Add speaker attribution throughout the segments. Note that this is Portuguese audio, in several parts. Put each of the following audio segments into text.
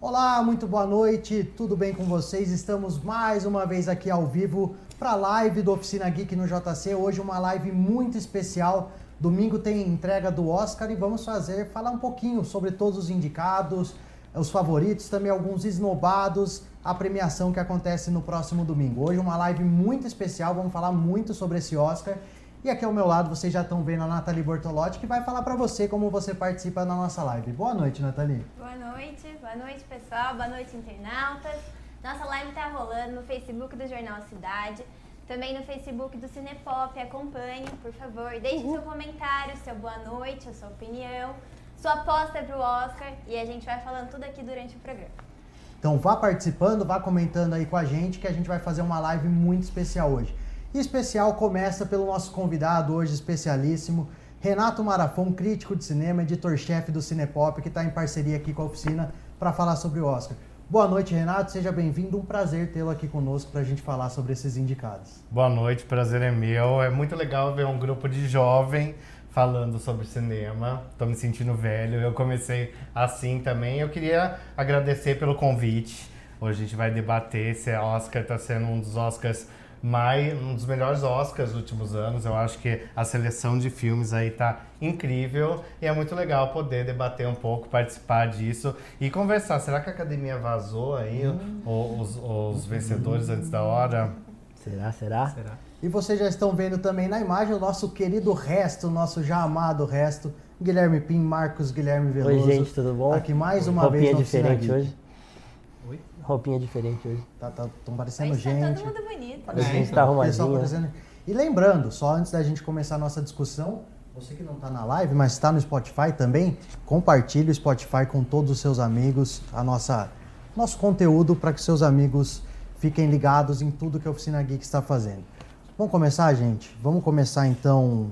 Speaker 1: Olá, muito boa noite, tudo bem com vocês? Estamos mais uma vez aqui ao vivo para a live do Oficina Geek no JC. Hoje, uma live muito especial. Domingo tem entrega do Oscar e vamos fazer, falar um pouquinho sobre todos os indicados, eh, os favoritos, também alguns esnobados, a premiação que acontece no próximo domingo. Hoje, uma live muito especial, vamos falar muito sobre esse Oscar. E aqui ao meu lado vocês já estão vendo a Nathalie Bortolotti, que vai falar para você como você participa da nossa live. Boa noite, Nathalie.
Speaker 2: Boa noite, boa noite pessoal, boa noite internautas. Nossa live tá rolando no Facebook do Jornal Cidade, também no Facebook do Cinepop. Acompanhe, por favor, deixe seu comentário, seu boa noite, a sua opinião, sua aposta pro Oscar e a gente vai falando tudo aqui durante o programa.
Speaker 1: Então vá participando, vá comentando aí com a gente que a gente vai fazer uma live muito especial hoje. E especial começa pelo nosso convidado hoje especialíssimo, Renato Marafon, crítico de cinema, editor-chefe do Cinepop, que está em parceria aqui com a oficina para falar sobre o Oscar. Boa noite, Renato, seja bem-vindo. Um prazer tê-lo aqui conosco para a gente falar sobre esses indicados.
Speaker 3: Boa noite, prazer é meu. É muito legal ver um grupo de jovem falando sobre cinema. Tô me sentindo velho. Eu comecei assim também. Eu queria agradecer pelo convite. Hoje a gente vai debater se a Oscar tá sendo um dos Oscars mais um dos melhores Oscars dos últimos anos. Eu acho que a seleção de filmes aí tá incrível e é muito legal poder debater um pouco, participar disso e conversar. Será que a academia vazou aí o- os, os vencedores antes da hora?
Speaker 4: Será, será?
Speaker 3: Será?
Speaker 1: E vocês já estão vendo também na imagem o nosso querido resto, o nosso já amado resto, Guilherme Pim, Marcos Guilherme
Speaker 4: Oi,
Speaker 1: Veloso.
Speaker 4: gente, tudo bom?
Speaker 1: Aqui mais uma
Speaker 4: Roupinha
Speaker 1: vez na Oficina
Speaker 4: diferente
Speaker 1: Geek.
Speaker 4: hoje. Roupinha diferente hoje.
Speaker 1: Tá, tá, tão
Speaker 2: Mas
Speaker 1: parecendo
Speaker 2: tá
Speaker 1: gente.
Speaker 2: todo mundo bonito. né?
Speaker 4: A gente
Speaker 3: então,
Speaker 4: tá
Speaker 1: É, Pessoal,
Speaker 4: arrumadinho.
Speaker 1: por exemplo. E lembrando, só antes da gente começar a nossa discussão, você que não está na live, mas está no Spotify também, compartilhe o Spotify com todos os seus amigos, a nossa nosso conteúdo para que seus amigos fiquem ligados em tudo que a Oficina Geek está fazendo. Vamos começar, gente? Vamos começar então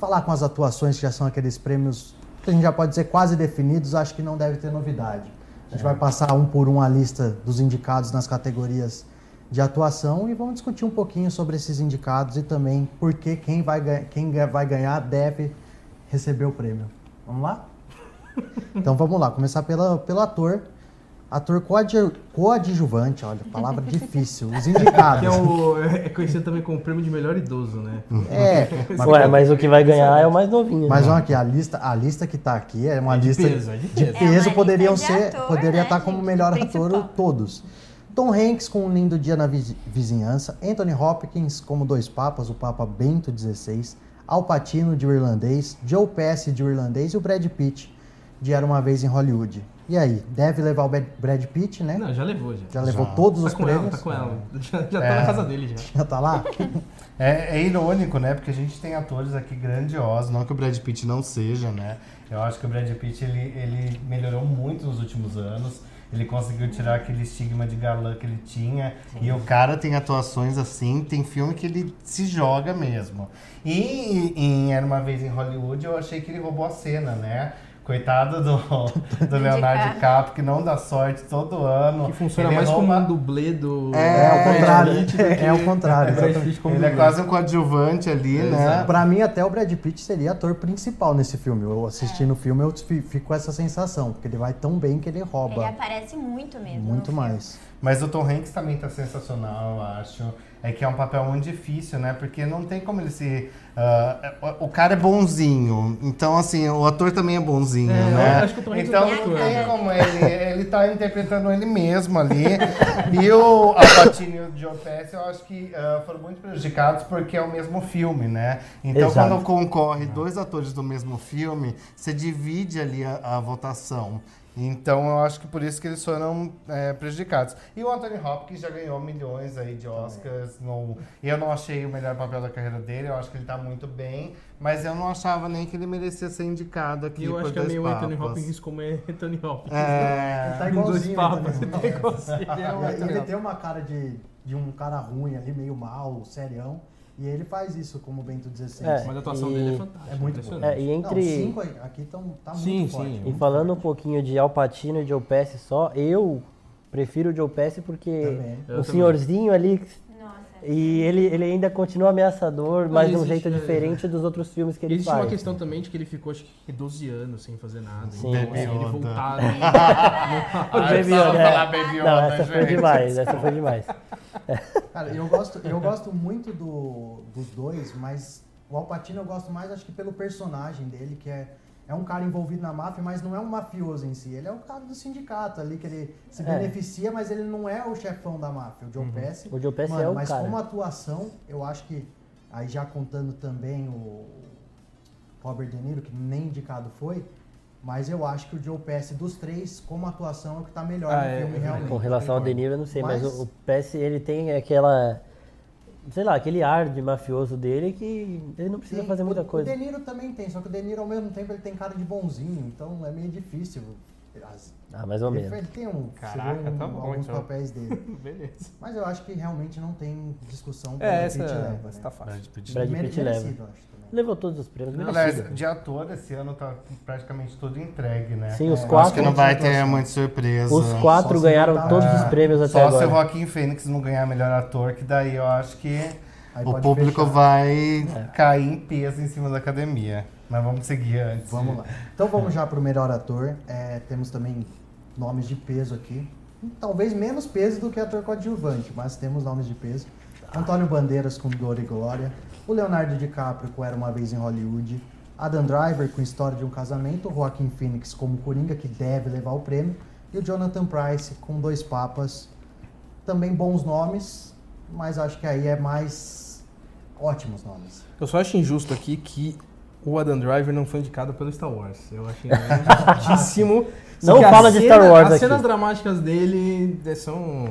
Speaker 1: falar com as atuações que já são aqueles prêmios que a gente já pode dizer quase definidos, acho que não deve ter novidade. A gente
Speaker 4: É.
Speaker 1: vai passar um por um a lista dos indicados nas categorias de atuação e vamos discutir um pouquinho sobre esses indicados e também por que quem vai, ganha- quem ga- vai ganhar deve receber o prêmio. Vamos lá? Então vamos lá, começar pela, pelo ator. Ator coadju- coadjuvante, olha, palavra difícil. Os indicados.
Speaker 5: Que é, o, é conhecido também como o prêmio de melhor idoso, né?
Speaker 1: É,
Speaker 4: Ué, mas o que vai ganhar é o mais novinho.
Speaker 1: mas
Speaker 4: né?
Speaker 1: olha aqui, a lista, a lista que tá aqui é uma
Speaker 5: É de
Speaker 1: lista.
Speaker 5: peso, é de peso.
Speaker 2: É uma
Speaker 1: peso
Speaker 2: lista
Speaker 1: poderiam
Speaker 2: de
Speaker 1: ser,
Speaker 2: ator,
Speaker 1: poderia
Speaker 2: né,
Speaker 1: estar como
Speaker 2: gente?
Speaker 1: melhor
Speaker 2: Principal.
Speaker 1: ator todos. Tom Hanks com Um Lindo Dia na Viz- Vizinhança, Anthony Hopkins como Dois Papas, o Papa Bento XVI, Al Pacino de O Irlandês, Joe Pesci de O Irlandês e o Brad Pitt de Era Uma Vez em Hollywood. E aí, deve levar o Brad- Brad Pitt, né?
Speaker 5: É, Não, já levou, já.
Speaker 1: já levou todos
Speaker 5: tá
Speaker 1: os
Speaker 5: com
Speaker 1: prêmios.
Speaker 5: ela, tá com ela. Já, já
Speaker 3: É.
Speaker 5: tá na casa dele, já.
Speaker 1: Já tá lá?
Speaker 3: É, é irônico, né? Porque a gente tem atores aqui grandiosos, não que o Brad Pitt não seja, né? Eu acho que o Brad Pitt ele, ele melhorou muito nos últimos anos. Ele conseguiu tirar aquele estigma de galã que ele tinha. E o cara tem atuações assim, tem filme que ele se joga mesmo. E em Era uma Vez em Hollywood, eu achei que ele roubou a cena, né? Coitado do, do Leonardo DiCaprio, que não dá sorte todo ano.
Speaker 5: Que funciona
Speaker 3: Ele
Speaker 5: mais como
Speaker 3: rouba-
Speaker 5: um dublê do.
Speaker 1: É, ao
Speaker 5: do
Speaker 1: contrário.
Speaker 5: Brad Pitt do que
Speaker 1: É ao contrário.
Speaker 5: o Brad
Speaker 1: exatamente.
Speaker 5: Pitt como né?
Speaker 3: Ele é
Speaker 5: dublê.
Speaker 3: quase um coadjuvante ali, né?
Speaker 1: Pra mim, até o Brad Pitt seria ator principal nesse filme. Eu assistindo
Speaker 2: É.
Speaker 1: o filme, eu fi- fico com essa sensação, porque ele vai tão bem que ele
Speaker 2: Ele
Speaker 1: rouba
Speaker 2: aparece muito mesmo.
Speaker 1: muito
Speaker 2: no filme.
Speaker 1: mais.
Speaker 3: Mas o Tom Hanks também tá sensacional, eu acho. É que é um papel muito difícil, né? Porque não tem como ele se. ah, o o cara é bonzinho. Então, assim, o ator também é bonzinho,
Speaker 5: É, eu
Speaker 3: né?
Speaker 5: acho que o Tom Hanks
Speaker 3: então
Speaker 5: é um
Speaker 3: não
Speaker 5: ator,
Speaker 3: tem
Speaker 5: né?
Speaker 3: como ele. Ele tá interpretando ele mesmo ali. e o Alpatino e o Joe Pesci, eu acho que ah, foram muito prejudicados porque é o mesmo filme, né? Então,
Speaker 4: Exato.
Speaker 3: quando concorre dois atores do mesmo filme, você divide ali a, a votação. Então eu acho que por isso que eles foram é, prejudicados. E o Anthony Hopkins já ganhou milhões aí de Oscars. No... Eu não achei o melhor papel da carreira dele, eu acho que ele tá muito bem, mas eu não achava nem que ele merecia ser indicado aqui.
Speaker 5: E eu
Speaker 3: por
Speaker 5: acho que é
Speaker 3: dois
Speaker 5: meio
Speaker 3: papas.
Speaker 5: Anthony Hopkins como é Anthony Hopkins.
Speaker 3: É...
Speaker 1: Tá
Speaker 5: Em dois
Speaker 1: igualzinho,
Speaker 5: papas.
Speaker 1: né?
Speaker 5: Ele é igualzinho. Ele é o
Speaker 1: E Ele
Speaker 5: Anthony
Speaker 1: tem uma cara de, de um cara ruim ali, meio mal, serião. E ele faz isso como Bento XVI.
Speaker 4: É.
Speaker 5: Hopkins. Mas a atuação
Speaker 4: E-
Speaker 5: dele é fantástica.
Speaker 1: É muito
Speaker 4: É,
Speaker 5: impressionante.
Speaker 4: e
Speaker 1: Não,
Speaker 4: entre.
Speaker 1: cinco aí- aqui tão, tá muito
Speaker 5: Sim,
Speaker 1: forte.
Speaker 5: sim.
Speaker 4: E falando um pouquinho de Alpatino e Joe Pesci só, eu prefiro o Joe Pesci porque
Speaker 1: Também.
Speaker 5: Eu
Speaker 4: o
Speaker 5: também.
Speaker 4: senhorzinho ali
Speaker 2: Nossa,
Speaker 4: E ele, ele ainda continua ameaçador, mas de um
Speaker 5: existe,
Speaker 4: jeito
Speaker 5: né?
Speaker 4: diferente dos outros filmes que ele
Speaker 5: Existe
Speaker 4: faz.
Speaker 5: uma questão também de que ele ficou, acho que 12 anos sem fazer nada.
Speaker 4: Sim.
Speaker 5: Então, assim, ele
Speaker 3: Idiota.
Speaker 5: voltar.
Speaker 3: Ah, eu
Speaker 4: Baby
Speaker 3: precisava
Speaker 4: Yoda, é.
Speaker 3: falar Baby
Speaker 4: Não,
Speaker 3: Yoda,
Speaker 5: né,
Speaker 4: essa foi
Speaker 3: gente.
Speaker 4: demais, essa foi demais.
Speaker 1: Cara, eu gosto, eu gosto muito do, dos dois, mas o Alpatino eu gosto mais, acho que pelo personagem dele, que é, é um cara envolvido na máfia, mas não é um mafioso em si. Ele é o cara do sindicato ali, que ele se
Speaker 4: É.
Speaker 1: beneficia, mas ele não é o chefão da máfia. O John Pesce.
Speaker 4: O Joe Pesci
Speaker 1: Mano,
Speaker 4: é o
Speaker 1: mas
Speaker 4: cara.
Speaker 1: como atuação, eu acho que. Aí já contando também o Robert De Niro, que nem indicado foi. Mas eu acho que o Joe Pesci dos três, como atuação, é o que tá melhor
Speaker 5: Ah,
Speaker 1: no
Speaker 5: é,
Speaker 1: filme,
Speaker 5: é verdade.
Speaker 1: realmente.
Speaker 4: Com relação ao De Niro, eu não sei, mas,
Speaker 1: Mas-
Speaker 4: o, o Pesce, ele tem aquela. Sei lá, aquele ar de mafioso dele que ele não precisa
Speaker 1: Sim,
Speaker 4: fazer
Speaker 1: o-
Speaker 4: muita
Speaker 1: O
Speaker 4: coisa.
Speaker 1: De Niro também tem, só que o De Niro ao mesmo tempo ele tem cara de bonzinho, então é meio difícil. As-
Speaker 4: Ah, mais ou
Speaker 1: ele,
Speaker 4: menos.
Speaker 1: ele tem um, você
Speaker 3: Caraca,
Speaker 1: vê um-
Speaker 3: tá bom,
Speaker 1: alguns
Speaker 3: então.
Speaker 1: papéis dele.
Speaker 5: Beleza.
Speaker 1: Mas eu acho que realmente não tem discussão pra
Speaker 6: É,
Speaker 1: quem
Speaker 6: essa,
Speaker 1: te leva,
Speaker 6: essa tá fácil.
Speaker 5: Brad Pitt.
Speaker 4: Brad
Speaker 1: Mere-
Speaker 4: Pitt leva.
Speaker 1: merecido, eu acho também.
Speaker 4: Levou todos os prêmios. merecido.
Speaker 3: Aliás, de ator, esse ano tá praticamente tudo entregue, né?
Speaker 4: Sim, os
Speaker 1: É,
Speaker 3: Acho que
Speaker 4: quatro.
Speaker 3: não vai ter
Speaker 1: Atuação.
Speaker 3: muita surpresa.
Speaker 4: Os quatro
Speaker 1: Só se
Speaker 4: ganharam
Speaker 1: botar-
Speaker 4: todos
Speaker 1: É,
Speaker 4: os prêmios até
Speaker 3: Só se o
Speaker 4: agora.
Speaker 3: Joaquim Fênix não ganhar melhor ator, que daí eu acho que
Speaker 1: Aí
Speaker 3: o
Speaker 1: pode
Speaker 3: público
Speaker 1: fechar.
Speaker 3: vai É. cair em peso em cima da academia. Mas vamos seguir antes.
Speaker 1: Vamos lá. Então vamos já pro melhor ator. É, temos também nomes de peso aqui. Talvez menos peso do que ator coadjuvante, mas temos nomes de peso. Antônio Bandeiras com Dor e Glória. O Leonardo DiCaprio com Era Uma Vez em Hollywood. Adam Driver com História de um Casamento. O Joaquin Phoenix como Coringa, que deve levar o prêmio. E o Jonathan Price com Dois Papas. Também bons nomes, mas acho que aí é mais ótimos nomes.
Speaker 6: Eu só acho injusto aqui que o Adam Driver não foi indicado pelo Star Wars. Eu achei injustíssimo.
Speaker 4: Não
Speaker 6: Porque a
Speaker 4: fala de
Speaker 6: cena-
Speaker 4: Star Wars
Speaker 6: As
Speaker 4: aqui.
Speaker 6: cenas dramáticas dele é, são,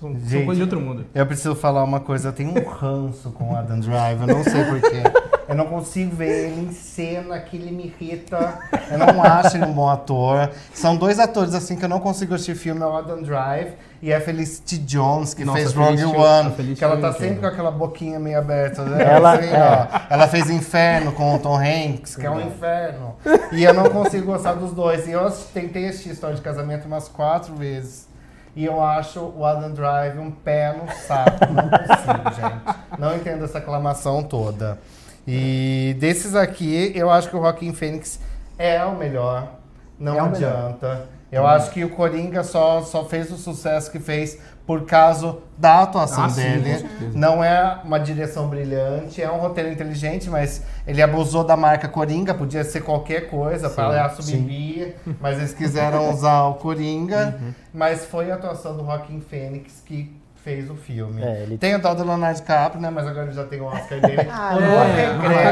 Speaker 6: são, são
Speaker 3: Gente.
Speaker 6: coisa de outro mundo.
Speaker 3: Eu preciso falar uma coisa, eu tenho um ranço com o Adam Driver, eu não sei porquê. Eu não consigo ver ele em cena, que ele me irrita. Eu não acho ele um bom ator. São dois atores assim que eu não consigo assistir filme, é o Adam Drive e a Felicity Jones, que
Speaker 5: Nossa,
Speaker 3: fez
Speaker 5: a
Speaker 3: Rogue
Speaker 5: Felicity- a
Speaker 3: One.
Speaker 5: Felicity é
Speaker 3: Que ela
Speaker 5: eu
Speaker 3: tá
Speaker 5: entendo.
Speaker 3: sempre com aquela boquinha meio aberta. Né?
Speaker 4: Ela-
Speaker 3: Assim, ó. ela fez Inferno com o Tom Hanks, que é um inferno. E eu não consigo gostar dos dois. E eu assisti- tentei assistir História de Casamento umas quatro vezes. E eu acho o Adam Drive um pé no saco. Não consigo, gente. Não entendo essa aclamação toda. E desses aqui, eu acho que o Rockin' Fênix é o melhor. Não
Speaker 1: É o melhor.
Speaker 3: adianta. Eu acho que o Coringa só, só fez o sucesso que fez por causa da atuação
Speaker 5: Ah, sim, com
Speaker 3: dele.
Speaker 5: certeza.
Speaker 3: Não é uma direção brilhante, é um roteiro inteligente, mas ele abusou da marca Coringa, podia ser qualquer coisa, palhaço bibi, mas eles quiseram usar o Coringa.
Speaker 5: Uhum.
Speaker 3: Mas foi a atuação do Joaquim Fênix que fez o filme.
Speaker 4: É, ele-
Speaker 3: Tem o tal do Leonardo DiCaprio, né? Mas agora ele já tem o Oscar dele.
Speaker 1: Ah,
Speaker 3: Por
Speaker 1: é.
Speaker 3: um
Speaker 5: A academia-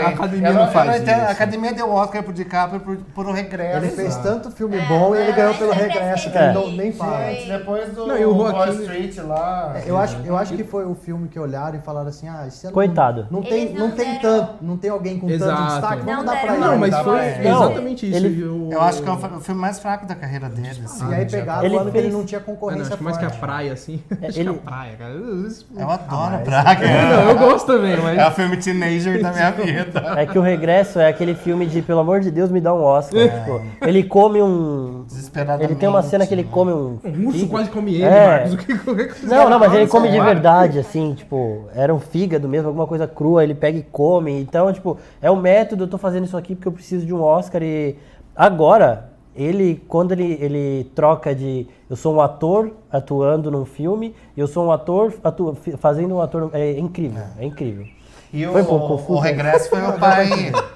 Speaker 5: a
Speaker 3: gente.
Speaker 5: academia
Speaker 3: Eu
Speaker 5: não
Speaker 3: eu
Speaker 5: faz
Speaker 3: entendo,
Speaker 5: isso.
Speaker 3: A academia deu o Oscar pro DiCaprio por, por um regresso.
Speaker 1: Ele fez
Speaker 5: Exato.
Speaker 1: tanto filme
Speaker 2: É,
Speaker 1: bom e ele
Speaker 2: mas
Speaker 1: ganhou pelo
Speaker 2: sempre
Speaker 1: regresso, que
Speaker 4: é
Speaker 1: ele não, nem
Speaker 2: sempre.
Speaker 1: fala.
Speaker 2: Sim.
Speaker 3: Gente, depois do
Speaker 5: Não, e o
Speaker 3: Wall
Speaker 5: Joaquim-
Speaker 3: Street lá.
Speaker 1: É, Eu acho, eu acho que foi o filme que olharam e falaram assim, ah, esse ano
Speaker 4: Coitado.
Speaker 1: Não, não tem,
Speaker 2: Eles
Speaker 1: não,
Speaker 2: não
Speaker 1: tem
Speaker 2: deram-
Speaker 1: tanto, não tem alguém com tanto
Speaker 5: Exato.
Speaker 1: destaque,
Speaker 2: Não
Speaker 1: vamos dar pra
Speaker 2: deram-
Speaker 1: ele.
Speaker 5: Não, mas
Speaker 3: Tá
Speaker 5: foi
Speaker 3: bem.
Speaker 5: exatamente isso.
Speaker 4: Ele-
Speaker 5: e o-
Speaker 3: Eu acho que é o fi- o filme mais fraco da carreira dele. assim,
Speaker 1: E aí
Speaker 3: de
Speaker 1: pegaram
Speaker 4: Ele
Speaker 1: o ano que ele
Speaker 4: fez-
Speaker 1: não tinha
Speaker 5: Ah, não,
Speaker 1: concorrência
Speaker 5: acho que mais que a
Speaker 1: forte.
Speaker 5: praia, assim.
Speaker 3: É,
Speaker 5: acho
Speaker 4: ele-
Speaker 5: que a praia, cara.
Speaker 3: ator. Eu adoro a Braga.
Speaker 1: É.
Speaker 5: Não, eu gosto também, mas.
Speaker 3: É o filme teenager da minha vida.
Speaker 4: É que o regresso é aquele filme de, pelo amor de Deus, me dá um Oscar.
Speaker 1: É.
Speaker 4: tipo, ele come um.
Speaker 3: Desesperadamente.
Speaker 4: Ele tem uma cena que ele come um.
Speaker 5: Um urso
Speaker 4: figo.
Speaker 5: quase come ele,
Speaker 4: É.
Speaker 5: Marcos. O que, o que que
Speaker 4: Não, não, mas ele come de
Speaker 5: Nossa,
Speaker 4: verdade, assim, tipo, era um fígado mesmo, alguma coisa crua, ele pega e come. Então, tipo, é um método, eu tô fazendo isso aqui porque eu preciso de um Oscar e agora ele quando ele, ele troca de eu sou um ator atuando num filme, e eu sou um ator atu, fi- fazendo um ator é incrível, é incrível.
Speaker 3: E o,
Speaker 4: Foi um pouco confuso,
Speaker 3: o
Speaker 4: né?
Speaker 3: regresso foi o pai,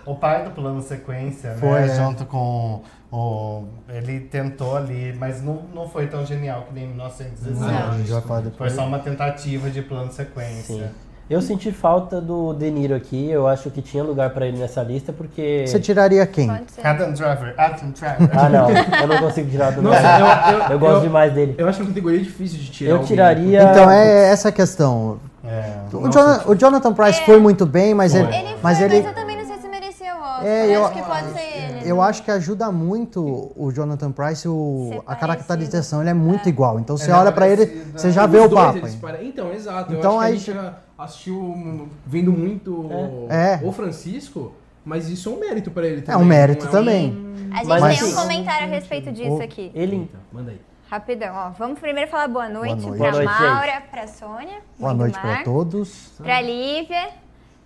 Speaker 3: o pai do plano sequência,
Speaker 1: Foi,
Speaker 3: né?
Speaker 1: é.
Speaker 3: Junto com o. Ele tentou ali, mas não, não foi tão genial que nem em 1919.
Speaker 1: Não, já fala
Speaker 3: Foi
Speaker 1: depois.
Speaker 3: só uma tentativa de plano sequência.
Speaker 4: Eu senti falta do De Niro aqui, eu acho que tinha lugar pra ele nessa lista porque
Speaker 1: Você tiraria quem?
Speaker 2: Pode ser.
Speaker 3: Adam Driver, Adam Driver.
Speaker 4: Ah, não, eu não consigo tirar do
Speaker 5: Nossa,
Speaker 4: lugar.
Speaker 5: eu, eu,
Speaker 4: Eu gosto demais dele.
Speaker 5: Eu acho uma categoria difícil de tirar.
Speaker 4: Eu
Speaker 5: alguém.
Speaker 4: tiraria
Speaker 1: Então é essa a questão.
Speaker 3: É.
Speaker 1: O, Jona- o Jonathan Price foi muito bem, mas ele,
Speaker 2: É. Ele foi,
Speaker 1: mas
Speaker 2: mas,
Speaker 1: ele,
Speaker 2: eu também não sei se merecia o Oscar.
Speaker 1: É, eu-
Speaker 2: acho que pode ser ele.
Speaker 1: eu acho que ajuda muito o Jonathan Price o-
Speaker 2: Ser
Speaker 1: a
Speaker 2: parecido.
Speaker 1: caracterização. Ele é muito igual. Então você
Speaker 3: Ele é
Speaker 1: olha pra ele,
Speaker 3: parecido.
Speaker 1: você já
Speaker 5: né? Os
Speaker 1: vê o
Speaker 5: dois,
Speaker 1: papo.
Speaker 5: eles
Speaker 1: hein?
Speaker 5: pare- Então, exato.
Speaker 1: Então,
Speaker 5: Então, eu
Speaker 1: aí-
Speaker 5: acho que a gente assistiu vendo muito
Speaker 1: É. É.
Speaker 5: o Francisco, mas isso é um mérito pra ele
Speaker 1: É
Speaker 5: também.
Speaker 1: um mérito
Speaker 5: não é
Speaker 1: também.
Speaker 2: A gente
Speaker 4: Mas-
Speaker 2: tem um comentário a respeito disso aqui.
Speaker 4: ele
Speaker 5: Eita, manda aí.
Speaker 2: Rapidão, ó. Vamos primeiro falar boa noite,
Speaker 1: noite.
Speaker 2: pra
Speaker 4: Boa noite, gente.
Speaker 2: Maura, pra Sônia.
Speaker 1: Boa
Speaker 2: mãe do
Speaker 1: noite
Speaker 2: Mar,
Speaker 1: para todos.
Speaker 2: Pra Lívia,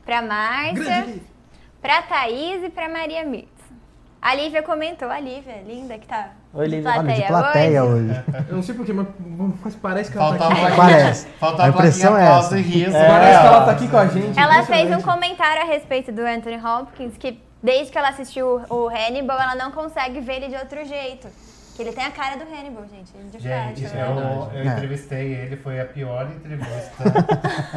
Speaker 2: pra Márcia, pra Thaís e pra Maria Mirtz. A Lívia comentou, a Lívia, linda, que tá
Speaker 4: Oi,
Speaker 2: de
Speaker 4: Lívia.
Speaker 1: Olha,
Speaker 2: plateia,
Speaker 1: de plateia
Speaker 2: hoje.
Speaker 1: hoje.
Speaker 6: Eu não sei porquê, mas, mas parece que ela
Speaker 3: Falta
Speaker 6: tá aqui.
Speaker 3: a plaquinha,
Speaker 1: Parece.
Speaker 3: Falta
Speaker 1: A
Speaker 3: a
Speaker 1: impressão
Speaker 3: plaquinha
Speaker 1: é
Speaker 3: pausa
Speaker 1: essa.
Speaker 3: e riso. né?
Speaker 6: Parece que ela tá aqui com a gente.
Speaker 2: Ela fez um
Speaker 6: impressionante.
Speaker 2: comentário a respeito do Anthony Hopkins que desde que ela assistiu o Hannibal, ela não consegue ver ele de outro jeito. Que ele tem a cara do Hannibal, gente. De
Speaker 3: Gente, um-
Speaker 2: fato. né?
Speaker 3: eu, eu
Speaker 1: É.
Speaker 3: entrevistei ele, foi a pior entrevista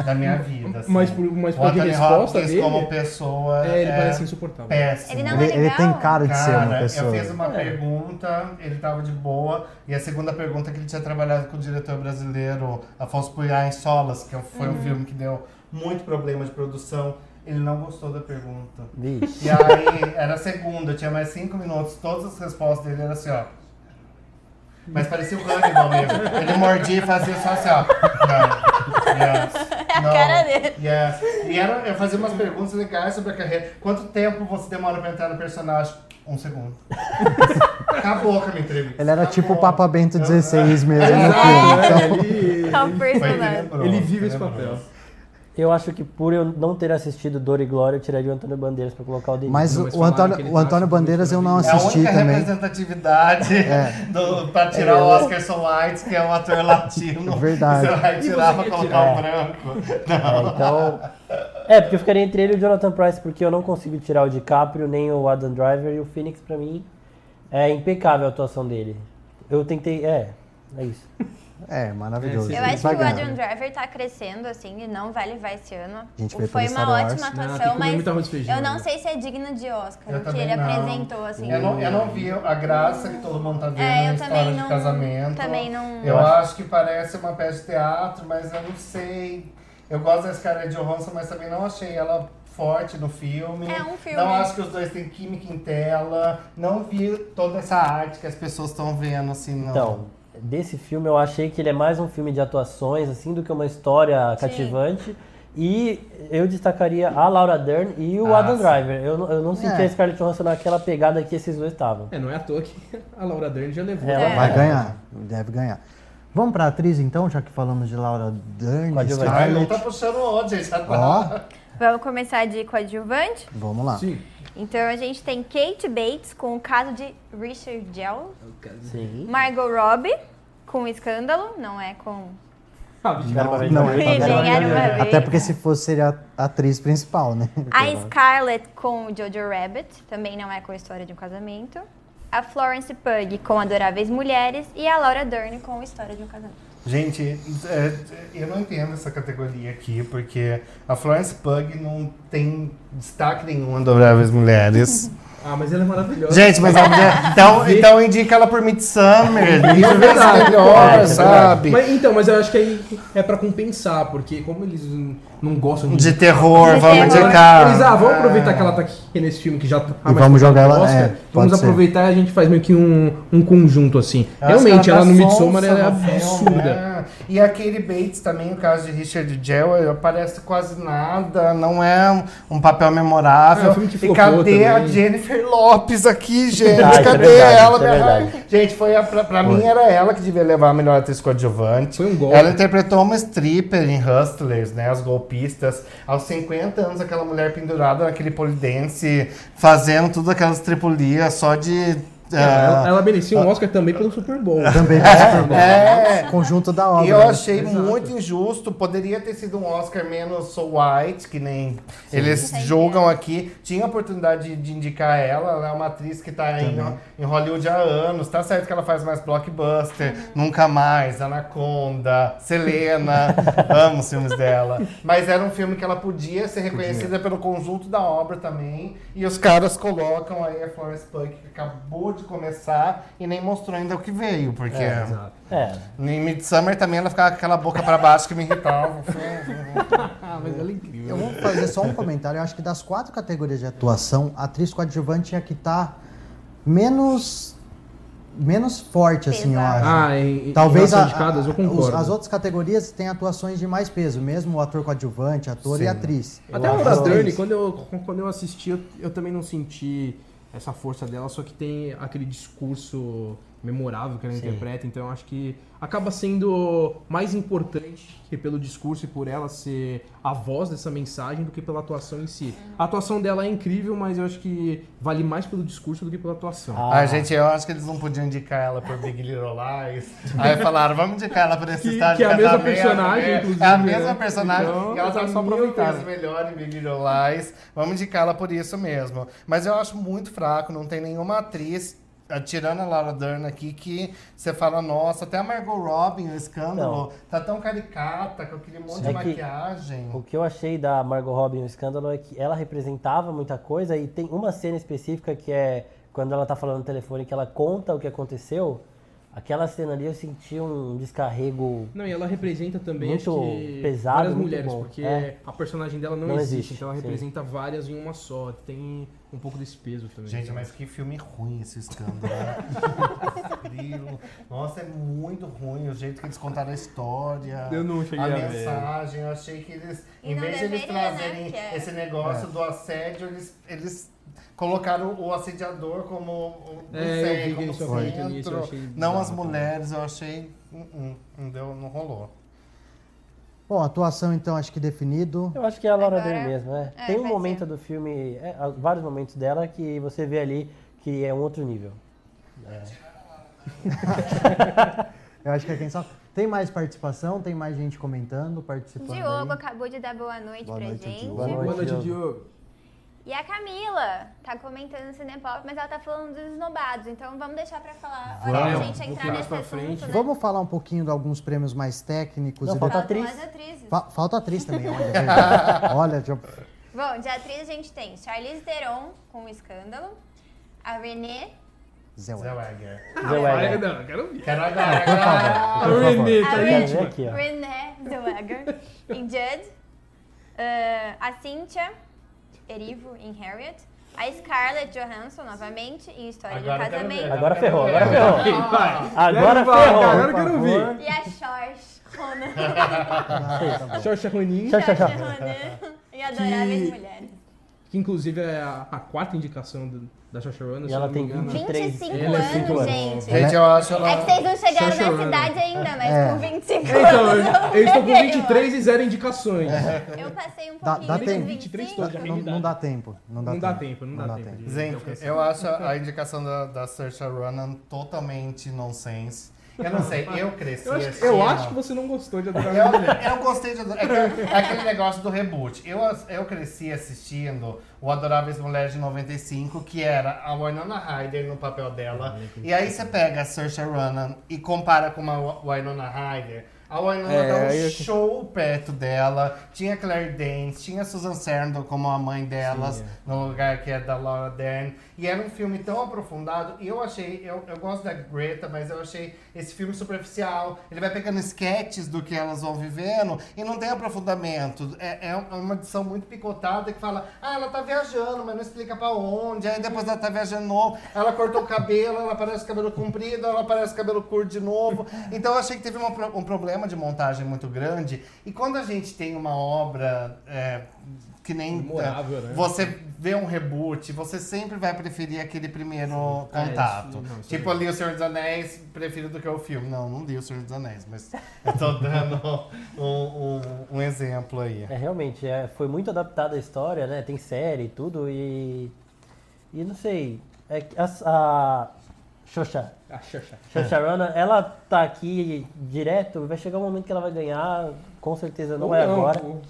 Speaker 3: da minha vida. assim.
Speaker 6: Mas por- mas
Speaker 3: O
Speaker 6: pela
Speaker 3: Anthony
Speaker 6: resposta
Speaker 3: Hopkins
Speaker 6: dele-
Speaker 3: como pessoa
Speaker 6: É, ele
Speaker 3: é
Speaker 6: parece insuportável.
Speaker 3: péssimo.
Speaker 2: Ele não
Speaker 1: Ele,
Speaker 2: é
Speaker 1: ele
Speaker 2: legal?
Speaker 1: tem cara de ser uma
Speaker 3: Cara, eu
Speaker 1: pessoa.
Speaker 3: fiz um uma
Speaker 6: É.
Speaker 3: pergunta, ele tava de boa, e a segunda pergunta é que ele tinha trabalhado com o diretor brasileiro Afonso Puyá em Solas, que foi
Speaker 2: Uhum.
Speaker 3: um filme que deu muito problema de produção. Ele não gostou da pergunta.
Speaker 4: Vixe.
Speaker 3: E aí, era a segunda, tinha mais cinco minutos, todas as respostas dele eram assim, ó. Mas parecia o Hannibal mesmo. Ele mordia e fazia só assim, ó. Não. Yes.
Speaker 2: a
Speaker 3: não,
Speaker 2: cara dele.
Speaker 3: yes. E era, eu fazia umas perguntas legais sobre a carreira. Quanto tempo você demora pra entrar no personagem? Um segundo. Acabou com a minha entrevista.
Speaker 1: Ele era tipo o
Speaker 3: Acabou.
Speaker 1: Papa Bento
Speaker 3: Eu- né?
Speaker 1: 16 mesmo no filme. então.
Speaker 6: É, ele-
Speaker 2: É um
Speaker 3: Foi
Speaker 2: personagem.
Speaker 3: tenebroso,
Speaker 6: Ele vive esse
Speaker 3: tenebroso.
Speaker 6: papel.
Speaker 4: Eu acho que por eu não ter assistido Dor e Glória, eu tiraria o Antônio Bandeiras pra colocar o Denis.
Speaker 1: Mas
Speaker 6: Não,
Speaker 1: o,
Speaker 6: mas
Speaker 1: o
Speaker 3: um
Speaker 6: falaram
Speaker 1: Antônio,
Speaker 6: que ele
Speaker 1: o
Speaker 6: faz
Speaker 1: Antônio
Speaker 6: tudo
Speaker 1: Bandeiras eu não
Speaker 3: É a
Speaker 1: assisti
Speaker 3: única
Speaker 1: também.
Speaker 3: representatividade do, pra tirar o Oscar White, que é um ator latino.
Speaker 1: Verdade.
Speaker 3: Você vai tirar pra colocar um branco.
Speaker 4: É, então. É, porque eu ficaria entre ele e o Jonathan Price, porque eu não consigo tirar o DiCaprio, nem o Adam Driver, e o Phoenix, pra mim, é impecável a atuação dele. Eu tentei. É, é isso.
Speaker 1: É, maravilhoso.
Speaker 2: Eu
Speaker 1: Ele
Speaker 2: acho que
Speaker 1: vai
Speaker 2: o
Speaker 1: ganhar.
Speaker 2: Adrian Driver tá crescendo, assim, e não vai levar esse ano.
Speaker 1: Gente, veio
Speaker 2: Foi
Speaker 1: pelo
Speaker 2: uma
Speaker 1: Star Wars.
Speaker 2: ótima
Speaker 6: Não, tem que
Speaker 2: atuação,
Speaker 6: comer muito arroz
Speaker 2: mas
Speaker 6: e feijão
Speaker 2: eu não
Speaker 6: ainda.
Speaker 2: sei se é digno de Oscar, o que
Speaker 3: também
Speaker 2: ele
Speaker 3: não.
Speaker 2: apresentou,
Speaker 6: É
Speaker 2: assim.
Speaker 3: Eu não, eu não vi a graça que todo mundo tá vendo
Speaker 2: É, eu
Speaker 3: em história
Speaker 2: também
Speaker 3: de
Speaker 2: não-
Speaker 3: casamento.
Speaker 2: também não-
Speaker 3: Eu acho que parece uma peça de teatro, mas eu não sei. Eu gosto da Scarlett Johansson, mas também não achei ela forte no filme.
Speaker 2: É um filme.
Speaker 3: Não acho que os dois têm química em tela. Não vi toda essa arte que as pessoas estão vendo, assim, não.
Speaker 4: Então, desse filme eu achei que ele é mais um filme de atuações, assim, do que uma história
Speaker 2: Sim.
Speaker 4: cativante. E eu destacaria a Laura Dern e o
Speaker 3: Ah,
Speaker 4: Adam
Speaker 3: sim.
Speaker 4: Driver. Eu, não- eu não senti
Speaker 1: É.
Speaker 4: a Scarlett Johansson naquela pegada que esses dois estavam.
Speaker 6: É, não é à toa que a Laura Dern já levou.
Speaker 4: Ela é
Speaker 6: né?
Speaker 1: Vai ganhar, deve ganhar. Vamos pra atriz então, já que falamos de Laura Dern,
Speaker 4: Coadjuvante.
Speaker 3: Ah, não
Speaker 1: Scarlett.
Speaker 3: tá puxando ódio, gente.
Speaker 1: Ó,
Speaker 2: Vamos começar de coadjuvante?
Speaker 1: vamos lá.
Speaker 6: Sim.
Speaker 2: Então a gente tem Kate Bates com o caso de Richard Gell,
Speaker 4: Sim.
Speaker 2: Margot Robbie com o escândalo, não é com
Speaker 6: Ah, bicho,
Speaker 4: Era
Speaker 6: não.
Speaker 4: pra ver.
Speaker 1: Não, é
Speaker 2: Sim,
Speaker 1: Barbara
Speaker 2: ganharam uma
Speaker 1: Barbara.
Speaker 2: vez.
Speaker 1: Até porque se fosse seria a atriz principal, né?
Speaker 2: a Scarlett com o Jojo Rabbit, também não é com a história de um casamento, a Florence Pug com Adoráveis Mulheres e a Laura Dern com a história de um casamento.
Speaker 3: Gente, é, eu não entendo essa categoria aqui, porque a Florence Pug não tem destaque nenhum em Adoráveis Mulheres.
Speaker 6: Ah, mas ela é maravilhosa.
Speaker 3: Gente, mas a mulher. Então, então indica ela por Midsummer. Isso é
Speaker 6: verdade.
Speaker 3: melhor,
Speaker 4: É, isso é
Speaker 3: sabe?
Speaker 6: Mas, então, mas eu acho que aí é pra compensar, porque como eles n- não gostam
Speaker 3: De
Speaker 6: de...
Speaker 3: terror,
Speaker 2: De
Speaker 3: vamos
Speaker 2: terror.
Speaker 3: indicar.
Speaker 6: Eles, ah, vamos
Speaker 3: Ah.
Speaker 6: aproveitar que ela tá aqui nesse filme que já tá...
Speaker 1: E
Speaker 6: mais
Speaker 1: vamos jogar ela-
Speaker 6: Oscar,
Speaker 1: é, pode
Speaker 6: vamos
Speaker 1: ser.
Speaker 6: aproveitar e a gente faz meio que um, um conjunto, assim.
Speaker 3: Eu acho
Speaker 6: Realmente,
Speaker 3: que
Speaker 6: ela,
Speaker 3: tá
Speaker 6: no Midsommar
Speaker 3: sonsa
Speaker 6: ela é
Speaker 3: no filme,
Speaker 6: absurda.
Speaker 3: né? E a Katie Bates também, o caso de Richard Jewell, aparece quase nada, não é um, um papel memorável.
Speaker 6: É, é um filme que
Speaker 3: e
Speaker 6: flopou
Speaker 3: cadê a
Speaker 6: também.
Speaker 3: Jennifer Lopes aqui, gente?
Speaker 4: Verdade,
Speaker 3: cadê
Speaker 4: é verdade,
Speaker 3: ela?
Speaker 4: isso é
Speaker 3: Minha
Speaker 4: verdade.
Speaker 3: raiva. Gente, foi a, pra, pra mim era ela que devia levar a melhor atriz coadjuvante.
Speaker 6: Foi um golpe.
Speaker 3: Ela interpretou uma stripper em Hustlers, né? As golpistas. Aos 50 anos, aquela mulher pendurada naquele polidense, fazendo tudo aquelas tripulias só de... ah,
Speaker 6: Ela, ela merecia um Oscar também pelo Super Bowl.
Speaker 1: É, Também
Speaker 3: é,
Speaker 1: conjunto da
Speaker 3: e
Speaker 1: obra.
Speaker 3: eu
Speaker 1: né?
Speaker 3: achei muito injusto. Poderia ter sido um Oscar menos so white, que nem eles julgam aqui. Tinha a oportunidade de, de indicar ela. Ela é uma atriz que tá em, em Hollywood há anos. Tá certo que ela faz mais blockbuster. Nunca mais. Anaconda, Selena. amo os filmes dela. Mas era um filme que ela podia ser reconhecida pelo conjunto da obra também. E os caras colocam aí a Florence Pugh, que acabou de começar e nem mostrou ainda o que veio. Porque...
Speaker 6: Exato.
Speaker 4: É.
Speaker 3: Em Midsummer também ela ficava com aquela boca pra baixo que me irritava. assim.
Speaker 6: Ah, mas ela é incrível.
Speaker 1: Eu vou fazer só um comentário. Eu acho que das quatro categorias de atuação, a atriz coadjuvante é a que tá menos, menos forte, assim, eu
Speaker 2: Pesada.
Speaker 1: acho.
Speaker 6: Ah, e,
Speaker 1: Talvez a-
Speaker 6: as indicadas, eu
Speaker 1: os-
Speaker 6: concordo.
Speaker 1: as outras categorias têm atuações de mais peso, mesmo o ator coadjuvante, ator e atriz.
Speaker 6: Até
Speaker 1: Eu
Speaker 6: a
Speaker 1: acho
Speaker 6: Laura
Speaker 1: que é
Speaker 6: Dern,
Speaker 1: três.
Speaker 6: quando eu, quando eu assisti, eu, eu também não senti essa força dela, só que tem aquele discurso memorável que ela
Speaker 4: Sim.
Speaker 6: interpreta, então eu acho que acaba sendo mais importante que pelo discurso e por ela ser a voz dessa mensagem do que pela atuação em si. A atuação dela é incrível, mas eu acho que vale mais pelo discurso do que pela atuação.
Speaker 4: Ah,
Speaker 3: Ah, gente, eu acho que eles não podiam indicar ela por Big Little Lies. Aí falaram, vamos indicar ela por esse
Speaker 6: Que-
Speaker 3: estágio
Speaker 6: que é a
Speaker 3: de
Speaker 6: mesma
Speaker 3: casamento,
Speaker 6: personagem,
Speaker 3: né?
Speaker 6: inclusive,
Speaker 3: É a
Speaker 6: né?
Speaker 3: mesma personagem.
Speaker 6: Então,
Speaker 3: e ela tá
Speaker 6: eles
Speaker 3: só
Speaker 6: só aproveitaram.
Speaker 3: aproveitando melhor em Big Little Lies. Vamos indicá-la por isso mesmo. Mas eu acho muito fraco, não tem nenhuma atriz. ah, Tirando a Laura Dern aqui, que você fala, nossa, até a Margot Robin, o escândalo, tá tão caricata, com aquele monte
Speaker 4: Sim.
Speaker 3: de
Speaker 4: É que-
Speaker 3: maquiagem.
Speaker 4: O que eu achei da Margot Robin no escândalo é que ela representava muita coisa e tem uma cena específica que é quando ela tá falando no telefone que ela conta o que aconteceu. Aquela cena ali eu senti um descarrego.
Speaker 6: Não, e ela representa também
Speaker 4: Muito
Speaker 6: acho que
Speaker 4: pesado,
Speaker 6: várias
Speaker 4: muito
Speaker 6: mulheres,
Speaker 4: bom.
Speaker 6: porque
Speaker 4: É.
Speaker 6: a personagem dela não,
Speaker 4: Não
Speaker 6: existe,
Speaker 4: existe,
Speaker 6: então ela
Speaker 4: sim.
Speaker 6: representa várias em uma só. Tem um pouco desse peso também.
Speaker 3: Gente, mas que filme ruim esse escândalo. né? Frio. Nossa, é muito ruim o jeito que eles contaram a história.
Speaker 6: Eu não cheguei
Speaker 3: a
Speaker 6: a ver.
Speaker 3: mensagem. Eu achei que eles,
Speaker 2: E
Speaker 3: em
Speaker 2: não
Speaker 3: vez de eles
Speaker 2: deveria, né?
Speaker 3: trazerem
Speaker 2: Porque é-
Speaker 3: esse negócio do assédio, eles, eles colocaram o assediador como o- não
Speaker 6: É, eu vi
Speaker 3: sei,
Speaker 6: que
Speaker 3: como
Speaker 6: eles tinham feito
Speaker 3: centro.
Speaker 6: isso, eu achei
Speaker 3: não
Speaker 6: bizarro
Speaker 3: as
Speaker 6: também.
Speaker 3: mulheres. Eu achei, hum, hum, não deu, não rolou.
Speaker 1: Bom, atuação então acho que definido.
Speaker 4: Eu acho que é a Laura
Speaker 2: Agora-
Speaker 4: Dern mesmo, né?
Speaker 2: é,
Speaker 4: Tem um
Speaker 2: vai
Speaker 4: momento
Speaker 2: ser.
Speaker 4: do filme, é, há vários momentos dela que você vê ali que é um outro nível.
Speaker 1: Eu acho que é quem sabe. Tem mais participação, tem mais gente comentando, participando.
Speaker 2: Diogo
Speaker 1: aí.
Speaker 2: acabou de dar boa noite
Speaker 1: Boa
Speaker 2: pra
Speaker 1: noite,
Speaker 2: gente.
Speaker 1: Diogo.
Speaker 6: Boa
Speaker 4: Boa
Speaker 6: noite,
Speaker 4: noite,
Speaker 6: Diogo.
Speaker 2: E a Camila tá comentando no Cinepop, mas ela tá falando dos esnobados, então vamos deixar pra falar. a hora que a
Speaker 6: Vamos,
Speaker 2: gente
Speaker 6: vamos
Speaker 2: entrar
Speaker 6: mais
Speaker 2: nesse
Speaker 6: pra
Speaker 2: assunto,
Speaker 6: frente.
Speaker 2: né?
Speaker 1: Vamos falar um pouquinho de alguns prêmios mais técnicos
Speaker 4: Não,
Speaker 1: e
Speaker 4: falta
Speaker 1: depois-
Speaker 2: Faltam
Speaker 4: atriz.
Speaker 2: as atrizes.
Speaker 1: Fa- Falta atriz também, olha. gente. olha, já-
Speaker 2: Bom, de atriz a gente tem Charlize Theron com o Escândalo, a Renée,
Speaker 1: Zé
Speaker 3: Zé
Speaker 6: é.
Speaker 1: Wellington.
Speaker 3: Wagner.
Speaker 2: Ah,
Speaker 4: Zé
Speaker 2: é.
Speaker 6: Ai,
Speaker 4: Wagner.
Speaker 6: não, eu quero ver.
Speaker 3: Quero agora.
Speaker 6: A
Speaker 4: Por favor.
Speaker 6: Renê, tá
Speaker 2: A
Speaker 4: Quero
Speaker 6: íntima.
Speaker 4: ver aqui, ó.
Speaker 2: Renée Zellweger em Judd, ah, a Cynthia Erivo em Harriet, a Scarlett Johansson novamente em História
Speaker 3: Agora
Speaker 2: de um
Speaker 3: eu quero ver.
Speaker 2: Casamento
Speaker 4: Agora ferrou, agora
Speaker 3: Vai,
Speaker 4: ferrou.
Speaker 6: Vai, vai.
Speaker 4: Agora
Speaker 6: Vai,
Speaker 4: ferrou.
Speaker 6: Agora eu
Speaker 4: por
Speaker 6: quero
Speaker 4: favor.
Speaker 6: ver.
Speaker 2: e a Shorsh Conan.
Speaker 6: Xoxa Ronin,
Speaker 4: Tchau, tchau, tchau.
Speaker 2: e Adoráveis
Speaker 6: Que-
Speaker 2: Mulheres.
Speaker 6: que inclusive é a, a quarta indicação do- da Xoxa Ronin,
Speaker 4: E
Speaker 6: se
Speaker 4: ela
Speaker 6: eu não
Speaker 4: tem
Speaker 6: me engano.
Speaker 4: 20.
Speaker 2: 25
Speaker 4: Ela é cinco
Speaker 2: anos, gente.
Speaker 3: Gente, eu acho ela...
Speaker 2: É que vocês não chegaram
Speaker 6: Sasha
Speaker 2: na
Speaker 6: Ronan.
Speaker 2: cidade ainda, mas
Speaker 1: É.
Speaker 2: com 25
Speaker 6: Então,
Speaker 2: anos.
Speaker 6: eu, eu estou com 23 e zero indicações.
Speaker 2: Eu passei um
Speaker 1: Dá-
Speaker 2: pouquinho
Speaker 1: dá
Speaker 2: dos
Speaker 1: tempo.
Speaker 2: 25.
Speaker 6: todos,
Speaker 1: Não, não dá tempo. Não dá tempo.
Speaker 6: Não dá tempo, não dá tempo. de- de
Speaker 3: Gente,
Speaker 6: alcançar.
Speaker 3: eu acho a indicação da, da Saoirse Ronan totalmente nonsense. Eu não sei, eu cresci
Speaker 6: Eu acho,
Speaker 3: assistindo.
Speaker 6: eu acho que você não gostou de Adoráveis Mulheres.
Speaker 3: é Eu, eu gostei de... É, que- é aquele negócio do reboot. Eu, as- eu cresci assistindo o Adoráveis Mulheres de 95, que era a Winona Ryder no papel dela. E aí você pega a Saoirse Ronan e compara com uma Wa- Winona Ryder. A Winona
Speaker 6: É,
Speaker 3: dá um
Speaker 6: aí eu-
Speaker 3: show perto dela. Tinha Claire Danes, tinha Susan Sarandon como a mãe delas, no lugar que é da Laura Dern. E era um filme tão aprofundado. E eu achei, eu, eu gosto da Greta, mas eu achei esse filme superficial. Ele vai pegando sketches do que elas vão vivendo e não tem aprofundamento. É, é uma edição muito picotada que fala: ah, ela tá viajando, mas não explica pra onde. Aí depois ela tá viajando de novo, ela cortou o cabelo, ela parece cabelo comprido, ela parece cabelo curto de novo. Então eu achei que teve uma pro- um problema de montagem muito grande. E quando a gente tem uma obra é, que nem.
Speaker 6: Memorável,
Speaker 3: é,
Speaker 6: né?
Speaker 3: Você vê um reboot, você sempre vai preferir aquele primeiro
Speaker 6: É,
Speaker 3: contato.
Speaker 6: isso- não, isso
Speaker 3: tipo, eu li O Senhor dos Anéis, prefiro do que o filme. Não, não li O Senhor dos Anéis, mas eu tô dando um, um- um exemplo aí.
Speaker 4: É, realmente, é, foi muito adaptada a história, né? Tem série e tudo, e. E não sei. É, que as- a, Xoxa.
Speaker 6: Ah, Xoxa.
Speaker 4: Xoxa Rana, ela tá aqui direto, vai chegar um momento que ela vai ganhar, com certeza não
Speaker 6: Ou
Speaker 4: é agora.
Speaker 6: ou-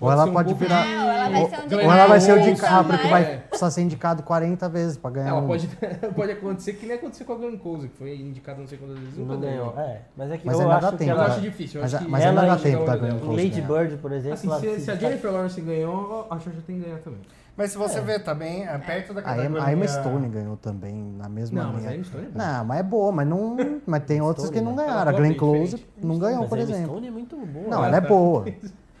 Speaker 1: Ou ela
Speaker 6: ser um
Speaker 1: pode
Speaker 6: pouco-
Speaker 1: virar-
Speaker 2: Não, ela vai ser um
Speaker 1: Ou ela vai ser o
Speaker 6: Ou
Speaker 1: indicado, porque
Speaker 6: mais.
Speaker 1: vai precisar ser indicado 40 vezes pra
Speaker 4: É.
Speaker 1: ganhar
Speaker 6: ah, Ela
Speaker 1: um.
Speaker 6: pode, pode acontecer que nem aconteceu com a Glenn Close, que foi indicada não sei quantas vezes. nunca
Speaker 4: Não ganhou. É, mas é que
Speaker 1: Mas
Speaker 4: eu
Speaker 1: ainda dá
Speaker 4: acho que
Speaker 1: tempo,
Speaker 6: Eu
Speaker 1: né?
Speaker 4: ela.
Speaker 6: acho difícil. Eu
Speaker 1: Mas,
Speaker 6: acho que
Speaker 1: mas ainda
Speaker 4: ela
Speaker 1: dá
Speaker 4: e
Speaker 1: tempo da
Speaker 6: João
Speaker 1: Glenn
Speaker 6: Lady
Speaker 1: Close
Speaker 4: Lady
Speaker 1: ganhar.
Speaker 4: Bird, por exemplo.
Speaker 6: um Assim,
Speaker 4: ela
Speaker 6: se, se a
Speaker 4: fica-
Speaker 6: Jennifer Lawrence ganhou, a Xoxa tem que ganhar também.
Speaker 3: Mas se você vê também, é perto da
Speaker 1: A Emma,
Speaker 3: categoria...
Speaker 1: a Emma Stone ganhou também na mesma
Speaker 6: Não, mas
Speaker 1: linha.
Speaker 6: a Emma Stone é boa.
Speaker 1: Não, mas é boa, mas não. Mas tem outras que não
Speaker 4: né?
Speaker 1: ganharam.
Speaker 6: Ela
Speaker 1: A Glenn
Speaker 6: atua bem
Speaker 1: Close não ganhou,
Speaker 4: Mas
Speaker 1: por
Speaker 4: a Emma
Speaker 1: exemplo.
Speaker 4: Stone é muito boa.
Speaker 1: Não, ela é boa.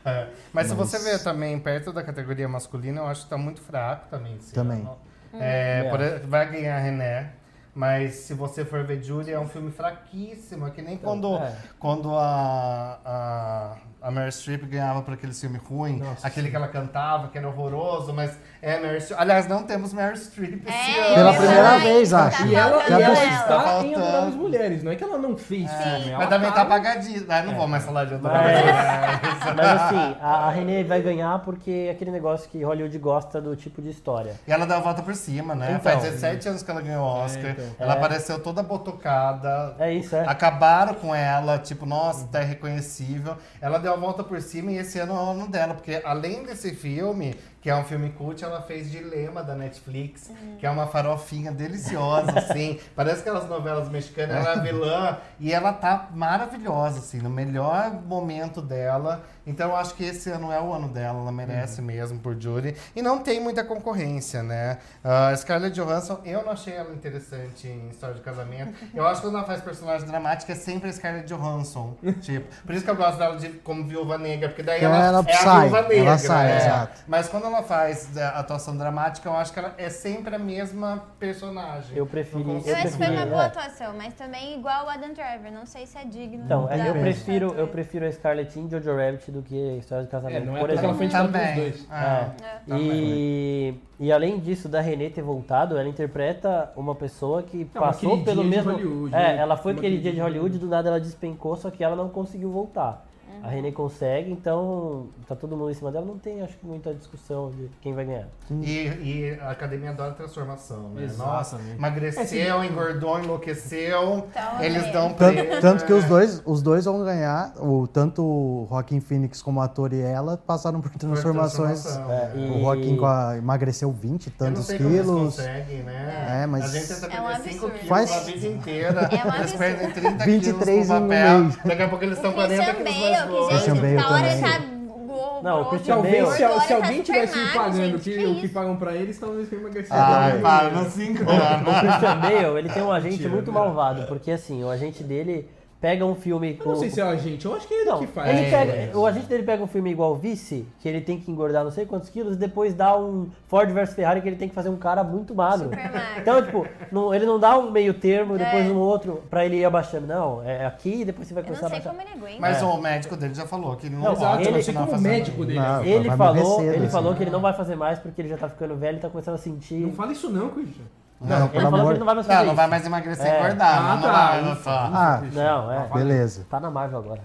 Speaker 3: É, mas se
Speaker 1: Mas-
Speaker 3: você vê também perto da categoria masculina, eu acho que tá muito fraco também. esse
Speaker 1: Também.
Speaker 3: ano. É,
Speaker 4: É.
Speaker 3: por e- vai ganhar a René, mas se você for
Speaker 4: Então,
Speaker 3: ver Julia, é um filme fraquíssimo. É que nem quando,
Speaker 4: é.
Speaker 3: quando a, a a Meryl Streep ganhava por aquele filme ruim,
Speaker 6: Nossa,
Speaker 3: aquele que ela cantava, que era horroroso, mas é a Meryl Streep. Aliás, não temos Meryl Streep esse
Speaker 2: É,
Speaker 3: ano.
Speaker 1: Pela
Speaker 2: eu ia
Speaker 1: primeira
Speaker 2: falar
Speaker 1: vez,
Speaker 2: isso,
Speaker 1: acho.
Speaker 2: Tá
Speaker 6: E ela,
Speaker 2: faltando
Speaker 6: e ela
Speaker 3: Tá
Speaker 6: está em
Speaker 3: faltando.
Speaker 6: Adoráveis Mulheres, não é que ela não fez filme. ela
Speaker 3: Mas também tá
Speaker 6: tá-
Speaker 3: apagadinho. Ah, não vou mais falar de outra
Speaker 4: Mas-
Speaker 3: coisa.
Speaker 4: Mas assim, a, a Renée vai ganhar porque é aquele negócio que Hollywood gosta do tipo de história.
Speaker 3: E ela dá a volta por cima, né?
Speaker 4: Então.
Speaker 3: Faz 17 anos que ela ganhou o Oscar. Ela apareceu toda botocada.
Speaker 4: É isso, é.
Speaker 3: Acabaram com ela, tipo, nossa, tá irreconhecível. Ela deu a volta por cima e esse ano é o ano dela, porque além desse filme, que é um filme cult, ela fez Dilema da Netflix, que é uma farofinha deliciosa, assim. Parece aquelas novelas mexicanas, ela é vilã e ela tá maravilhosa, assim, no melhor momento dela. Então eu acho que esse ano é o ano dela, ela
Speaker 1: Uhum.
Speaker 3: merece mesmo por Jury. E não tem muita concorrência, né? Ah, Scarlett Johansson, eu não achei ela interessante em história de casamento. Eu acho que quando ela faz personagem dramática é sempre a Scarlett Johansson. tipo, por isso que eu gosto dela de, como viúva negra, porque daí
Speaker 1: Ela-
Speaker 3: ela,
Speaker 1: ela
Speaker 3: é a
Speaker 1: sai,
Speaker 3: viúva
Speaker 1: ela
Speaker 3: negra.
Speaker 1: sai,
Speaker 3: é.
Speaker 1: exato.
Speaker 3: Mas quando ela faz é, atuação dramática, eu acho que ela é sempre a mesma personagem.
Speaker 4: Eu preferi-
Speaker 3: Não
Speaker 2: Eu
Speaker 3: consigo-
Speaker 2: acho que foi uma
Speaker 4: prefiro,
Speaker 2: boa
Speaker 4: é.
Speaker 2: atuação, mas também igual o Adam Driver, não sei se é digno.
Speaker 4: Então, é,
Speaker 2: da-
Speaker 4: eu,
Speaker 2: da
Speaker 4: prefiro, eu
Speaker 2: estatura.
Speaker 4: prefiro a Scarlett em Jojo Rabbit do que a História de
Speaker 6: É,
Speaker 4: Casamento,
Speaker 6: não é Tá,
Speaker 4: por
Speaker 6: porque ela
Speaker 4: exemplo.
Speaker 6: foi indicada pelos dois.
Speaker 3: É.
Speaker 4: É. E, e além disso, da Renée ter voltado, ela interpreta uma pessoa que
Speaker 6: uma
Speaker 4: passou pelo
Speaker 6: queridinha de
Speaker 4: mesmo.
Speaker 6: Hollywood,
Speaker 4: é,
Speaker 6: né?
Speaker 4: ela foi
Speaker 6: Uma
Speaker 4: aquele dia de
Speaker 6: queridinha de
Speaker 4: Hollywood, do nada ela despencou, só que ela não conseguiu voltar. A Renée consegue, então tá todo mundo em cima dela. Não tem, acho que, muita discussão de quem vai ganhar.
Speaker 3: E, e a academia adora transformação, né? Nossa,
Speaker 6: Exatamente.
Speaker 2: É,
Speaker 3: emagreceu, engordou, enlouqueceu.
Speaker 2: Então,
Speaker 3: eles
Speaker 2: é.
Speaker 3: dão
Speaker 1: Tanto,
Speaker 3: prêmio.
Speaker 1: tanto que os dois, os dois vão ganhar, o, tanto o Joaquin Phoenix como o ator e ela passaram por
Speaker 3: Foi
Speaker 1: transformações.
Speaker 3: transformação,
Speaker 4: É,
Speaker 3: né?
Speaker 4: e-
Speaker 1: O Joaquin com a- emagreceu 20 e
Speaker 3: Eu não
Speaker 1: tantos
Speaker 3: sei como eles
Speaker 1: quilos.
Speaker 3: conseguem, né?
Speaker 1: É, mas-
Speaker 3: A gente tenta
Speaker 2: É um
Speaker 3: perder 5
Speaker 2: absurdo.
Speaker 3: quilos
Speaker 1: Faz-
Speaker 3: a vida inteira.
Speaker 2: É um
Speaker 3: eles
Speaker 2: absurdo.
Speaker 3: perdem 30
Speaker 1: 23
Speaker 3: quilos
Speaker 1: em
Speaker 3: com
Speaker 1: um
Speaker 3: papel.
Speaker 1: mês.
Speaker 3: Daqui a pouco eles
Speaker 2: O
Speaker 3: estão 40
Speaker 2: Christian Bale,
Speaker 3: quilos
Speaker 2: que
Speaker 3: mais gordos.
Speaker 1: Christian
Speaker 2: gente,
Speaker 1: Bale
Speaker 2: na hora
Speaker 1: também.
Speaker 2: tá gordo.
Speaker 4: Não, o Christian
Speaker 2: gordo,
Speaker 6: Talvez
Speaker 4: Bale-
Speaker 6: se,
Speaker 2: gordo,
Speaker 6: se
Speaker 2: ele tá super
Speaker 6: alguém tivesse
Speaker 2: magro,
Speaker 6: pagando o
Speaker 2: gente,
Speaker 6: que,
Speaker 2: que
Speaker 6: o que
Speaker 2: isso?
Speaker 6: pagam pra eles, talvez tenha emagrecido.
Speaker 3: Ai, para, não se engana.
Speaker 4: O Christian Bale, ele tem um agente
Speaker 6: Mentira,
Speaker 4: muito
Speaker 6: né?
Speaker 4: malvado, porque assim, o agente dele pega um filme
Speaker 6: Eu
Speaker 4: com.
Speaker 6: não sei se é a gente, eu acho que é ele
Speaker 4: Não,
Speaker 6: que faz.
Speaker 4: ele
Speaker 6: É,
Speaker 4: pega-
Speaker 6: é.
Speaker 4: o agente dele pega um filme igual o Vice, que ele tem que engordar não sei quantos quilos, e depois dá um Ford versus Ferrari que ele tem que fazer um cara muito magro.
Speaker 2: Super magro.
Speaker 4: Então, tipo, não- ele não dá um meio termo, depois
Speaker 2: É.
Speaker 4: um outro, pra ele ir abaixando. Não, é aqui e depois você vai
Speaker 2: Eu não
Speaker 4: começar a
Speaker 2: sei
Speaker 4: baixar.
Speaker 2: como ele aguenta.
Speaker 3: Mas o médico dele já falou que ele não,
Speaker 4: Não,
Speaker 3: pode
Speaker 4: ele-
Speaker 3: continuar
Speaker 6: como o
Speaker 3: fazendo.
Speaker 6: é tipo um médico dele.
Speaker 1: Não,
Speaker 4: Ele
Speaker 1: vai morrer
Speaker 4: falou,
Speaker 1: cedo,
Speaker 4: ele
Speaker 1: assim.
Speaker 4: falou que ele não vai fazer mais porque ele já tá ficando velho e tá começando a sentir.
Speaker 6: Não fala isso não, Christian.
Speaker 1: Não,
Speaker 4: ele
Speaker 1: pelo
Speaker 4: falou que
Speaker 1: amor.
Speaker 4: ele não vai mais fazer
Speaker 3: Não, não
Speaker 4: isso.
Speaker 3: vai mais emagrecer e
Speaker 4: É.
Speaker 3: engordar.
Speaker 6: Ah,
Speaker 3: não,
Speaker 6: tá.
Speaker 3: vai, não vai.
Speaker 1: Ah,
Speaker 4: Não, é.
Speaker 1: beleza.
Speaker 4: Tá na Marvel agora.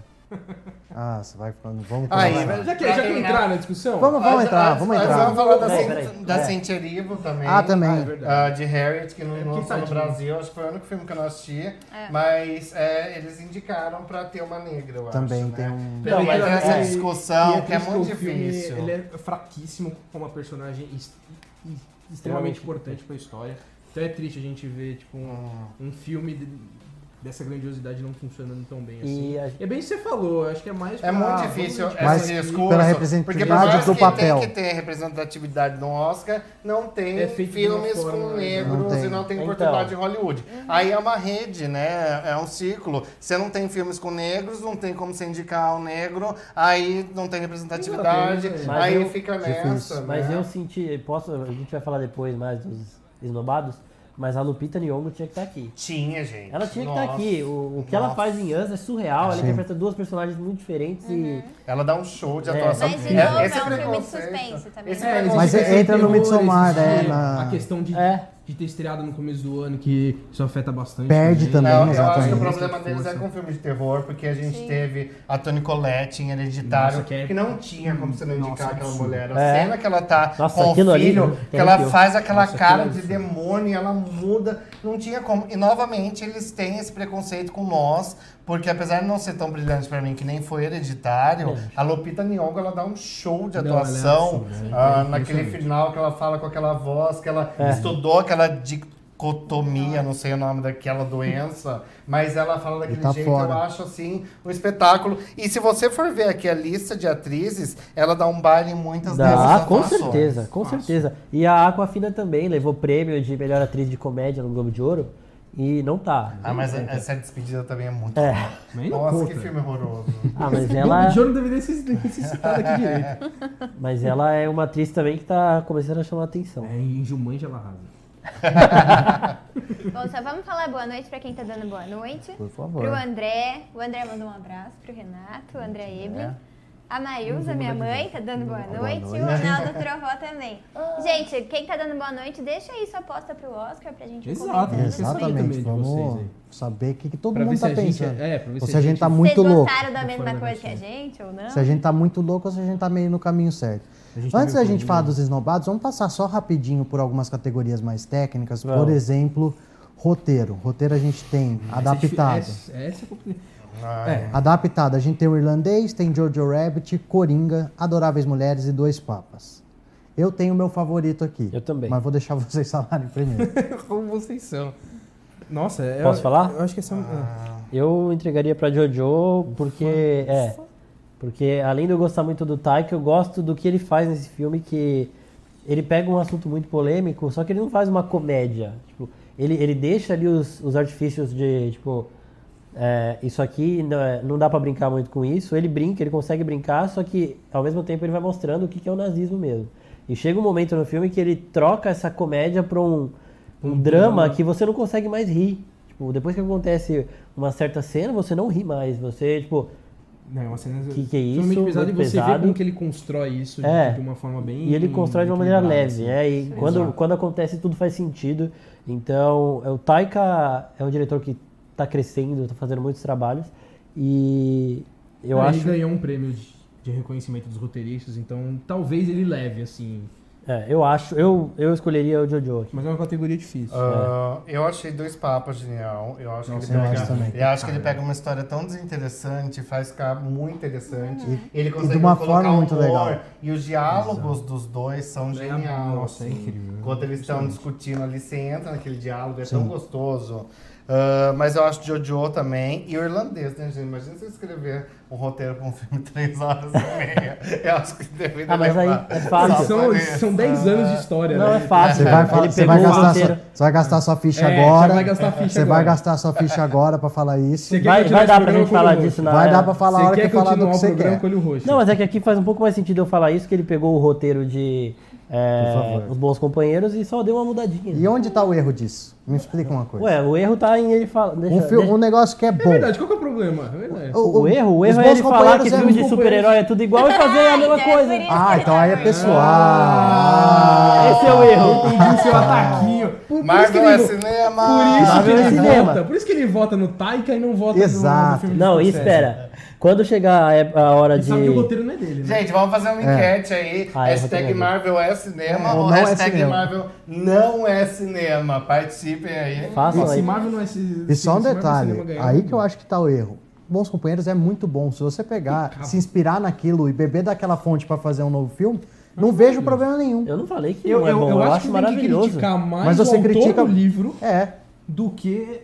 Speaker 1: Ah, você vai falando. Vamos
Speaker 3: Aí,
Speaker 1: começar.
Speaker 3: vai-
Speaker 6: Já que, já que eu entrar na discussão?
Speaker 1: Vamos, vamos
Speaker 3: Mas,
Speaker 1: entrar,
Speaker 3: mas,
Speaker 1: vamos
Speaker 3: mas
Speaker 1: entrar.
Speaker 3: Vamos falar da,
Speaker 4: Peraí,
Speaker 3: Cent-
Speaker 4: peraí.
Speaker 3: da
Speaker 4: É.
Speaker 3: Century Evil também.
Speaker 1: Ah, também.
Speaker 6: Ah, é verdade.
Speaker 3: Ah, de Harriet, que não
Speaker 6: É, que
Speaker 3: lançou no
Speaker 6: tadinho.
Speaker 3: Brasil, acho que foi o único filme que eu não assisti. Mas é, eles indicaram pra ter uma negra, eu
Speaker 1: Também
Speaker 3: acho.
Speaker 1: tem
Speaker 3: né?
Speaker 1: um-
Speaker 3: Pelo
Speaker 4: Não, mas
Speaker 3: menos
Speaker 4: é-
Speaker 3: essa
Speaker 4: é-
Speaker 6: E
Speaker 3: discussão, que é
Speaker 6: triste
Speaker 3: muito
Speaker 6: o filme,
Speaker 3: difícil.
Speaker 6: Ele é fraquíssimo como uma personagem es- e- extremamente
Speaker 4: Realmente.
Speaker 6: importante pra história. Então é triste a gente ver tipo, um, um filme de- dessa grandiosidade não funcionando tão bem assim.
Speaker 4: E a-
Speaker 6: E é bem o que você falou, acho que é mais
Speaker 3: É
Speaker 6: pra-
Speaker 3: muito difícil
Speaker 6: vamos-
Speaker 1: Mas
Speaker 3: esse
Speaker 1: pela
Speaker 3: discurso. porque por
Speaker 1: representatividade
Speaker 3: mais
Speaker 1: do
Speaker 3: que
Speaker 1: papel.
Speaker 3: tem que ter representatividade no Oscar, não tem
Speaker 6: É feito de uma
Speaker 3: filmes
Speaker 6: forma,
Speaker 3: com
Speaker 6: né?
Speaker 3: negros
Speaker 1: Não tem.
Speaker 3: e não tem
Speaker 4: Então.
Speaker 3: oportunidade em Hollywood. Aí é uma rede, né? É um ciclo. Você não tem filmes com negros, não tem como você indicar o negro, aí não tem representatividade,
Speaker 4: né?
Speaker 6: Exatamente.
Speaker 4: Mas
Speaker 3: aí
Speaker 4: eu-
Speaker 3: fica
Speaker 1: Difícil.
Speaker 3: nessa, né?
Speaker 4: Mas eu senti, posso, a gente vai falar depois mais dos esnobados, mas a Lupita Nyong'o tinha que estar aqui.
Speaker 3: Tinha, gente.
Speaker 4: Ela tinha que
Speaker 3: Nossa.
Speaker 4: estar aqui. O, o que ela
Speaker 3: Nossa.
Speaker 4: faz em Us é surreal. Ela
Speaker 1: Sim.
Speaker 4: interpreta duas personagens muito diferentes e
Speaker 3: Ela dá um show de
Speaker 4: É.
Speaker 3: atuação.
Speaker 2: Mas, de novo,
Speaker 3: esse
Speaker 2: é um filme de
Speaker 3: preconceito-
Speaker 2: suspense também. né?
Speaker 3: esse
Speaker 6: É, eles
Speaker 1: Mas
Speaker 3: preconceito-
Speaker 6: ficam
Speaker 1: entra no
Speaker 6: sem terror,
Speaker 1: Midsommar,
Speaker 6: esses
Speaker 1: né,
Speaker 6: de-
Speaker 1: na-
Speaker 6: assim, A questão de,
Speaker 4: É.
Speaker 6: de ter estreado no começo do ano, que isso afeta bastante. É,
Speaker 1: Perde também,
Speaker 3: Não, eu acho
Speaker 1: exatamente.
Speaker 3: que o
Speaker 6: Essa
Speaker 3: problema deles é
Speaker 6: força.
Speaker 3: com filme de terror, porque a gente
Speaker 2: Sim.
Speaker 3: teve a Toni Collette em Hereditário,
Speaker 6: Nossa,
Speaker 3: que,
Speaker 6: que é-
Speaker 3: não tinha como você não indicar
Speaker 6: Nossa,
Speaker 3: aquela
Speaker 6: absurdo.
Speaker 3: mulher. A
Speaker 4: É.
Speaker 3: cena que ela tá
Speaker 4: Nossa,
Speaker 3: com o
Speaker 4: aquilo ali,
Speaker 3: filho,
Speaker 4: né?
Speaker 3: que ela
Speaker 4: Arrepiou.
Speaker 3: faz aquela
Speaker 6: Nossa,
Speaker 3: cara
Speaker 6: aquilo
Speaker 3: de
Speaker 6: é
Speaker 3: demônio, ela muda, não tinha como. E novamente eles têm esse preconceito com nós, porque apesar de não ser tão brilhante pra mim que nem foi Hereditário, a Lupita Nyong'o ela dá um show de
Speaker 6: Não, ela é
Speaker 3: atuação
Speaker 6: absurda, né?
Speaker 3: ah,
Speaker 6: É
Speaker 3: naquele
Speaker 6: impressionante.
Speaker 3: final que ela fala com aquela voz, que ela
Speaker 4: É.
Speaker 3: estudou aquela dicotomia, não sei o nome daquela doença, mas ela fala daquele
Speaker 1: tá
Speaker 3: jeito,
Speaker 1: fora.
Speaker 3: eu acho assim, um espetáculo. E se você for ver aqui a lista de atrizes, ela dá um baile em muitas dessas
Speaker 4: Dá, Ah, com
Speaker 3: atuações.
Speaker 4: certeza, com
Speaker 6: Fácil.
Speaker 4: certeza. E a Aquafina também levou prêmio de melhor atriz de comédia no Globo de Ouro e não tá.
Speaker 3: Ah, mas essa despedida também é muito.
Speaker 4: É.
Speaker 3: ruim.
Speaker 6: Mas não
Speaker 3: Nossa,
Speaker 6: conta.
Speaker 3: que filme horroroso.
Speaker 4: Ah, mas
Speaker 6: O
Speaker 4: ela,
Speaker 6: John não deveria ser, ser citado aqui direito.
Speaker 4: mas ela é uma atriz também que tá começando a chamar atenção.
Speaker 6: É, em Jumanji ela arrasa.
Speaker 2: Bom, só vamos falar boa noite pra quem tá dando boa noite.
Speaker 1: Por favor.
Speaker 2: Pro André. O André mandou um abraço pro Renato, o André Eble. A Maísa, minha mãe, tá dando boa noite. E o
Speaker 1: noite.
Speaker 2: Ronaldo Trovó também. Gente, quem tá dando boa noite, deixa aí sua aposta pro Oscar pra gente
Speaker 6: Exato.
Speaker 2: comentar.
Speaker 1: né?
Speaker 6: Tem que saber também
Speaker 1: Exatamente,
Speaker 6: de vocês
Speaker 1: vamos
Speaker 6: aí.
Speaker 1: saber o que, que todo
Speaker 6: Pra ver
Speaker 1: mundo
Speaker 6: se
Speaker 1: tá
Speaker 6: a gente...
Speaker 1: pensando.
Speaker 6: É, pra ver
Speaker 1: Ou se a gente tá muito
Speaker 2: Vocês
Speaker 1: louco.
Speaker 2: gostaram da
Speaker 6: Fora
Speaker 2: mesma
Speaker 6: da
Speaker 2: coisa que a
Speaker 6: caixinha.
Speaker 2: gente ou não?
Speaker 1: Se a gente tá muito louco ou se a gente tá meio no caminho certo.
Speaker 6: gente
Speaker 1: Antes
Speaker 6: tá
Speaker 1: da
Speaker 6: meio
Speaker 1: gente
Speaker 6: perdido,
Speaker 1: falar
Speaker 6: né?
Speaker 1: dos esnobados, vamos passar só rapidinho por algumas categorias mais técnicas. Por
Speaker 4: Vamos.
Speaker 1: exemplo, roteiro. Roteiro a gente tem
Speaker 6: é
Speaker 1: adaptado.
Speaker 6: Essa, essa é complicada.
Speaker 3: Ai,
Speaker 1: Adaptado, a gente tem o Irlandês, tem Jojo Rabbit, Coringa, Adoráveis Mulheres e Dois Papas. Eu tenho o meu favorito aqui.
Speaker 4: Eu também.
Speaker 1: Mas vou deixar vocês falarem primeiro.
Speaker 6: Como vocês são. Nossa, é- Ah.
Speaker 4: Posso falar?
Speaker 6: Eu acho que essa...
Speaker 1: Ah.
Speaker 4: Eu entregaria pra Jojo porque é, porque além de eu gostar muito do Taika, eu gosto do que ele faz nesse filme que ele pega um assunto muito polêmico, só que ele não faz uma comédia. Tipo, ele, ele deixa ali os, os artifícios de tipo é, isso aqui não, é- não dá pra brincar muito com isso. Ele brinca, ele consegue brincar, só que ao mesmo tempo ele vai mostrando o que, que é o nazismo mesmo. E chega um momento no filme que ele troca essa comédia pra um, um drama que você não consegue mais rir. Tipo, depois que acontece uma certa cena, você não ri mais. Você, tipo,
Speaker 6: Não, é uma cena
Speaker 4: Que que é isso?
Speaker 6: extremamente pesada
Speaker 4: Muito
Speaker 6: e você vê
Speaker 4: pesado.
Speaker 6: como que ele constrói isso de-
Speaker 4: É.
Speaker 6: de uma forma bem...
Speaker 4: E ele constrói de uma maneira
Speaker 6: equilibrada,
Speaker 4: leve,
Speaker 6: assim.
Speaker 4: é, e quando, quando acontece tudo faz sentido. Então, é, o Taika é um diretor que está crescendo, está fazendo muitos trabalhos e eu
Speaker 6: Ele
Speaker 4: acho,
Speaker 6: ganhou um prêmio de, de reconhecimento dos roteiristas, então talvez ele leve, assim.
Speaker 4: é, eu acho, eu, eu escolheria o Jojo aqui.
Speaker 6: Mas é uma categoria difícil.
Speaker 3: ah, eu achei dois papas genial. Eu acho que
Speaker 1: eu
Speaker 3: ele
Speaker 1: acho também.
Speaker 3: pega, eu acho que ele pega uma história tão desinteressante, faz ficar muito interessante. Ele consegue
Speaker 1: uma
Speaker 3: colocar um
Speaker 1: forma muito
Speaker 3: humor,
Speaker 1: legal.
Speaker 3: E os diálogos dos dois são geniais.
Speaker 6: Nossa, é incrível.
Speaker 3: Enquanto eles estão discutindo ali, você entra naquele diálogo, é tão gostoso. Ah, mas eu acho Jojo também. E o irlandês, né, gente? Imagina você escrever um roteiro pra um filme de três horas e meia. Eu acho que deveria
Speaker 4: Ah, mas aí
Speaker 3: levar.
Speaker 4: é fácil.
Speaker 3: Só
Speaker 6: São,
Speaker 3: por isso.
Speaker 6: são 10 anos de história,
Speaker 4: Não, é
Speaker 6: né?
Speaker 4: fácil.
Speaker 1: Você vai, falar-
Speaker 4: ele
Speaker 1: você vai
Speaker 4: pegou o
Speaker 1: gastar sua,
Speaker 4: roteiro.
Speaker 1: você vai gastar sua ficha
Speaker 6: É,
Speaker 1: agora.
Speaker 6: já vai gastar ficha
Speaker 1: Você vai
Speaker 6: agora.
Speaker 1: gastar sua ficha agora pra falar isso.
Speaker 6: Você quer
Speaker 4: Vai,
Speaker 6: continuar
Speaker 4: vai dar
Speaker 6: esse
Speaker 4: pra
Speaker 6: programa
Speaker 4: gente falar
Speaker 6: com o
Speaker 4: disso na
Speaker 1: Vai
Speaker 4: hora.
Speaker 1: dar pra falar a hora
Speaker 6: você
Speaker 1: que
Speaker 6: quer
Speaker 1: falar do
Speaker 6: continuar
Speaker 1: que
Speaker 6: o
Speaker 1: você
Speaker 6: programa
Speaker 1: quer.
Speaker 6: com olho roxo?
Speaker 4: Não, mas é que aqui faz um pouco mais sentido eu falar isso, que ele pegou o roteiro de é,
Speaker 1: Por favor.
Speaker 4: Os Bons Companheiros e só deu uma mudadinha.
Speaker 1: E onde tá o erro disso? Me explica uma coisa.
Speaker 4: Ué, o erro tá em ele falar.
Speaker 1: um,
Speaker 4: deixa-
Speaker 1: fi- um negócio que é
Speaker 6: É
Speaker 1: bom.
Speaker 6: verdade, qual que é o problema? É verdade.
Speaker 4: O, erro, o
Speaker 1: os
Speaker 4: erro é
Speaker 1: bons
Speaker 4: ele falar que
Speaker 1: companheiros é
Speaker 4: filme
Speaker 1: os
Speaker 4: de
Speaker 1: bons
Speaker 4: super-herói é tudo igual e fazer a
Speaker 2: então
Speaker 4: mesma
Speaker 2: é por
Speaker 4: coisa.
Speaker 2: isso que
Speaker 1: Ah,
Speaker 2: ele
Speaker 1: então
Speaker 2: tá
Speaker 1: aí é
Speaker 2: ruim.
Speaker 1: pessoal. Ah.
Speaker 4: Esse é o erro.
Speaker 6: Entendi o seu ataquinho. Por- Por, isso que
Speaker 3: Marvel é
Speaker 6: ele, vo-
Speaker 3: cinema!
Speaker 6: por isso
Speaker 4: Marvel
Speaker 6: que
Speaker 4: é
Speaker 6: ele
Speaker 4: cinema.
Speaker 6: vota. Por isso que ele vota no Taika e não vota no-
Speaker 1: Exato.
Speaker 6: no filme de
Speaker 4: Não, e
Speaker 6: Scorsese.
Speaker 4: espera. Quando chegar a ép- a hora
Speaker 6: Ele
Speaker 4: de.
Speaker 6: sabe que o roteiro não é dele, né?
Speaker 3: Gente, vamos fazer uma enquete aí.
Speaker 4: Ah, eu vou ter que
Speaker 3: hashtag
Speaker 4: ver.
Speaker 3: Marvel é cinema
Speaker 1: É,
Speaker 3: ou
Speaker 1: não é
Speaker 3: hashtag
Speaker 1: cinema.
Speaker 3: Marvel não é cinema. Participem aí.
Speaker 4: Façam
Speaker 6: se
Speaker 4: aí.
Speaker 6: Marvel não é ci-
Speaker 1: E só um
Speaker 6: se Marvel
Speaker 1: detalhe,
Speaker 6: cinema ganhar,
Speaker 1: aí que eu acho que tá o erro. Bons Companheiros é muito bom. Se você pegar, se inspirar naquilo e beber daquela fonte pra fazer um novo filme, não vejo problema nenhum.
Speaker 4: Eu não falei que
Speaker 6: um- Eu,
Speaker 4: não é
Speaker 6: eu-
Speaker 4: bom,
Speaker 6: eu acho que tem que
Speaker 4: maravilhoso.
Speaker 6: criticar mais
Speaker 1: Mas você
Speaker 6: o autor
Speaker 1: critica-
Speaker 6: do livro
Speaker 1: É,
Speaker 6: do que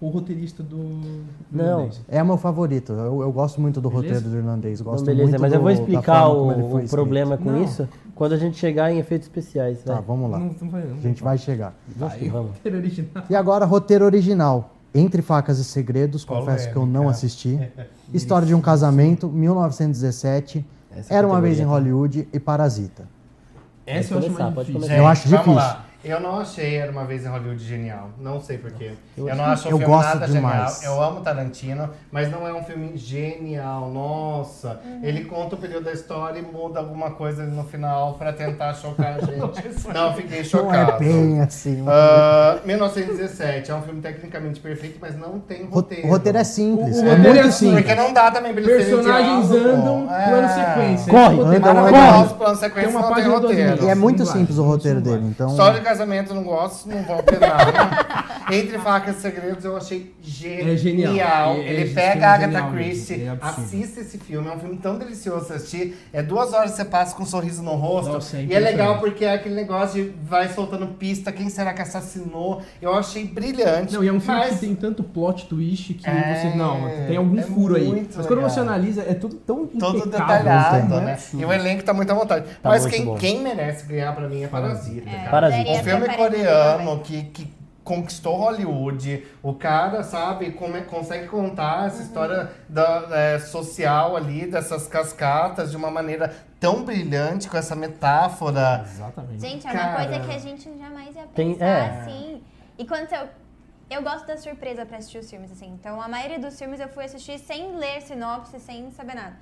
Speaker 6: o roteirista do... do
Speaker 4: Não.
Speaker 6: Irlandês.
Speaker 1: é o meu favorito. Eu, eu gosto muito do
Speaker 6: Beleza?
Speaker 1: roteiro do irlandês. Gosto
Speaker 4: Não, beleza,
Speaker 1: muito
Speaker 4: mas eu
Speaker 1: do-
Speaker 4: vou
Speaker 1: da
Speaker 4: explicar
Speaker 1: forma como ele
Speaker 4: o,
Speaker 1: foi
Speaker 4: o
Speaker 1: escrito.
Speaker 4: problema com
Speaker 6: Não.
Speaker 4: isso quando a gente chegar em efeitos especiais.
Speaker 1: Tá,
Speaker 4: Né?
Speaker 1: vamos lá.
Speaker 6: Não, não vai não.
Speaker 1: A gente vai chegar.
Speaker 4: Vamos que vamos.
Speaker 6: Roteiro original.
Speaker 1: E agora, roteiro original. Entre Facas e Segredos, confesso que eu não
Speaker 3: Polêmica.
Speaker 1: assisti. História de um Casamento, 1917.
Speaker 4: Essa
Speaker 1: Era uma vez em
Speaker 4: categoria tá-
Speaker 1: Hollywood e Parasita.
Speaker 4: Pode
Speaker 6: Essa eu acho
Speaker 4: começar,
Speaker 6: mais
Speaker 4: pode
Speaker 6: difícil.
Speaker 4: começar.
Speaker 1: Eu acho difícil.
Speaker 3: Vamos lá. Eu não achei Era Uma Vez em Hollywood genial. Não sei porquê. Eu, não acho um
Speaker 1: eu
Speaker 3: filme
Speaker 1: gosto
Speaker 3: nada
Speaker 1: demais.
Speaker 3: genial. Eu amo Tarantino, mas não é um filme genial. Nossa. Ele conta o período da história e muda alguma coisa no final pra tentar chocar a gente. não, fiquei
Speaker 1: Não
Speaker 3: chocado.
Speaker 1: é bem assim.
Speaker 3: Ah, 1917 é um filme tecnicamente perfeito, mas não tem
Speaker 1: O
Speaker 3: roteiro.
Speaker 1: roteiro, é simples.
Speaker 6: O- o
Speaker 1: é
Speaker 6: roteiro é
Speaker 1: muito
Speaker 6: assim,
Speaker 1: simples.
Speaker 3: Porque não dá também pra eles terem
Speaker 6: Personagens
Speaker 3: diálogo,
Speaker 6: andam,
Speaker 3: pô. É.
Speaker 6: plano sequência.
Speaker 1: Corre,
Speaker 6: Tipo,
Speaker 1: anda,
Speaker 6: tem uma-
Speaker 1: vai,
Speaker 3: Maravilhosos,
Speaker 1: corre.
Speaker 3: plano sequência
Speaker 6: Tem uma
Speaker 3: não tem
Speaker 6: página do
Speaker 3: roteiro.
Speaker 6: Domingo.
Speaker 1: E é muito
Speaker 6: Não vai,
Speaker 1: simples o
Speaker 6: não
Speaker 1: roteiro
Speaker 6: vai.
Speaker 1: dele. Então,
Speaker 3: História de casamento eu não gosto, não vão ter nada. Entre facas e segredos eu achei genial.
Speaker 6: É genial. É-
Speaker 3: Ele
Speaker 6: é
Speaker 3: pega
Speaker 6: genial
Speaker 3: a Agatha
Speaker 6: mesmo,
Speaker 3: Christie,
Speaker 6: é absurdo.
Speaker 3: assista esse filme, é um filme tão delicioso de assistir. É duas horas que você passa com um sorriso no rosto.
Speaker 6: Nossa,
Speaker 3: e
Speaker 6: é
Speaker 3: é legal
Speaker 6: impressionante.
Speaker 3: porque é aquele negócio de vai soltando pista, quem será que assassinou. Eu achei brilhante.
Speaker 6: Não, e é um filme
Speaker 3: mas
Speaker 6: que tem tanto plot twist que
Speaker 3: É,
Speaker 6: você. Não, tem algum
Speaker 3: é
Speaker 6: furo aí.
Speaker 3: muito
Speaker 6: Mas quando
Speaker 3: legal.
Speaker 6: você analisa, é tudo tão
Speaker 3: Todo
Speaker 6: impecável,
Speaker 3: detalhado,
Speaker 6: não é
Speaker 3: né?
Speaker 6: absurdo.
Speaker 3: E o elenco tá muito à vontade. Mas
Speaker 4: muito
Speaker 3: quem,
Speaker 4: bom.
Speaker 3: quem merece ganhar pra mim é Parasita, cara.
Speaker 4: Parasita.
Speaker 2: Poderia
Speaker 3: Um
Speaker 2: ter
Speaker 3: filme
Speaker 2: aparecido
Speaker 3: coreano que, que conquistou Hollywood. O cara, sabe, come- consegue contar
Speaker 2: Uhum.
Speaker 3: essa história da, é, social ali, dessas cascatas, de uma maneira tão brilhante, com essa metáfora.
Speaker 6: Exatamente.
Speaker 2: Gente, é
Speaker 3: Cara.
Speaker 2: uma coisa que a gente jamais ia pensar,
Speaker 4: Tem- é.
Speaker 2: assim. E quando eu... Eu gosto da surpresa pra assistir os filmes, assim. Então, a maioria dos filmes eu fui assistir sem ler sinopse, sem saber nada.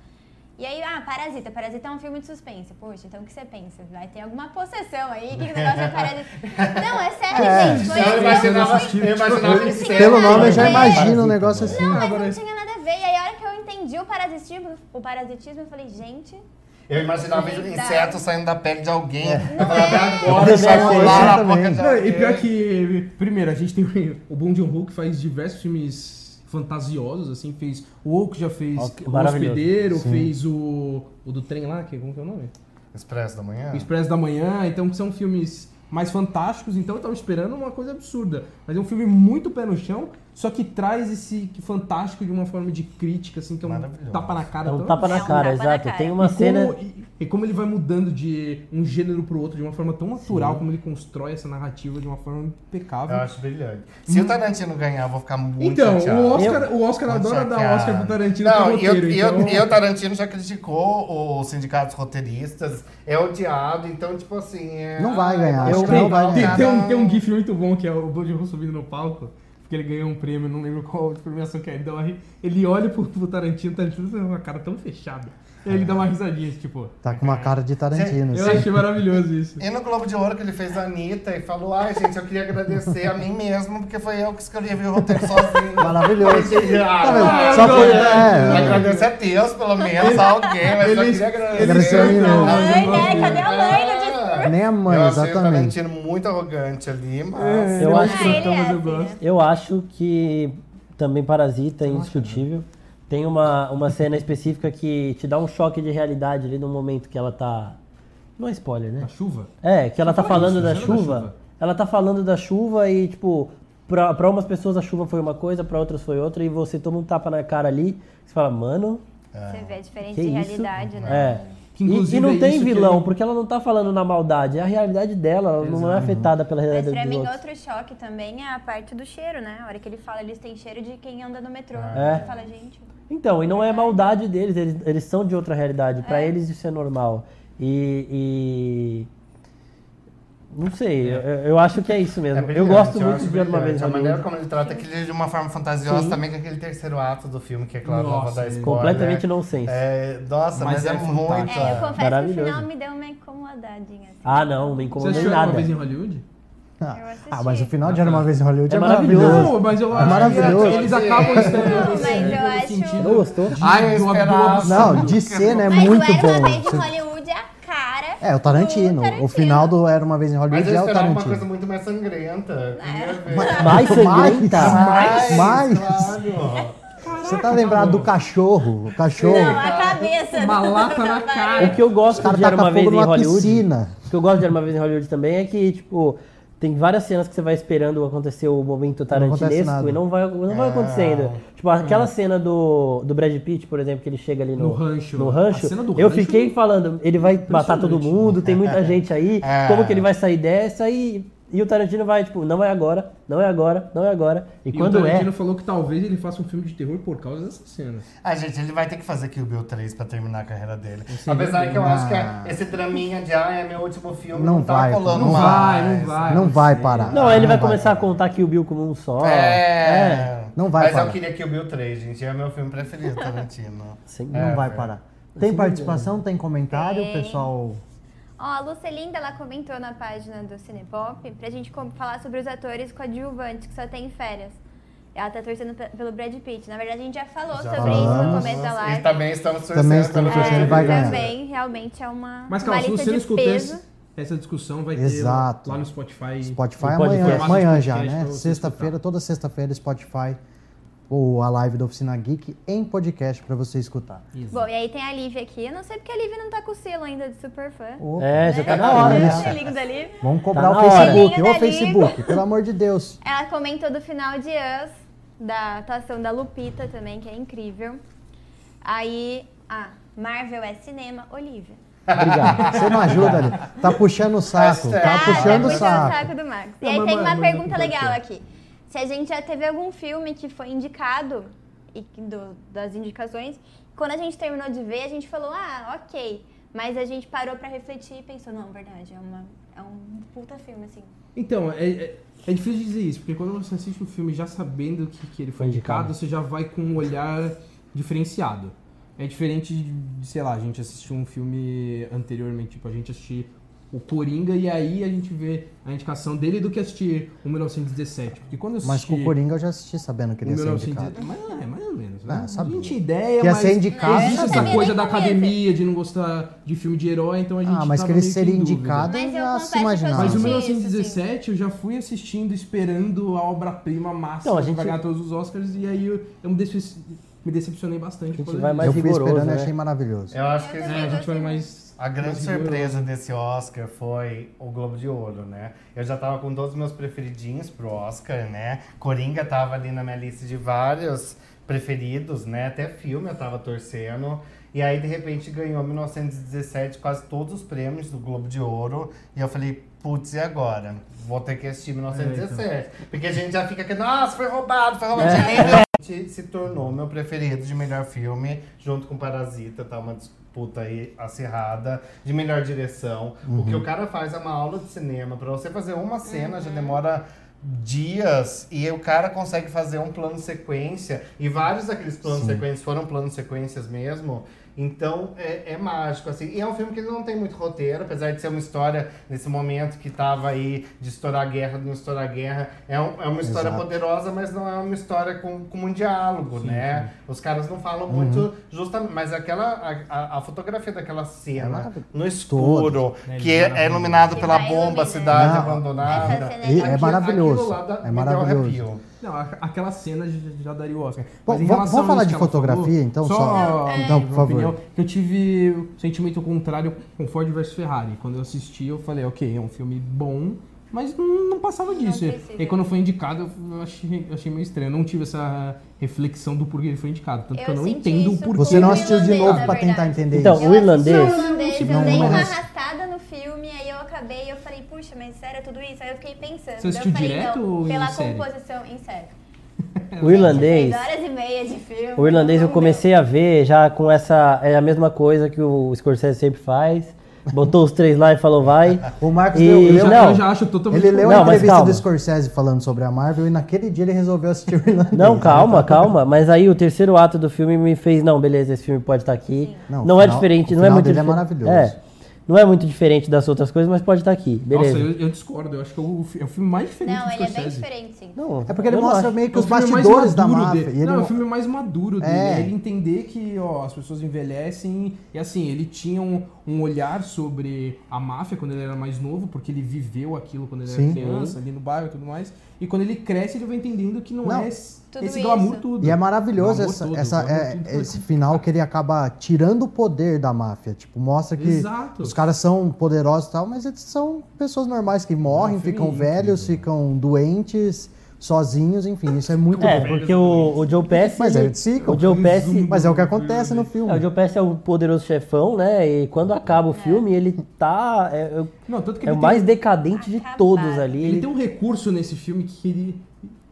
Speaker 2: E aí, ah, Parasita. Parasita é um filme de suspense. Poxa, então o que você pensa? Vai ter alguma possessão aí? Que negócio é Parasita? Não, é sério,
Speaker 1: É.
Speaker 2: gente. Foi
Speaker 3: Eu
Speaker 2: assim, eu
Speaker 3: imaginava,
Speaker 2: fui-
Speaker 3: eu imaginava ele
Speaker 2: Pelo
Speaker 1: Pelo nome eu já
Speaker 2: É.
Speaker 1: imagino um negócio assim.
Speaker 2: Não, mas não tinha nada a ver. E aí, a hora que eu entendi o parasitismo, o parasitismo eu falei, gente,
Speaker 3: Eu imaginava inseto saindo da pele de alguém.
Speaker 2: não é.
Speaker 3: Agora
Speaker 1: Eu
Speaker 3: vai
Speaker 1: também,
Speaker 3: rolar
Speaker 1: eu
Speaker 3: a boca
Speaker 1: também.
Speaker 3: de
Speaker 6: Não, e
Speaker 3: alguém.
Speaker 6: pior que, primeiro, a gente tem o- o Bong Joon-ho que faz diversos filmes fantasiosos, assim, fez o O que já fez
Speaker 4: Ó, que
Speaker 6: o
Speaker 4: maravilhoso.
Speaker 6: Hospedeiro, fez o, o do trem lá, que, como que é o nome?
Speaker 3: Expresso da manhã?
Speaker 6: O Expresso da Manhã, então que são filmes mais fantásticos, então eu tava esperando uma coisa absurda. Mas é um filme muito pé no chão, só que traz esse fantástico de uma forma de crítica, assim, que é um
Speaker 3: Maravilhoso.
Speaker 6: tapa na cara.
Speaker 4: É um
Speaker 6: tão-
Speaker 4: tapa na
Speaker 2: É um
Speaker 4: cara,
Speaker 2: tapa na
Speaker 4: exato.
Speaker 2: cara.
Speaker 4: Tem uma
Speaker 6: e
Speaker 4: cena.
Speaker 6: Como, e, e como ele vai mudando de um gênero pro outro de uma forma tão natural, como ele constrói essa narrativa de uma forma impecável.
Speaker 3: Eu acho brilhante. Se o Tarantino ganhar, eu vou ficar muito
Speaker 6: Hum. Então,
Speaker 3: chateado.
Speaker 6: o Oscar, o Oscar
Speaker 3: Muito
Speaker 6: adora dar
Speaker 3: chateado.
Speaker 6: Oscar pro Tarantino
Speaker 3: Não,
Speaker 6: pro roteiro,
Speaker 3: e, o-
Speaker 6: então...
Speaker 3: e, o- e o Tarantino já criticou o sindicato dos roteiristas, é odiado, então, tipo assim... é-
Speaker 1: Não vai ganhar,
Speaker 4: Eu-
Speaker 1: acho que
Speaker 6: Tem,
Speaker 1: não vai
Speaker 6: tem-
Speaker 1: ganhar.
Speaker 2: Tá
Speaker 6: tem um, tem um GIF muito bom que é o Bong Joon subindo no palco, porque ele ganhou um prêmio, não lembro qual premiação que é. Ele, dá uma ri- ele olha pro, pro Tarantino, o Tarantino tem uma cara tão fechada. E aí ele dá uma risadinha, tipo.
Speaker 1: Tá com uma cara de Tarantino.
Speaker 6: Eu
Speaker 1: assim.
Speaker 6: achei maravilhoso isso.
Speaker 3: E no Globo de Ouro que ele fez a Anitta e falou: Ai, gente, eu queria agradecer a mim mesmo, porque foi eu que escrevi o roteiro sozinho.
Speaker 1: Maravilhoso. Tá
Speaker 6: é,
Speaker 1: vendo?
Speaker 3: Ah,
Speaker 1: Só
Speaker 3: não,
Speaker 1: foi-
Speaker 3: né?
Speaker 1: é.
Speaker 3: Agradecer a Deus, pelo menos, a alguém, mas eu
Speaker 6: ele-
Speaker 3: queria agradecer.
Speaker 1: agradecer a mim mesmo.
Speaker 2: Mãe, né? Cadê a mãe do discurso?
Speaker 3: Ah,
Speaker 1: é, Nem a mãe,
Speaker 3: eu achei
Speaker 1: exatamente.
Speaker 3: o Tarantino muito arrogante ali, mas.
Speaker 2: É,
Speaker 4: Eu
Speaker 6: Não,
Speaker 4: acho que-
Speaker 6: então, mas eu
Speaker 2: assim,
Speaker 6: gosto.
Speaker 2: né?
Speaker 4: Eu acho que também Parasita é indiscutível. Tem uma, uma cena específica que te dá um choque de realidade ali no momento que ela tá. Não é spoiler, né?
Speaker 6: A chuva?
Speaker 4: É, que ela tá falando da
Speaker 6: isso, cena da
Speaker 4: chuva.
Speaker 6: chuva.
Speaker 4: Ela tá falando da chuva e, tipo, pra, pra umas pessoas a chuva foi uma coisa, pra outras foi outra, e você toma um tapa na cara ali, você fala, mano,
Speaker 2: Você vê a diferença
Speaker 4: que
Speaker 2: de
Speaker 4: isso?
Speaker 2: realidade, né?
Speaker 4: É.
Speaker 6: Que
Speaker 4: E,
Speaker 6: inclusive
Speaker 4: e não
Speaker 6: é
Speaker 4: tem
Speaker 6: isso que
Speaker 4: vilão,
Speaker 6: ele-
Speaker 4: porque ela não tá falando na maldade, é a realidade dela, ela não é afetada pela
Speaker 2: Mas
Speaker 4: realidade
Speaker 2: pra
Speaker 4: dos
Speaker 2: mim,
Speaker 4: outros.
Speaker 2: outro choque também é a parte do cheiro, né? A hora que ele fala, eles têm cheiro de quem anda no metrô.
Speaker 4: É.
Speaker 1: Ah.
Speaker 2: Ele fala, gente.
Speaker 4: Então, e não é maldade deles, eles, eles são de outra realidade. Pra eles isso é normal. E. e- Não sei, eu, eu acho que é isso mesmo. eu
Speaker 3: brilhante,
Speaker 4: gosto muito
Speaker 3: acho
Speaker 4: de Era uma
Speaker 3: brilhante.
Speaker 4: vez
Speaker 3: A É maneira
Speaker 4: Hollywood.
Speaker 3: como ele trata aquilo de uma forma fantasiosa
Speaker 4: Sim.
Speaker 3: também, que é aquele terceiro ato do filme, que é claro, não vou
Speaker 6: Nossa,
Speaker 3: dar spoiler.
Speaker 4: Completamente nonsense.
Speaker 3: É, nossa, mas,
Speaker 6: Mas
Speaker 3: é,
Speaker 6: é
Speaker 3: muito.
Speaker 6: fantástico.
Speaker 2: É, eu confesso que o
Speaker 4: Maravilhoso.
Speaker 2: final me deu uma incomodadinha. Assim.
Speaker 4: Ah, não, não me
Speaker 6: Você
Speaker 4: incomodou em
Speaker 6: achou uma
Speaker 4: nada.
Speaker 6: vez em Hollywood?
Speaker 2: Eu assisti.
Speaker 1: Ah, mas o final de Era Uma Vez em Hollywood é,
Speaker 4: É
Speaker 1: maravilhoso.
Speaker 4: maravilhoso.
Speaker 6: Não, mas eu
Speaker 1: É maravilhoso.
Speaker 6: que Eles acabam
Speaker 2: Não, mas eu
Speaker 6: estando
Speaker 2: acho-
Speaker 4: Não gostou?
Speaker 6: Ai, do
Speaker 3: esperava.
Speaker 6: absurdo.
Speaker 1: Não, de cena é
Speaker 2: Mas
Speaker 1: muito
Speaker 2: o Era
Speaker 1: bom.
Speaker 2: Uma Vez em
Speaker 1: Você-
Speaker 2: Hollywood é a cara.
Speaker 1: É, o Tarantino.
Speaker 2: do Tarantino.
Speaker 1: O final do Era Uma Vez em
Speaker 3: Mas
Speaker 1: Hollywood
Speaker 3: eu
Speaker 1: é o
Speaker 3: esperava uma
Speaker 1: Tarantino.
Speaker 3: coisa muito mais sangrenta. Queria ver.
Speaker 4: Mais sangrenta.
Speaker 1: Mais, mais.
Speaker 3: Claro.
Speaker 1: Você tá lembrado do cachorro? O cachorro.
Speaker 2: Não, a cabeça.
Speaker 6: Uma
Speaker 2: do-
Speaker 6: lata na cara.
Speaker 4: O que eu
Speaker 1: Os
Speaker 4: gosto
Speaker 1: caras
Speaker 4: de Era uma
Speaker 1: tacam
Speaker 4: vez
Speaker 1: fogo
Speaker 4: em
Speaker 1: numa
Speaker 4: Hollywood.
Speaker 1: piscina.
Speaker 4: O que eu gosto de Era uma vez em Hollywood também é que, tipo, tem várias cenas que você vai esperando acontecer o momento
Speaker 1: acontece
Speaker 4: tarantinesco
Speaker 1: nada.
Speaker 4: e não vai, não vai
Speaker 3: É.
Speaker 4: acontecendo. Tipo, aquela cena do, do Brad Pitt, por exemplo, que ele chega ali no,
Speaker 6: No rancho.
Speaker 4: no rancho,
Speaker 6: A cena do
Speaker 4: eu
Speaker 6: rancho é
Speaker 4: fiquei falando, ele vai matar todo
Speaker 6: impressionante.
Speaker 4: mundo, tem muita gente aí,
Speaker 3: É.
Speaker 4: como que ele vai sair dessa? E, e o Tarantino vai, tipo, não é agora, não é agora, não é agora. E,
Speaker 6: E o
Speaker 4: quando é,
Speaker 6: Tarantino falou que talvez ele faça um filme de terror por causa dessas cenas.
Speaker 3: Ah, gente, ele vai ter que fazer Kill Bill 3 pra terminar a carreira dele. Apesar que eu acho que é esse draminha de ah, é meu último filme,
Speaker 1: Não
Speaker 3: não,
Speaker 1: vai,
Speaker 3: tá colando
Speaker 1: não
Speaker 3: mais.
Speaker 6: vai, não vai.
Speaker 1: Não Ah, vai parar.
Speaker 4: não, ele vai começar a
Speaker 1: parar.
Speaker 4: contar que o Bill como um só. É,
Speaker 3: É,
Speaker 1: Não vai
Speaker 3: Mas
Speaker 1: parar.
Speaker 3: eu queria Kill Bill 3, gente. É meu filme preferido, Tarantino.
Speaker 4: Sem
Speaker 1: Não vai parar. Tem participação, tem comentário, o pessoal.
Speaker 2: Ó, a Lucelinda, ela comentou na página do Cinepop pra gente com- falar sobre os atores coadjuvantes que só tem férias. Ela tá torcendo pe- pelo Brad Pitt. Na verdade, a gente já falou sobre isso no
Speaker 1: falamos.
Speaker 2: começo da
Speaker 3: E
Speaker 2: live.
Speaker 3: também estamos torcendo.
Speaker 1: Também estamos
Speaker 3: pelo
Speaker 1: torcendo,
Speaker 3: Kill Bill
Speaker 1: vai ganhar.
Speaker 2: É, Também, realmente, é uma,
Speaker 6: Mas,
Speaker 2: uma
Speaker 6: Carlos, se
Speaker 2: lista
Speaker 6: você não
Speaker 2: de
Speaker 6: escutou
Speaker 2: peso.
Speaker 6: essa, essa discussão, vai
Speaker 1: Exato.
Speaker 6: ter lá no Spotify.
Speaker 1: Spotify
Speaker 4: No
Speaker 1: amanhã,
Speaker 4: podcast.
Speaker 1: amanhã já,
Speaker 6: Podcast pra
Speaker 1: né?
Speaker 6: você
Speaker 1: Sexta-feira, toda sexta-feira, Spotify ou a live da Oficina Geek em podcast pra você escutar.
Speaker 2: Bom, e aí tem a Lívia aqui. Eu não sei porque a Lívia não tá com o selo ainda de super fã.
Speaker 1: Opa.
Speaker 4: É, já tá na
Speaker 1: hora,
Speaker 2: Né?
Speaker 1: né?
Speaker 2: O selinho da Lívia.
Speaker 1: Vamos cobrar
Speaker 4: na
Speaker 1: o
Speaker 4: hora.
Speaker 1: Facebook,
Speaker 2: Filhinho
Speaker 1: ô
Speaker 2: da
Speaker 1: Facebook, pelo amor de Deus.
Speaker 2: Ela comentou do final de Us, da atuação da Lupita também, que é incrível. Aí, ah, Marvel é cinema, Olivia.
Speaker 1: Obrigado. Você não ajuda ali. Tá puxando o saco,
Speaker 6: é
Speaker 3: Hashtag.
Speaker 1: tá
Speaker 2: Ah,
Speaker 1: puxando o
Speaker 2: puxando o
Speaker 1: saco.
Speaker 2: saco do Max. E
Speaker 6: Não,
Speaker 2: aí
Speaker 6: mas-
Speaker 2: tem uma
Speaker 6: mas- é mas eu
Speaker 2: pergunta
Speaker 6: concordo.
Speaker 2: legal aqui. Se a gente já teve algum filme que foi indicado, e que do- das indicações, quando a gente terminou de ver, a gente falou, ah, ok. Mas a gente parou pra refletir e pensou, não, verdade, é, uma, é um puta filme, assim.
Speaker 6: Então, é, é, é difícil dizer isso, porque quando você assiste o filme já sabendo que, que ele foi
Speaker 4: Foi indicado.
Speaker 6: indicado, você já vai com um olhar diferenciado. É diferente de, sei lá, a gente assistir um filme anteriormente, tipo, a gente assistir o Coringa e aí a gente vê a indicação dele do que assistir o 1917. Porque quando eu
Speaker 1: Mas
Speaker 6: assisti
Speaker 1: com o Coringa eu já assisti sabendo que
Speaker 6: o
Speaker 1: ele ia ser indicado.
Speaker 6: 1917, mas é mais ou menos,
Speaker 1: Ah,
Speaker 6: né? a
Speaker 1: sabia.
Speaker 6: gente ideia,
Speaker 1: Que ia
Speaker 6: mas
Speaker 1: ser indicado,
Speaker 6: existe
Speaker 1: eu
Speaker 6: essa
Speaker 1: sabia.
Speaker 6: coisa
Speaker 2: nem
Speaker 6: da
Speaker 2: sabia.
Speaker 6: academia de não gostar de filme de herói, então a gente
Speaker 1: Ah, mas
Speaker 6: tava
Speaker 1: que ele
Speaker 6: meio
Speaker 1: seria
Speaker 6: em dúvida.
Speaker 1: indicado
Speaker 2: Mas eu
Speaker 1: já
Speaker 2: confesso
Speaker 1: se
Speaker 2: que eu
Speaker 1: imaginava.
Speaker 6: Mas o
Speaker 2: Sim,
Speaker 6: 1917 eu já fui assistindo esperando a obra-prima máxima
Speaker 4: Então, a
Speaker 6: que vai
Speaker 4: gente-
Speaker 6: ganhar todos os Oscars e aí eu, eu me, decep- me decepcionei bastante.
Speaker 4: A gente
Speaker 6: por causa
Speaker 4: vai
Speaker 6: disso.
Speaker 4: mais
Speaker 1: Eu fui
Speaker 4: rigoroso,
Speaker 1: esperando e
Speaker 4: né?
Speaker 1: achei maravilhoso.
Speaker 3: Eu acho que
Speaker 2: Eu
Speaker 6: É, a gente vai mais...
Speaker 3: a grande
Speaker 6: mais
Speaker 3: surpresa desse Oscar foi o Globo de Ouro, né? Eu já tava com todos os meus preferidinhos pro Oscar, né? Coringa tava ali na minha lista de vários preferidos, né? Até filme eu tava torcendo. E aí, de repente, ganhou 1917 quase todos os prêmios do Globo de Ouro. E eu falei, putz, e agora? Vou ter que assistir 1917. Porque a gente já fica aqui, nossa, foi roubado, foi
Speaker 1: É.
Speaker 3: roubado. Realmente se tornou meu preferido de melhor filme, junto com Parasita, tá uma disputa aí acirrada, de melhor direção. O que o cara faz é uma aula de cinema, pra você fazer uma cena já demora dias e o cara consegue fazer um plano sequência e vários daqueles planos sequências foram planos sequências mesmo então é, é mágico assim e é um filme que ele não tem muito roteiro apesar de ser uma história nesse momento que tava aí de estourar a guerra de não estourar a guerra é, um- é uma história
Speaker 1: Exato.
Speaker 3: poderosa mas não é uma história com, com um diálogo né os caras não falam muito justamente mas aquela a- a, a fotografia daquela cena no escuro que é, é iluminado
Speaker 2: Que
Speaker 3: pela
Speaker 2: vai
Speaker 3: bomba a
Speaker 2: iluminando.
Speaker 3: cidade
Speaker 1: Não,
Speaker 6: Ah,
Speaker 3: abandonada
Speaker 2: Essa cena
Speaker 1: E-
Speaker 2: é
Speaker 1: é
Speaker 3: Aqui-
Speaker 1: maravilhoso.
Speaker 3: aquilo lá
Speaker 1: é
Speaker 3: dá- me deu um
Speaker 1: maravilhoso.
Speaker 3: arrepio.
Speaker 6: Não, a- aquela cena já, já daria o Oscar.
Speaker 1: Bom,
Speaker 6: Mas em
Speaker 1: vamos-
Speaker 6: relação
Speaker 1: vamos falar
Speaker 6: a isso
Speaker 1: de
Speaker 6: que ela
Speaker 1: fotografia,
Speaker 6: falou,
Speaker 1: então,
Speaker 6: Só,
Speaker 1: só-
Speaker 6: é,
Speaker 1: Então, por
Speaker 6: minha
Speaker 1: favor.
Speaker 6: que eu tive o sentimento contrário com Ford vs Ferrari. Quando eu assisti, eu falei, ok, é um filme bom, mas não, não passava disso.
Speaker 2: precisa.
Speaker 6: e aí, quando foi indicado, eu achei, eu achei meio estranho. Eu não tive essa reflexão do porquê ele foi indicado. Tanto é que eu
Speaker 2: Eu
Speaker 6: não
Speaker 2: senti
Speaker 6: entendo o
Speaker 2: isso
Speaker 6: porquê.
Speaker 1: Você não
Speaker 2: Eu
Speaker 1: assistiu de
Speaker 2: irlandês,
Speaker 1: novo
Speaker 2: na
Speaker 1: pra tentar
Speaker 2: verdade.
Speaker 1: entender
Speaker 4: Então,
Speaker 1: isso.
Speaker 4: o irlandês.
Speaker 2: Eu, assisti o um irlandês,
Speaker 1: Não,
Speaker 2: eu dei
Speaker 1: não
Speaker 2: uma
Speaker 1: assisti.
Speaker 2: arrastada no filme, aí eu acabei, eu falei, puxa, mas sério é tudo isso? Aí eu fiquei pensando. daí
Speaker 6: Você
Speaker 2: eu
Speaker 6: assistiu
Speaker 2: falei,
Speaker 6: direto
Speaker 2: não,
Speaker 6: ou em
Speaker 2: Pela
Speaker 6: série?
Speaker 2: composição, em série.
Speaker 4: O irlandês.
Speaker 2: Três horas e meia de filme.
Speaker 4: O irlandês
Speaker 2: não
Speaker 4: eu
Speaker 2: deu.
Speaker 4: comecei a ver já com essa. É a mesma coisa que o Scorsese sempre faz. Botou os três lá e falou, vai.
Speaker 1: O Marcos
Speaker 4: E-
Speaker 1: deu,
Speaker 4: e
Speaker 6: Eu, já,
Speaker 4: não.
Speaker 6: eu já acho totalmente...
Speaker 1: ele leu
Speaker 4: Não,
Speaker 1: a
Speaker 4: mas
Speaker 1: entrevista
Speaker 4: calma.
Speaker 1: do Scorsese falando sobre a Marvel e naquele dia ele resolveu assistir o Irlandês. né?
Speaker 4: Não, calma, calma. Mas aí o terceiro ato do filme me fez, não, beleza, esse filme pode estar aqui.
Speaker 1: Não,
Speaker 4: Não,
Speaker 1: o
Speaker 4: é
Speaker 1: final-
Speaker 4: diferente,
Speaker 1: o
Speaker 4: não é
Speaker 1: final
Speaker 4: muito
Speaker 1: dele é
Speaker 4: difer-
Speaker 1: maravilhoso.
Speaker 4: É. Não é muito diferente das outras coisas, mas pode estar aqui. Beleza.
Speaker 6: Nossa, eu, eu discordo. Eu acho que é o, fi- é o filme mais diferente
Speaker 2: Não,
Speaker 6: do
Speaker 2: ele é bem
Speaker 6: Scorsese.
Speaker 2: diferente, sim.
Speaker 4: Não,
Speaker 1: É porque ele
Speaker 4: eu não
Speaker 1: mostra
Speaker 4: acho.
Speaker 1: meio que os
Speaker 6: É o filme mais
Speaker 1: bastidores da
Speaker 6: maduro
Speaker 1: máfia.
Speaker 6: dele.
Speaker 1: E ele
Speaker 6: Não, é o
Speaker 1: mo-
Speaker 6: filme mais maduro dele.
Speaker 1: É.
Speaker 6: É ele entender que ó, as pessoas envelhecem e assim, ele tinha um, um olhar sobre a máfia quando ele era mais novo, porque ele viveu aquilo quando ele
Speaker 1: Sim.
Speaker 6: era criança, ali no bairro e tudo mais. E quando ele cresce, ele vai entendendo que não,
Speaker 1: Não.
Speaker 6: é esse
Speaker 2: Tudo
Speaker 6: esse glamour
Speaker 2: isso.
Speaker 6: tudo.
Speaker 1: E é maravilhoso
Speaker 6: Glamour
Speaker 1: essa,
Speaker 6: tudo,
Speaker 1: essa-
Speaker 6: glamour
Speaker 1: é-
Speaker 6: tudo.
Speaker 1: esse final que ele acaba tirando o poder da máfia. Tipo, mostra que
Speaker 6: Exato.
Speaker 1: os caras são poderosos e tal, mas eles são pessoas normais que morrem,
Speaker 6: filme
Speaker 1: ficam
Speaker 6: incrível,
Speaker 1: velhos, ficam doentes, sozinhos, enfim. Isso é muito
Speaker 4: É,
Speaker 1: bom.
Speaker 4: porque o, o Joe Pesci.
Speaker 1: Mas eles ficam.
Speaker 4: O Joe Pesci.
Speaker 1: Mas é o que acontece no filme.
Speaker 4: É, o Joe Pesci é o poderoso chefão, né? E quando acaba o filme, ele tá. É, é o-
Speaker 6: Não, tanto que
Speaker 4: é
Speaker 6: ele
Speaker 4: o
Speaker 6: tem-
Speaker 4: mais decadente de
Speaker 2: Acabado.
Speaker 4: todos ali.
Speaker 6: Ele tem um recurso nesse filme que ele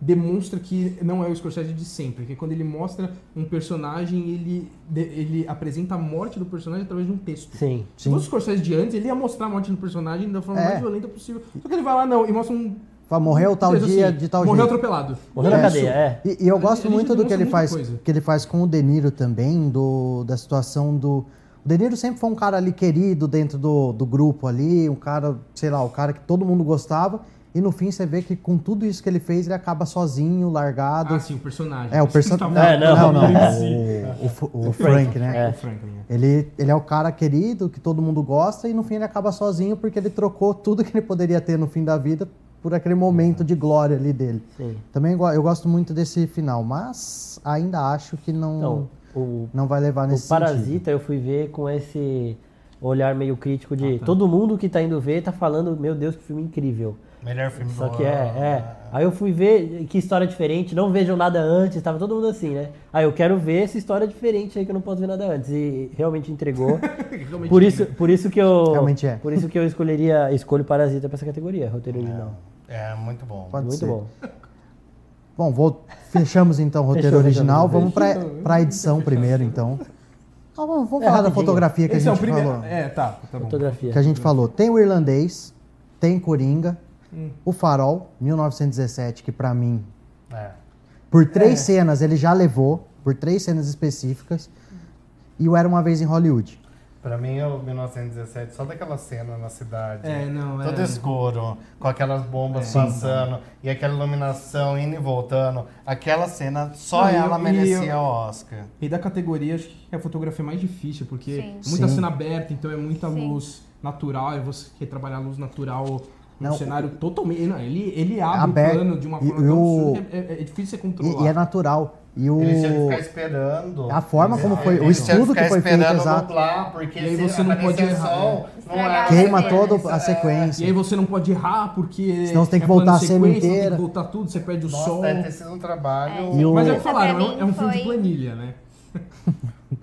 Speaker 6: demonstra que não é o Scorsese de sempre, que é quando ele mostra um personagem, ele, de- ele apresenta a morte do personagem através de um texto.
Speaker 4: Sim.
Speaker 6: Se fosse o Scorsese de antes, ele ia mostrar a morte do personagem da forma
Speaker 1: É.
Speaker 6: mais violenta possível. Só que ele vai lá, não, e mostra um
Speaker 1: Fala, Morreu tal
Speaker 6: texto
Speaker 1: dia,
Speaker 6: assim,
Speaker 1: de tal
Speaker 6: Morreu
Speaker 1: jeito.
Speaker 6: atropelado.
Speaker 4: Morreu na
Speaker 1: É,
Speaker 4: cadeia, é.
Speaker 1: E, e eu gosto
Speaker 6: Ele já
Speaker 1: muito do que
Speaker 6: demonstra
Speaker 1: ele
Speaker 6: muita
Speaker 1: faz,
Speaker 6: coisa.
Speaker 1: que ele faz com o De Niro também, do, da situação do. O De Niro sempre foi um cara ali querido dentro do, do grupo ali, um cara, sei lá, o cara que todo mundo gostava. E no fim você vê que com tudo isso que ele fez, ele acaba sozinho, largado.
Speaker 6: Ah, sim, o personagem.
Speaker 1: é, o
Speaker 6: Isso que você
Speaker 1: personagem.
Speaker 6: tá
Speaker 4: É, não,
Speaker 1: não, não. O,
Speaker 6: falando.
Speaker 1: o F- o Frank, né?
Speaker 6: O Franklin, é.
Speaker 1: Ele, ele é o cara querido, que todo mundo gosta, e no fim ele acaba sozinho porque ele trocou tudo que ele poderia ter no fim da vida por aquele momento de glória ali dele.
Speaker 4: Uhum. Sim.
Speaker 1: Também go- eu gosto muito desse final, mas ainda acho que não,
Speaker 4: Então, o,
Speaker 1: não vai levar nesse
Speaker 4: o Parasita eu fui ver com esse olhar meio crítico de.
Speaker 6: Ah, tá.
Speaker 4: Todo mundo que tá indo ver tá falando, meu Deus, que filme incrível.
Speaker 3: Melhor filme
Speaker 4: Só
Speaker 3: do
Speaker 4: que é,
Speaker 3: ano.
Speaker 4: é. Aí eu fui ver que história diferente, não vejam nada antes, tava todo mundo assim, né? Aí eu quero ver essa história diferente aí que eu não posso ver nada antes. E realmente entregou.
Speaker 6: Realmente,
Speaker 4: por, isso, por isso que eu.
Speaker 1: é. Realmente é.
Speaker 4: Por isso que eu escolheria, escolho Parasita pra essa categoria, roteiro original.
Speaker 3: É, muito bom.
Speaker 1: Pode
Speaker 4: Muito
Speaker 1: ser.
Speaker 4: bom.
Speaker 1: Bom, vou, fechamos então o roteiro
Speaker 4: Fechou,
Speaker 1: original.
Speaker 4: fechamos.
Speaker 1: Vamos para a edição primeiro, então. Ah, vamos vamos
Speaker 4: É,
Speaker 1: falar da
Speaker 4: rapidinho.
Speaker 1: fotografia que
Speaker 6: Esse
Speaker 1: a
Speaker 6: é o
Speaker 1: gente
Speaker 6: primeiro.
Speaker 1: falou.
Speaker 6: É, tá, tá bom.
Speaker 4: Fotografia.
Speaker 1: Que a gente falou. Tem o irlandês, tem Coringa,
Speaker 6: Hum.
Speaker 1: o Farol, 1917, que pra mim,
Speaker 3: É.
Speaker 6: É.
Speaker 1: por três cenas ele já levou, por três cenas específicas. e o Era Uma Vez em Hollywood.
Speaker 3: Pra mim é o 1917, só daquela cena na cidade.
Speaker 6: É, não, é.
Speaker 3: Todo escuro, com aquelas bombas
Speaker 1: É.
Speaker 3: passando e aquela iluminação indo e voltando. Aquela cena, só
Speaker 6: Não, e eu-
Speaker 3: ela
Speaker 6: e
Speaker 3: merecia
Speaker 6: eu-
Speaker 3: o Oscar.
Speaker 6: E da categoria, acho que é a fotografia mais difícil, porque
Speaker 2: Sim.
Speaker 6: é muita
Speaker 1: Sim.
Speaker 6: cena aberta, então é muita
Speaker 2: Sim.
Speaker 6: luz natural, é você quer trabalhar a luz natural num
Speaker 1: Não,
Speaker 6: cenário totalmente. Não, ele, ele abre
Speaker 1: Aberto.
Speaker 6: o plano de uma
Speaker 1: E-
Speaker 6: forma
Speaker 1: e o-
Speaker 6: tão absurda que é, é- é difícil você
Speaker 1: E,
Speaker 6: controlar.
Speaker 1: e é natural. E o.
Speaker 3: Ele tinha que ficar esperando. É.
Speaker 1: A forma como foi, o
Speaker 3: Ele tinha
Speaker 1: estudo que
Speaker 3: ficar
Speaker 1: foi feito,
Speaker 3: esperando
Speaker 1: exato.
Speaker 3: Nublar, porque
Speaker 6: E aí
Speaker 3: se
Speaker 6: você não pode
Speaker 3: aparecer
Speaker 6: errar,
Speaker 3: sol, não
Speaker 2: Estragar
Speaker 3: é-
Speaker 2: a
Speaker 1: né? Queima
Speaker 2: sequência.
Speaker 1: toda a
Speaker 6: E
Speaker 1: sequência.
Speaker 6: aí você não pode errar, porque.
Speaker 1: Senão você tem que
Speaker 6: é plano
Speaker 1: voltar a cena
Speaker 6: sequência,
Speaker 1: inteira.
Speaker 6: Tem que voltar tudo, você perde o
Speaker 3: Nossa,
Speaker 6: sol.
Speaker 3: deve ter sido um trabalho.
Speaker 1: E o-
Speaker 6: Mas é o que
Speaker 2: Essa pra
Speaker 6: falaram, é
Speaker 2: mim
Speaker 6: um- é um filme
Speaker 2: foi-
Speaker 6: de planilha, né?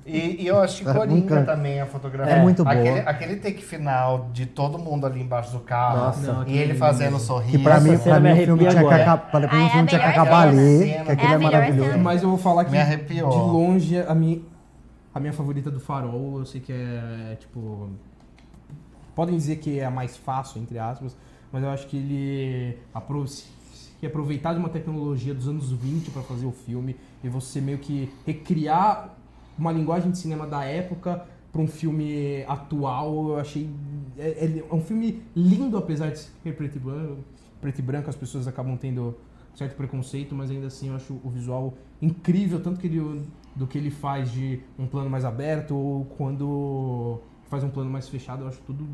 Speaker 3: E, e eu acho que
Speaker 1: Cara,
Speaker 3: Coringa
Speaker 1: nunca-
Speaker 3: também, a fotografia.
Speaker 1: É muito boa.
Speaker 3: aquele, Aquele take final de todo mundo ali embaixo do carro.
Speaker 4: Nossa.
Speaker 6: Não,
Speaker 3: e ele
Speaker 6: aquele-
Speaker 3: fazendo sorriso.
Speaker 1: Que pra mim,
Speaker 4: cena
Speaker 1: pra mim
Speaker 4: me
Speaker 1: o filme
Speaker 4: arrepia
Speaker 1: tinha que,
Speaker 4: agora.
Speaker 1: acabar, pra mim,
Speaker 2: Ah, é
Speaker 1: o
Speaker 2: a
Speaker 1: filme tinha que
Speaker 2: melhor
Speaker 1: acabar
Speaker 2: cena.
Speaker 1: ali,
Speaker 3: É
Speaker 1: que
Speaker 3: a
Speaker 1: aquilo é,
Speaker 2: melhor
Speaker 1: maravilhoso.
Speaker 2: cena.
Speaker 6: Mas eu vou falar que
Speaker 3: Me arrepiou.
Speaker 6: de longe a minha a minha favorita do Farol, eu sei que é tipo podem dizer que é a mais fácil entre aspas, mas eu acho que ele apro- que é aproveitar de uma tecnologia dos anos 20 para fazer o filme e você meio que recriar uma linguagem de cinema da época para um filme atual, eu achei é, é- é um filme lindo apesar de ser preto e branco, preto e branco as pessoas acabam tendo certo preconceito, mas ainda assim eu acho o visual incrível, tanto que ele, do que ele faz de um plano mais aberto ou quando faz um plano mais fechado, eu acho tudo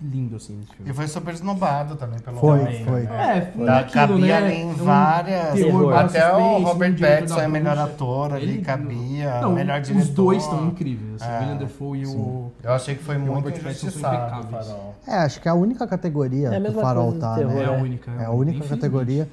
Speaker 6: lindo assim nesse
Speaker 3: E
Speaker 6: filme.
Speaker 3: foi super esnobado também pelo
Speaker 1: Foi,
Speaker 3: Oscar,
Speaker 1: foi.
Speaker 3: né?
Speaker 6: É, foi
Speaker 3: Da,
Speaker 6: aquilo,
Speaker 3: cabia
Speaker 6: né?
Speaker 3: ali em
Speaker 6: Um assim,
Speaker 3: várias.
Speaker 6: terror,
Speaker 3: até o
Speaker 6: suspense, um
Speaker 3: Robert
Speaker 6: diretor da
Speaker 3: Pattinson é melhor
Speaker 6: bruxa.
Speaker 3: ator ali,
Speaker 6: Ele-
Speaker 3: cabia.
Speaker 6: Não,
Speaker 3: melhor
Speaker 6: os
Speaker 3: diretor.
Speaker 6: dois estão incríveis, assim,
Speaker 3: É,
Speaker 6: o William Dafoe e o...
Speaker 3: Eu achei que foi
Speaker 6: o
Speaker 3: muito
Speaker 6: Robert Pattinson são
Speaker 3: injustiçado.
Speaker 6: impecáveis.
Speaker 3: Farol.
Speaker 1: É, acho que é a única categoria
Speaker 4: É a
Speaker 1: que o
Speaker 4: mesma
Speaker 1: farol
Speaker 4: coisa do
Speaker 1: tá,
Speaker 4: terror,
Speaker 1: né?
Speaker 6: É a
Speaker 4: É.
Speaker 6: única.
Speaker 1: É a única
Speaker 6: Infelizmente.
Speaker 1: categoria.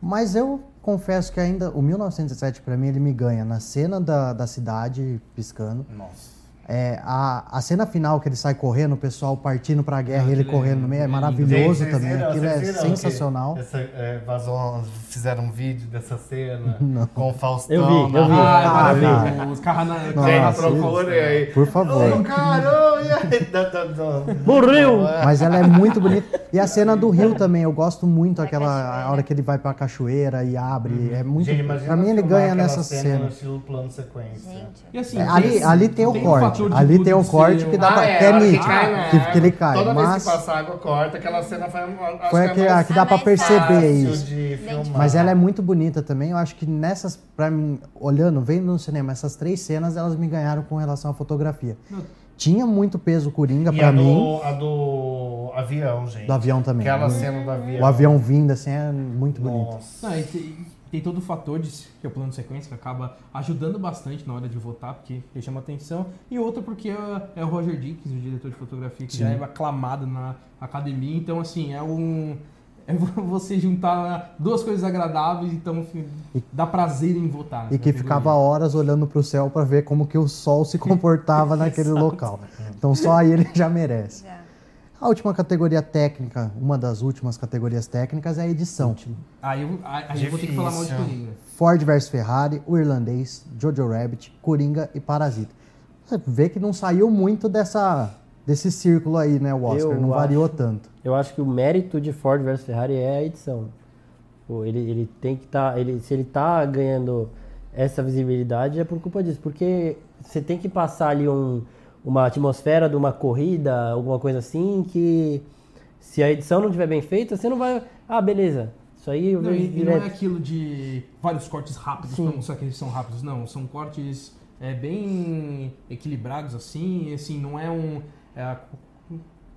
Speaker 1: Mas eu confesso que ainda o 1917 pra mim ele me ganha na cena da, da cidade piscando.
Speaker 3: Nossa.
Speaker 1: É, a, a cena final que ele sai correndo, o pessoal partindo pra guerra,
Speaker 6: Ah,
Speaker 1: e ele
Speaker 6: aquilo é-
Speaker 1: correndo no meio é
Speaker 6: é lindo.
Speaker 1: maravilhoso
Speaker 3: Gente, vocês
Speaker 1: também.
Speaker 3: viram-
Speaker 1: Aquilo
Speaker 3: vocês
Speaker 1: é
Speaker 3: viram que
Speaker 1: sensacional.
Speaker 3: Essa, é, vazou, fizeram um vídeo dessa cena com o Faustão.
Speaker 4: Eu vi, eu
Speaker 3: na
Speaker 4: vi.
Speaker 6: Ah, é
Speaker 1: Ah,
Speaker 6: maravilhoso. Os carros na...
Speaker 1: Nossa,
Speaker 3: Gente, procurem aí.
Speaker 1: Por favor.
Speaker 3: Ô, Caramba! e aí? Da- da- da-
Speaker 4: Morreu!
Speaker 1: Mas ela é muito bonita. E a cena do rio também, eu gosto muito aquela
Speaker 2: cachoeira.
Speaker 1: a hora que ele vai pra cachoeira e abre. É muito.
Speaker 3: Uhum. Gente, imagina
Speaker 1: pra mim ele
Speaker 3: filmar
Speaker 1: ganha
Speaker 3: aquela
Speaker 1: nessa
Speaker 3: no
Speaker 1: cena.
Speaker 3: estilo plano sequência.
Speaker 2: Gente,
Speaker 6: E assim,
Speaker 1: É, ali,
Speaker 6: esse- um
Speaker 1: ali tem o corte.
Speaker 6: fator de
Speaker 1: ali
Speaker 6: tudo
Speaker 1: tem o
Speaker 6: ser
Speaker 1: corte que
Speaker 6: um-
Speaker 1: dá pra. que é
Speaker 3: a hora
Speaker 1: nítido,
Speaker 3: na
Speaker 1: que,
Speaker 3: água.
Speaker 1: que ele cai.
Speaker 3: Toda vez
Speaker 1: mas
Speaker 3: que passa água, corta. Aquela cena foi, acho
Speaker 1: foi
Speaker 3: que
Speaker 1: a que,
Speaker 3: é
Speaker 1: a
Speaker 3: mais
Speaker 1: que dá pra
Speaker 2: mais fácil
Speaker 1: perceber
Speaker 3: fácil
Speaker 1: isso.
Speaker 3: de filmar.
Speaker 1: Mas ela é muito bonita também. Eu acho que nessas, pra mim, olhando, vendo no cinema, essas três cenas, elas me ganharam com relação à fotografia. Tinha muito peso o Coringa
Speaker 3: E
Speaker 1: pra
Speaker 3: a do,
Speaker 1: mim,
Speaker 3: a do avião, gente.
Speaker 1: do avião também. né?
Speaker 3: Aquela cena do avião.
Speaker 1: O avião vindo assim é muito bonito.
Speaker 3: Nossa.
Speaker 6: Não, e tem, tem todo o fator de que é o plano de sequência que acaba ajudando bastante na hora de votar, porque ele chama atenção. E outra porque é, é o Roger Dickens, o diretor de fotografia, que já é aclamado na academia. Então, assim, é um. É vo- você juntar duas coisas agradáveis, então enfim, dá prazer em votar.
Speaker 1: E que ficava horas olhando pro céu pra ver como que o sol se comportava naquele local. Então só aí ele já merece.
Speaker 2: já.
Speaker 1: A última categoria técnica, uma das últimas categorias técnicas é a edição.
Speaker 6: Aí, eu, aí- aí eu vou ter que falar mal de
Speaker 3: Difícil.
Speaker 6: Coringa.
Speaker 1: Ford vs Ferrari, O Irlandês, Jojo Rabbit, Coringa e Parasita. Você vê que não saiu muito dessa, desse círculo aí, né, o Oscar?
Speaker 4: Eu
Speaker 1: não
Speaker 4: acho.
Speaker 1: variou tanto.
Speaker 4: Eu acho que o mérito de Ford versus Ferrari é a edição. Pô, ele, ele tem que estar. ele, se ele tá ganhando essa visibilidade é por culpa disso. Porque você tem que passar ali um- uma atmosfera de uma corrida, alguma coisa assim, que se a edição não estiver bem feita, você não vai. Ah, beleza. Isso aí eu
Speaker 6: Não,
Speaker 4: vejo
Speaker 6: e, e não é
Speaker 4: direto.
Speaker 6: aquilo de vários cortes rápidos, não, só que eles são rápidos, não. São cortes é, bem equilibrados, assim, e, assim, não é um. é,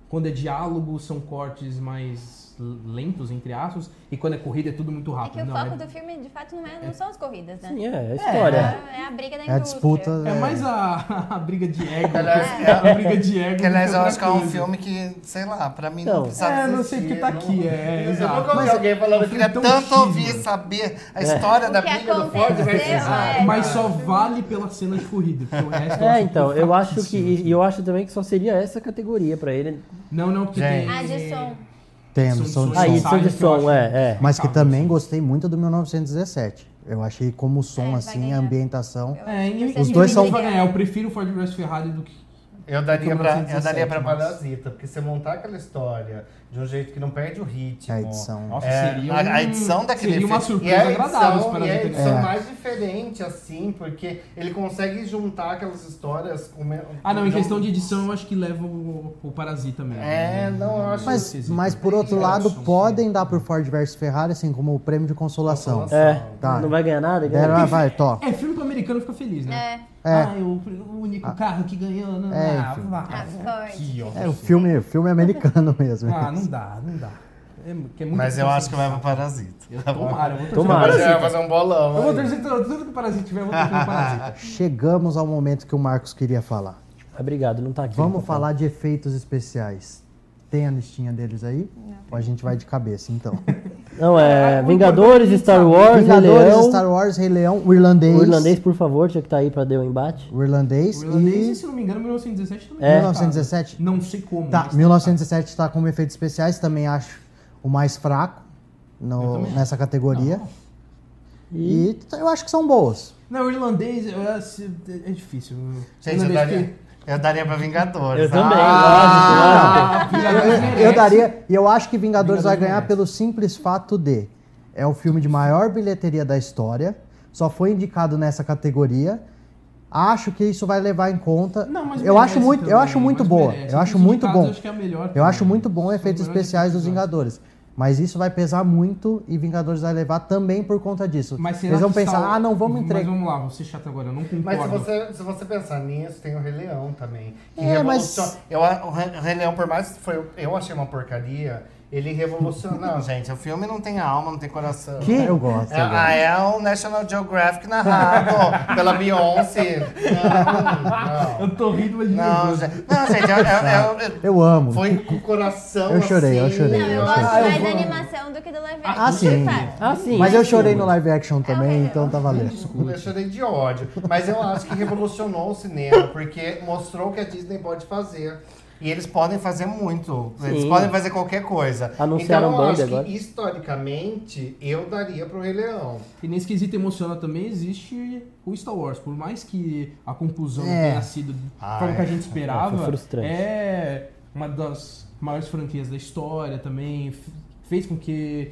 Speaker 6: quando é diálogo, são cortes mais lentos, entre aspas, e quando é corrida é tudo muito
Speaker 2: É
Speaker 1: Ah,
Speaker 6: rápido.
Speaker 2: que o
Speaker 6: não,
Speaker 2: foco
Speaker 6: é,
Speaker 2: do filme, de fato, não, é, não são as corridas, né?
Speaker 4: Sim, é, é história.
Speaker 2: É a briga da
Speaker 1: É a
Speaker 2: indústria.
Speaker 1: disputa.
Speaker 6: é mais a, a briga de ego.
Speaker 3: Aliás,
Speaker 6: é a briga de ego.
Speaker 3: Porque, aliás,
Speaker 6: do
Speaker 3: eu
Speaker 6: outra
Speaker 3: acho que é um
Speaker 6: coisa.
Speaker 3: filme que, sei lá, pra mim
Speaker 4: Então,
Speaker 3: não precisava
Speaker 6: é, não sei
Speaker 3: existir,
Speaker 6: porque tá aqui, é,
Speaker 3: Eu
Speaker 6: exato.
Speaker 3: nunca ouvi
Speaker 6: Mas
Speaker 3: alguém falando, eu
Speaker 6: é um filme
Speaker 3: queria
Speaker 6: tão né?
Speaker 3: tanto
Speaker 6: chique,
Speaker 3: ouvir,
Speaker 6: mano."
Speaker 3: saber a história da
Speaker 2: O que
Speaker 3: briga do Ford
Speaker 2: aconteceu,
Speaker 3: versus
Speaker 2: é.
Speaker 3: Ferrari.
Speaker 6: Mas só vale pela cena de corrida, porque o resto eu
Speaker 4: É,
Speaker 6: acho
Speaker 4: então,
Speaker 6: tudo
Speaker 4: eu acho que.
Speaker 6: fraquíssimo.
Speaker 4: E e eu acho também que só seria essa categoria pra ele.
Speaker 6: Não, não, porque
Speaker 3: Gente.
Speaker 6: tem.
Speaker 2: A Ah, de som.
Speaker 1: Tem a
Speaker 6: São
Speaker 1: noção de
Speaker 6: sonhos.
Speaker 1: som.
Speaker 4: Aí,
Speaker 1: Ah,
Speaker 4: edição de
Speaker 6: Ensaio que eu
Speaker 4: som,
Speaker 6: acho
Speaker 4: é, é.
Speaker 1: Mas que
Speaker 6: Tá,
Speaker 1: também
Speaker 6: sim.
Speaker 1: gostei muito do 1917. Eu achei como som,
Speaker 2: É, vai
Speaker 1: assim, a
Speaker 2: ganhar.
Speaker 1: ambientação.
Speaker 2: Eu
Speaker 6: É,
Speaker 2: acho que
Speaker 6: e-
Speaker 2: você
Speaker 1: Os dois são-
Speaker 2: tem que
Speaker 6: É,
Speaker 2: ganhar.
Speaker 6: eu prefiro o Ford vs Ferrari do que.
Speaker 3: Eu daria, pra, eu
Speaker 6: 1917,
Speaker 3: daria pra
Speaker 6: mas-
Speaker 3: Parasita, porque você montar aquela história de um jeito que não perde o ritmo.
Speaker 1: A edição.
Speaker 6: Nossa,
Speaker 3: É,
Speaker 6: seria
Speaker 3: a, a
Speaker 6: um-
Speaker 3: edição daquele
Speaker 6: seria uma
Speaker 3: filme-
Speaker 6: surpresa
Speaker 3: e é a edição-
Speaker 6: agradável para
Speaker 3: e
Speaker 6: a
Speaker 3: é a
Speaker 6: gente.
Speaker 3: edição
Speaker 1: É.
Speaker 3: mais diferente, assim, porque ele consegue juntar aquelas histórias com... me-
Speaker 6: Ah, não, em
Speaker 3: junto-
Speaker 6: questão de edição, eu acho que leva o, o Parasita mesmo.
Speaker 3: É, não, eu acho
Speaker 1: Mas,
Speaker 6: esquisito.
Speaker 1: mas por outro
Speaker 6: É,
Speaker 1: lado,
Speaker 6: são-
Speaker 1: podem dar pro Ford versus Ferrari, assim, como o prêmio de consolação.
Speaker 3: Consolação.
Speaker 4: É,
Speaker 1: Tá.
Speaker 4: não vai ganhar nada? ganha
Speaker 1: Deram, ah, vai, to.
Speaker 6: É, filme pro americano fica feliz, né?
Speaker 2: É,
Speaker 1: É.
Speaker 6: Ah, o, o único carro que ganhou. Não,
Speaker 1: É,
Speaker 6: ah,
Speaker 1: enfim.
Speaker 6: vá,
Speaker 2: a Ford.
Speaker 6: aqui, ó.
Speaker 1: É, o filme, o filme é americano mesmo.
Speaker 6: Ah, não dá, não dá. É, que é muito
Speaker 3: Mas eu acho que vai pro Parasita.
Speaker 6: Eu, tomara, eu vou
Speaker 4: Tomara.
Speaker 6: torcer pro
Speaker 3: Mas
Speaker 6: Parasita.
Speaker 3: vai fazer um bolão.
Speaker 6: Eu vou
Speaker 3: aí.
Speaker 6: torcer pra- tudo que o Parasita tiver, eu vou torcer pro Parasita.
Speaker 1: Chegamos ao momento que o Marcos queria falar.
Speaker 4: Obrigado, não tá aqui.
Speaker 1: Vamos
Speaker 4: Tá
Speaker 1: falar de efeitos especiais. Tem a listinha deles aí? Ou a gente vai de cabeça, então.
Speaker 4: falando. Não, é Vingadores, Star Wars, Rei
Speaker 1: Vingadores,
Speaker 4: Leão.
Speaker 1: Star Wars, Rei Leão, o irlandês.
Speaker 4: O irlandês, por favor, tinha que tá aí pra dar o embate.
Speaker 1: O irlandês
Speaker 6: O irlandês,
Speaker 1: e...
Speaker 6: se não me engano, 1917 também.
Speaker 4: É.
Speaker 6: tá.
Speaker 1: 1917?
Speaker 6: Não sei como.
Speaker 1: Tá,
Speaker 6: mas
Speaker 1: 1917 tá como efeitos especiais, também acho o mais fraco no-
Speaker 6: Eu também. Tá
Speaker 1: nessa categoria.
Speaker 4: E-
Speaker 1: E t- eu acho que são boas.
Speaker 6: Não, o irlandês é, se- é difícil.
Speaker 3: Gente, eu
Speaker 6: irlandês
Speaker 3: daria,
Speaker 6: que-
Speaker 3: eu daria pra Vingadores.
Speaker 1: Ah,
Speaker 3: tá? Ah!
Speaker 4: Eu também, lógico, lógico.
Speaker 6: Ah, Vingadores
Speaker 1: Eu, eu
Speaker 6: merece.
Speaker 1: daria, e eu acho que Vingadores,
Speaker 6: Vingadores
Speaker 1: vai ganhar
Speaker 6: merece.
Speaker 1: pelo simples fato de é o filme de maior bilheteria da história, só foi indicado nessa categoria. Acho que isso vai levar em conta.
Speaker 6: Não, mas
Speaker 1: eu
Speaker 6: merece
Speaker 1: acho muito, eu
Speaker 6: também,
Speaker 1: acho muito
Speaker 6: mas
Speaker 1: boa.
Speaker 6: merece.
Speaker 1: Eu acho
Speaker 6: Dos
Speaker 1: muito
Speaker 6: indicados,
Speaker 1: bom.
Speaker 6: acho que é a melhor
Speaker 1: Eu
Speaker 6: também.
Speaker 1: acho muito bom
Speaker 6: São
Speaker 1: efeitos
Speaker 6: melhores
Speaker 1: especiais dos
Speaker 6: efeitos
Speaker 1: Vingadores. Mas isso vai pesar muito e Vingadores vai levar também por conta disso.
Speaker 6: Mas
Speaker 1: Eles vão
Speaker 6: que
Speaker 1: pensar,
Speaker 6: está-
Speaker 1: ah, não, vamos
Speaker 6: Mas
Speaker 1: entregar.
Speaker 6: vamos lá, vou ser chato agora, eu não concordo.
Speaker 3: Mas se você, se você pensar nisso, tem o Rei Leão também. Que
Speaker 1: É, mas-
Speaker 3: revoluciona. Eu, a- o Re- Rei Leão, por mais que foi, eu achei uma porcaria, ele revolucionou. não, gente, o filme não tem alma, não tem coração.
Speaker 1: Que? Eu gosto.
Speaker 3: É, ah, é o National Geographic narrado pela Beyoncé. Não,
Speaker 6: Eu tô rindo, mas de
Speaker 3: não. Não,
Speaker 6: nervoso.
Speaker 3: gente, não, gente eu- eu- eu-
Speaker 1: Eu amo.
Speaker 3: foi com o coração
Speaker 1: Eu chorei, eu
Speaker 3: assim,
Speaker 1: chorei,
Speaker 2: Não, eu
Speaker 1: Ah, Eu
Speaker 2: gosto
Speaker 1: sei.
Speaker 2: mais da animação do que do live action.
Speaker 1: Ah, sim.
Speaker 2: sabe?
Speaker 4: Ah, sim.
Speaker 1: Mas eu chorei no live action também,
Speaker 2: Rei
Speaker 1: então tá valendo.
Speaker 3: Eu chorei de ódio. Mas eu acho que revolucionou o cinema, porque mostrou o que a Disney pode fazer. E eles podem fazer muito. Eles
Speaker 4: Sim.
Speaker 3: podem fazer qualquer coisa.
Speaker 4: Anunciaram
Speaker 3: então, eu
Speaker 4: Bambi
Speaker 3: acho
Speaker 4: agora.
Speaker 3: que historicamente eu daria pro Rei Leão.
Speaker 6: E nesse quesito emocional também existe o Star Wars. Por mais que a conclusão
Speaker 1: É.
Speaker 6: tenha sido
Speaker 3: Ah,
Speaker 6: como que a
Speaker 3: é.
Speaker 6: gente esperava,
Speaker 4: Foi frustrante.
Speaker 6: é uma das maiores franquias da história também. F- Fez com que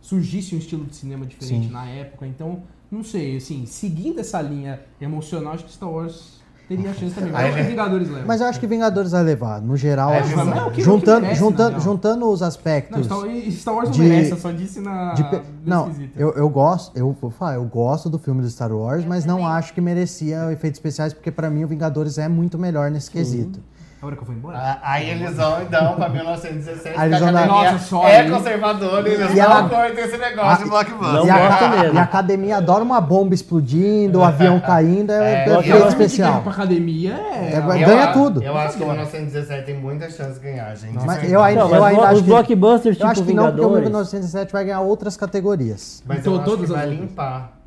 Speaker 6: surgisse um estilo de cinema diferente
Speaker 1: Sim.
Speaker 6: na época. Então, não sei, assim, seguindo essa linha emocional, acho que Star Wars teria a chance também. Mas
Speaker 3: Aí
Speaker 6: acho que
Speaker 3: vem-
Speaker 6: Vingadores leva.
Speaker 1: Mas eu acho que Vingadores vai levar, no geral.
Speaker 3: É,
Speaker 1: acho que
Speaker 3: mas
Speaker 1: vai.
Speaker 3: é o que- o
Speaker 6: que
Speaker 1: juntando,
Speaker 6: merece, na
Speaker 1: juntando,
Speaker 6: real.
Speaker 1: juntando os
Speaker 6: não, então, ah,
Speaker 1: aspectos.
Speaker 6: Star, e Star Wars não
Speaker 1: de-
Speaker 6: merece, eu só disse na.
Speaker 1: de pe-
Speaker 6: no
Speaker 1: não,
Speaker 6: esquisito.
Speaker 1: eu, eu gosto, eu vou falar, eu gosto do filme do Star Wars,
Speaker 2: Eu
Speaker 1: mas não
Speaker 2: também.
Speaker 1: acho que merecia efeitos especiais, porque pra mim o Vingadores é muito melhor nesse quesito.
Speaker 6: A hora que eu vou embora?
Speaker 3: Ah, Aí eles vão, então, pra 1917,
Speaker 1: Aí eles
Speaker 3: que a
Speaker 1: vão dar-
Speaker 3: academia
Speaker 6: Nossa, só
Speaker 3: é
Speaker 6: aí.
Speaker 3: conservadora e eles
Speaker 1: E ela-
Speaker 3: não cortam esse negócio de blockbuster.
Speaker 4: Não
Speaker 1: e, a,
Speaker 4: gosto
Speaker 1: ca-
Speaker 4: mesmo.
Speaker 1: e a academia adora uma bomba explodindo, o avião caindo, é, é
Speaker 3: É, eu
Speaker 1: efeito
Speaker 6: Filme de guerra
Speaker 1: especial.
Speaker 6: Pra academia é.
Speaker 1: É,
Speaker 3: Eu
Speaker 1: ganha
Speaker 3: a-
Speaker 1: tudo.
Speaker 3: Eu acho que o 1917 tem muita chance de ganhar, gente. de
Speaker 1: Mas
Speaker 3: verdade.
Speaker 1: eu ainda-
Speaker 4: Não, mas
Speaker 1: eu ainda
Speaker 4: os
Speaker 1: acho que-
Speaker 4: blockbusters
Speaker 1: Eu
Speaker 4: tipo
Speaker 1: acho que não, porque o
Speaker 4: Vingadores.
Speaker 1: 1917 vai ganhar outras categorias.
Speaker 3: Mas
Speaker 6: Então,
Speaker 3: eu acho que
Speaker 6: todas as
Speaker 3: vai
Speaker 6: outras.
Speaker 3: limpar.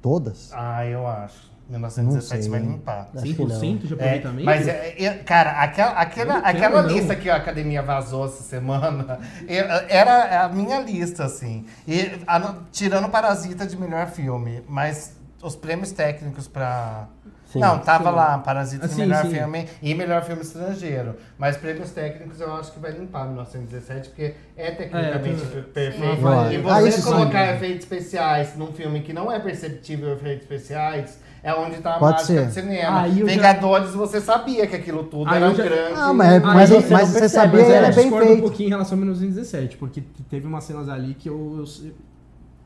Speaker 1: Todas?
Speaker 3: Ah, eu acho.
Speaker 1: Não
Speaker 3: 1917
Speaker 1: sei.
Speaker 3: vai limpar.
Speaker 4: Acho que não.
Speaker 6: 100% de
Speaker 3: É,
Speaker 6: aproveitamento?
Speaker 3: mas, é, é, cara, aquela, aquela,
Speaker 6: Eu não quero,
Speaker 3: aquela
Speaker 6: não.
Speaker 3: lista que a academia vazou essa semana era- era a minha lista, assim. E, a no- tirando Parasita de melhor filme, mas os prêmios técnicos pra.
Speaker 4: Sim.
Speaker 3: não, tava
Speaker 6: Sim.
Speaker 3: lá, Parasita
Speaker 6: Ah,
Speaker 3: de
Speaker 6: sim,
Speaker 3: melhor
Speaker 6: sim.
Speaker 3: filme e melhor filme estrangeiro. Mas prêmios técnicos eu acho que vai limpar 1917, porque é tecnicamente
Speaker 6: É, eu
Speaker 3: perfeito.
Speaker 1: Sim. Ah,
Speaker 3: E
Speaker 1: isso
Speaker 3: você
Speaker 1: sim.
Speaker 3: colocar efeitos especiais num filme que não é perceptível efeitos especiais. É onde tá a
Speaker 1: Pode
Speaker 3: mágica
Speaker 1: ser.
Speaker 3: do cinema.
Speaker 6: Aí eu já-
Speaker 3: Vingadores, você sabia que aquilo tudo
Speaker 6: Aí
Speaker 3: era
Speaker 6: eu já-
Speaker 3: grande.
Speaker 1: Ah, mas,
Speaker 6: Ah,
Speaker 1: mas,
Speaker 6: aí
Speaker 1: mas
Speaker 6: você
Speaker 1: você,
Speaker 4: não percebe,
Speaker 1: sabia
Speaker 4: mas
Speaker 1: que
Speaker 4: é,
Speaker 1: ele é
Speaker 6: eu
Speaker 1: bem
Speaker 6: discordo um
Speaker 1: feito.
Speaker 6: pouquinho em relação ao 1917, porque t- teve umas cenas ali que eu, eu-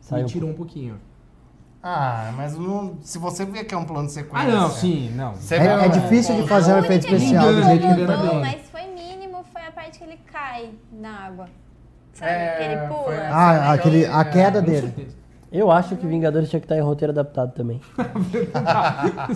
Speaker 4: Saiu
Speaker 6: me
Speaker 4: um
Speaker 6: tirou um pouquinho.
Speaker 3: Ah, mas não- se você vê que é um plano de sequência.
Speaker 6: Ah, não, sim, não.
Speaker 3: Você
Speaker 1: É-
Speaker 3: vê
Speaker 1: é
Speaker 3: um-
Speaker 1: difícil de fazer um
Speaker 2: A
Speaker 1: efeito
Speaker 2: única que
Speaker 1: especial do
Speaker 2: me
Speaker 6: jeito que ele era
Speaker 2: incomodou,
Speaker 6: bem.
Speaker 2: Mas foi mínimo, foi a parte que ele cai na água. Sabe?
Speaker 3: É,
Speaker 2: que ele pula.
Speaker 3: foi essa,
Speaker 1: Ah,
Speaker 6: é
Speaker 3: né, que
Speaker 1: aquele-
Speaker 3: eu-
Speaker 1: a queda
Speaker 6: Com
Speaker 1: dele.
Speaker 6: certeza.
Speaker 4: Eu acho que Vingadores tinha que estar em roteiro adaptado também.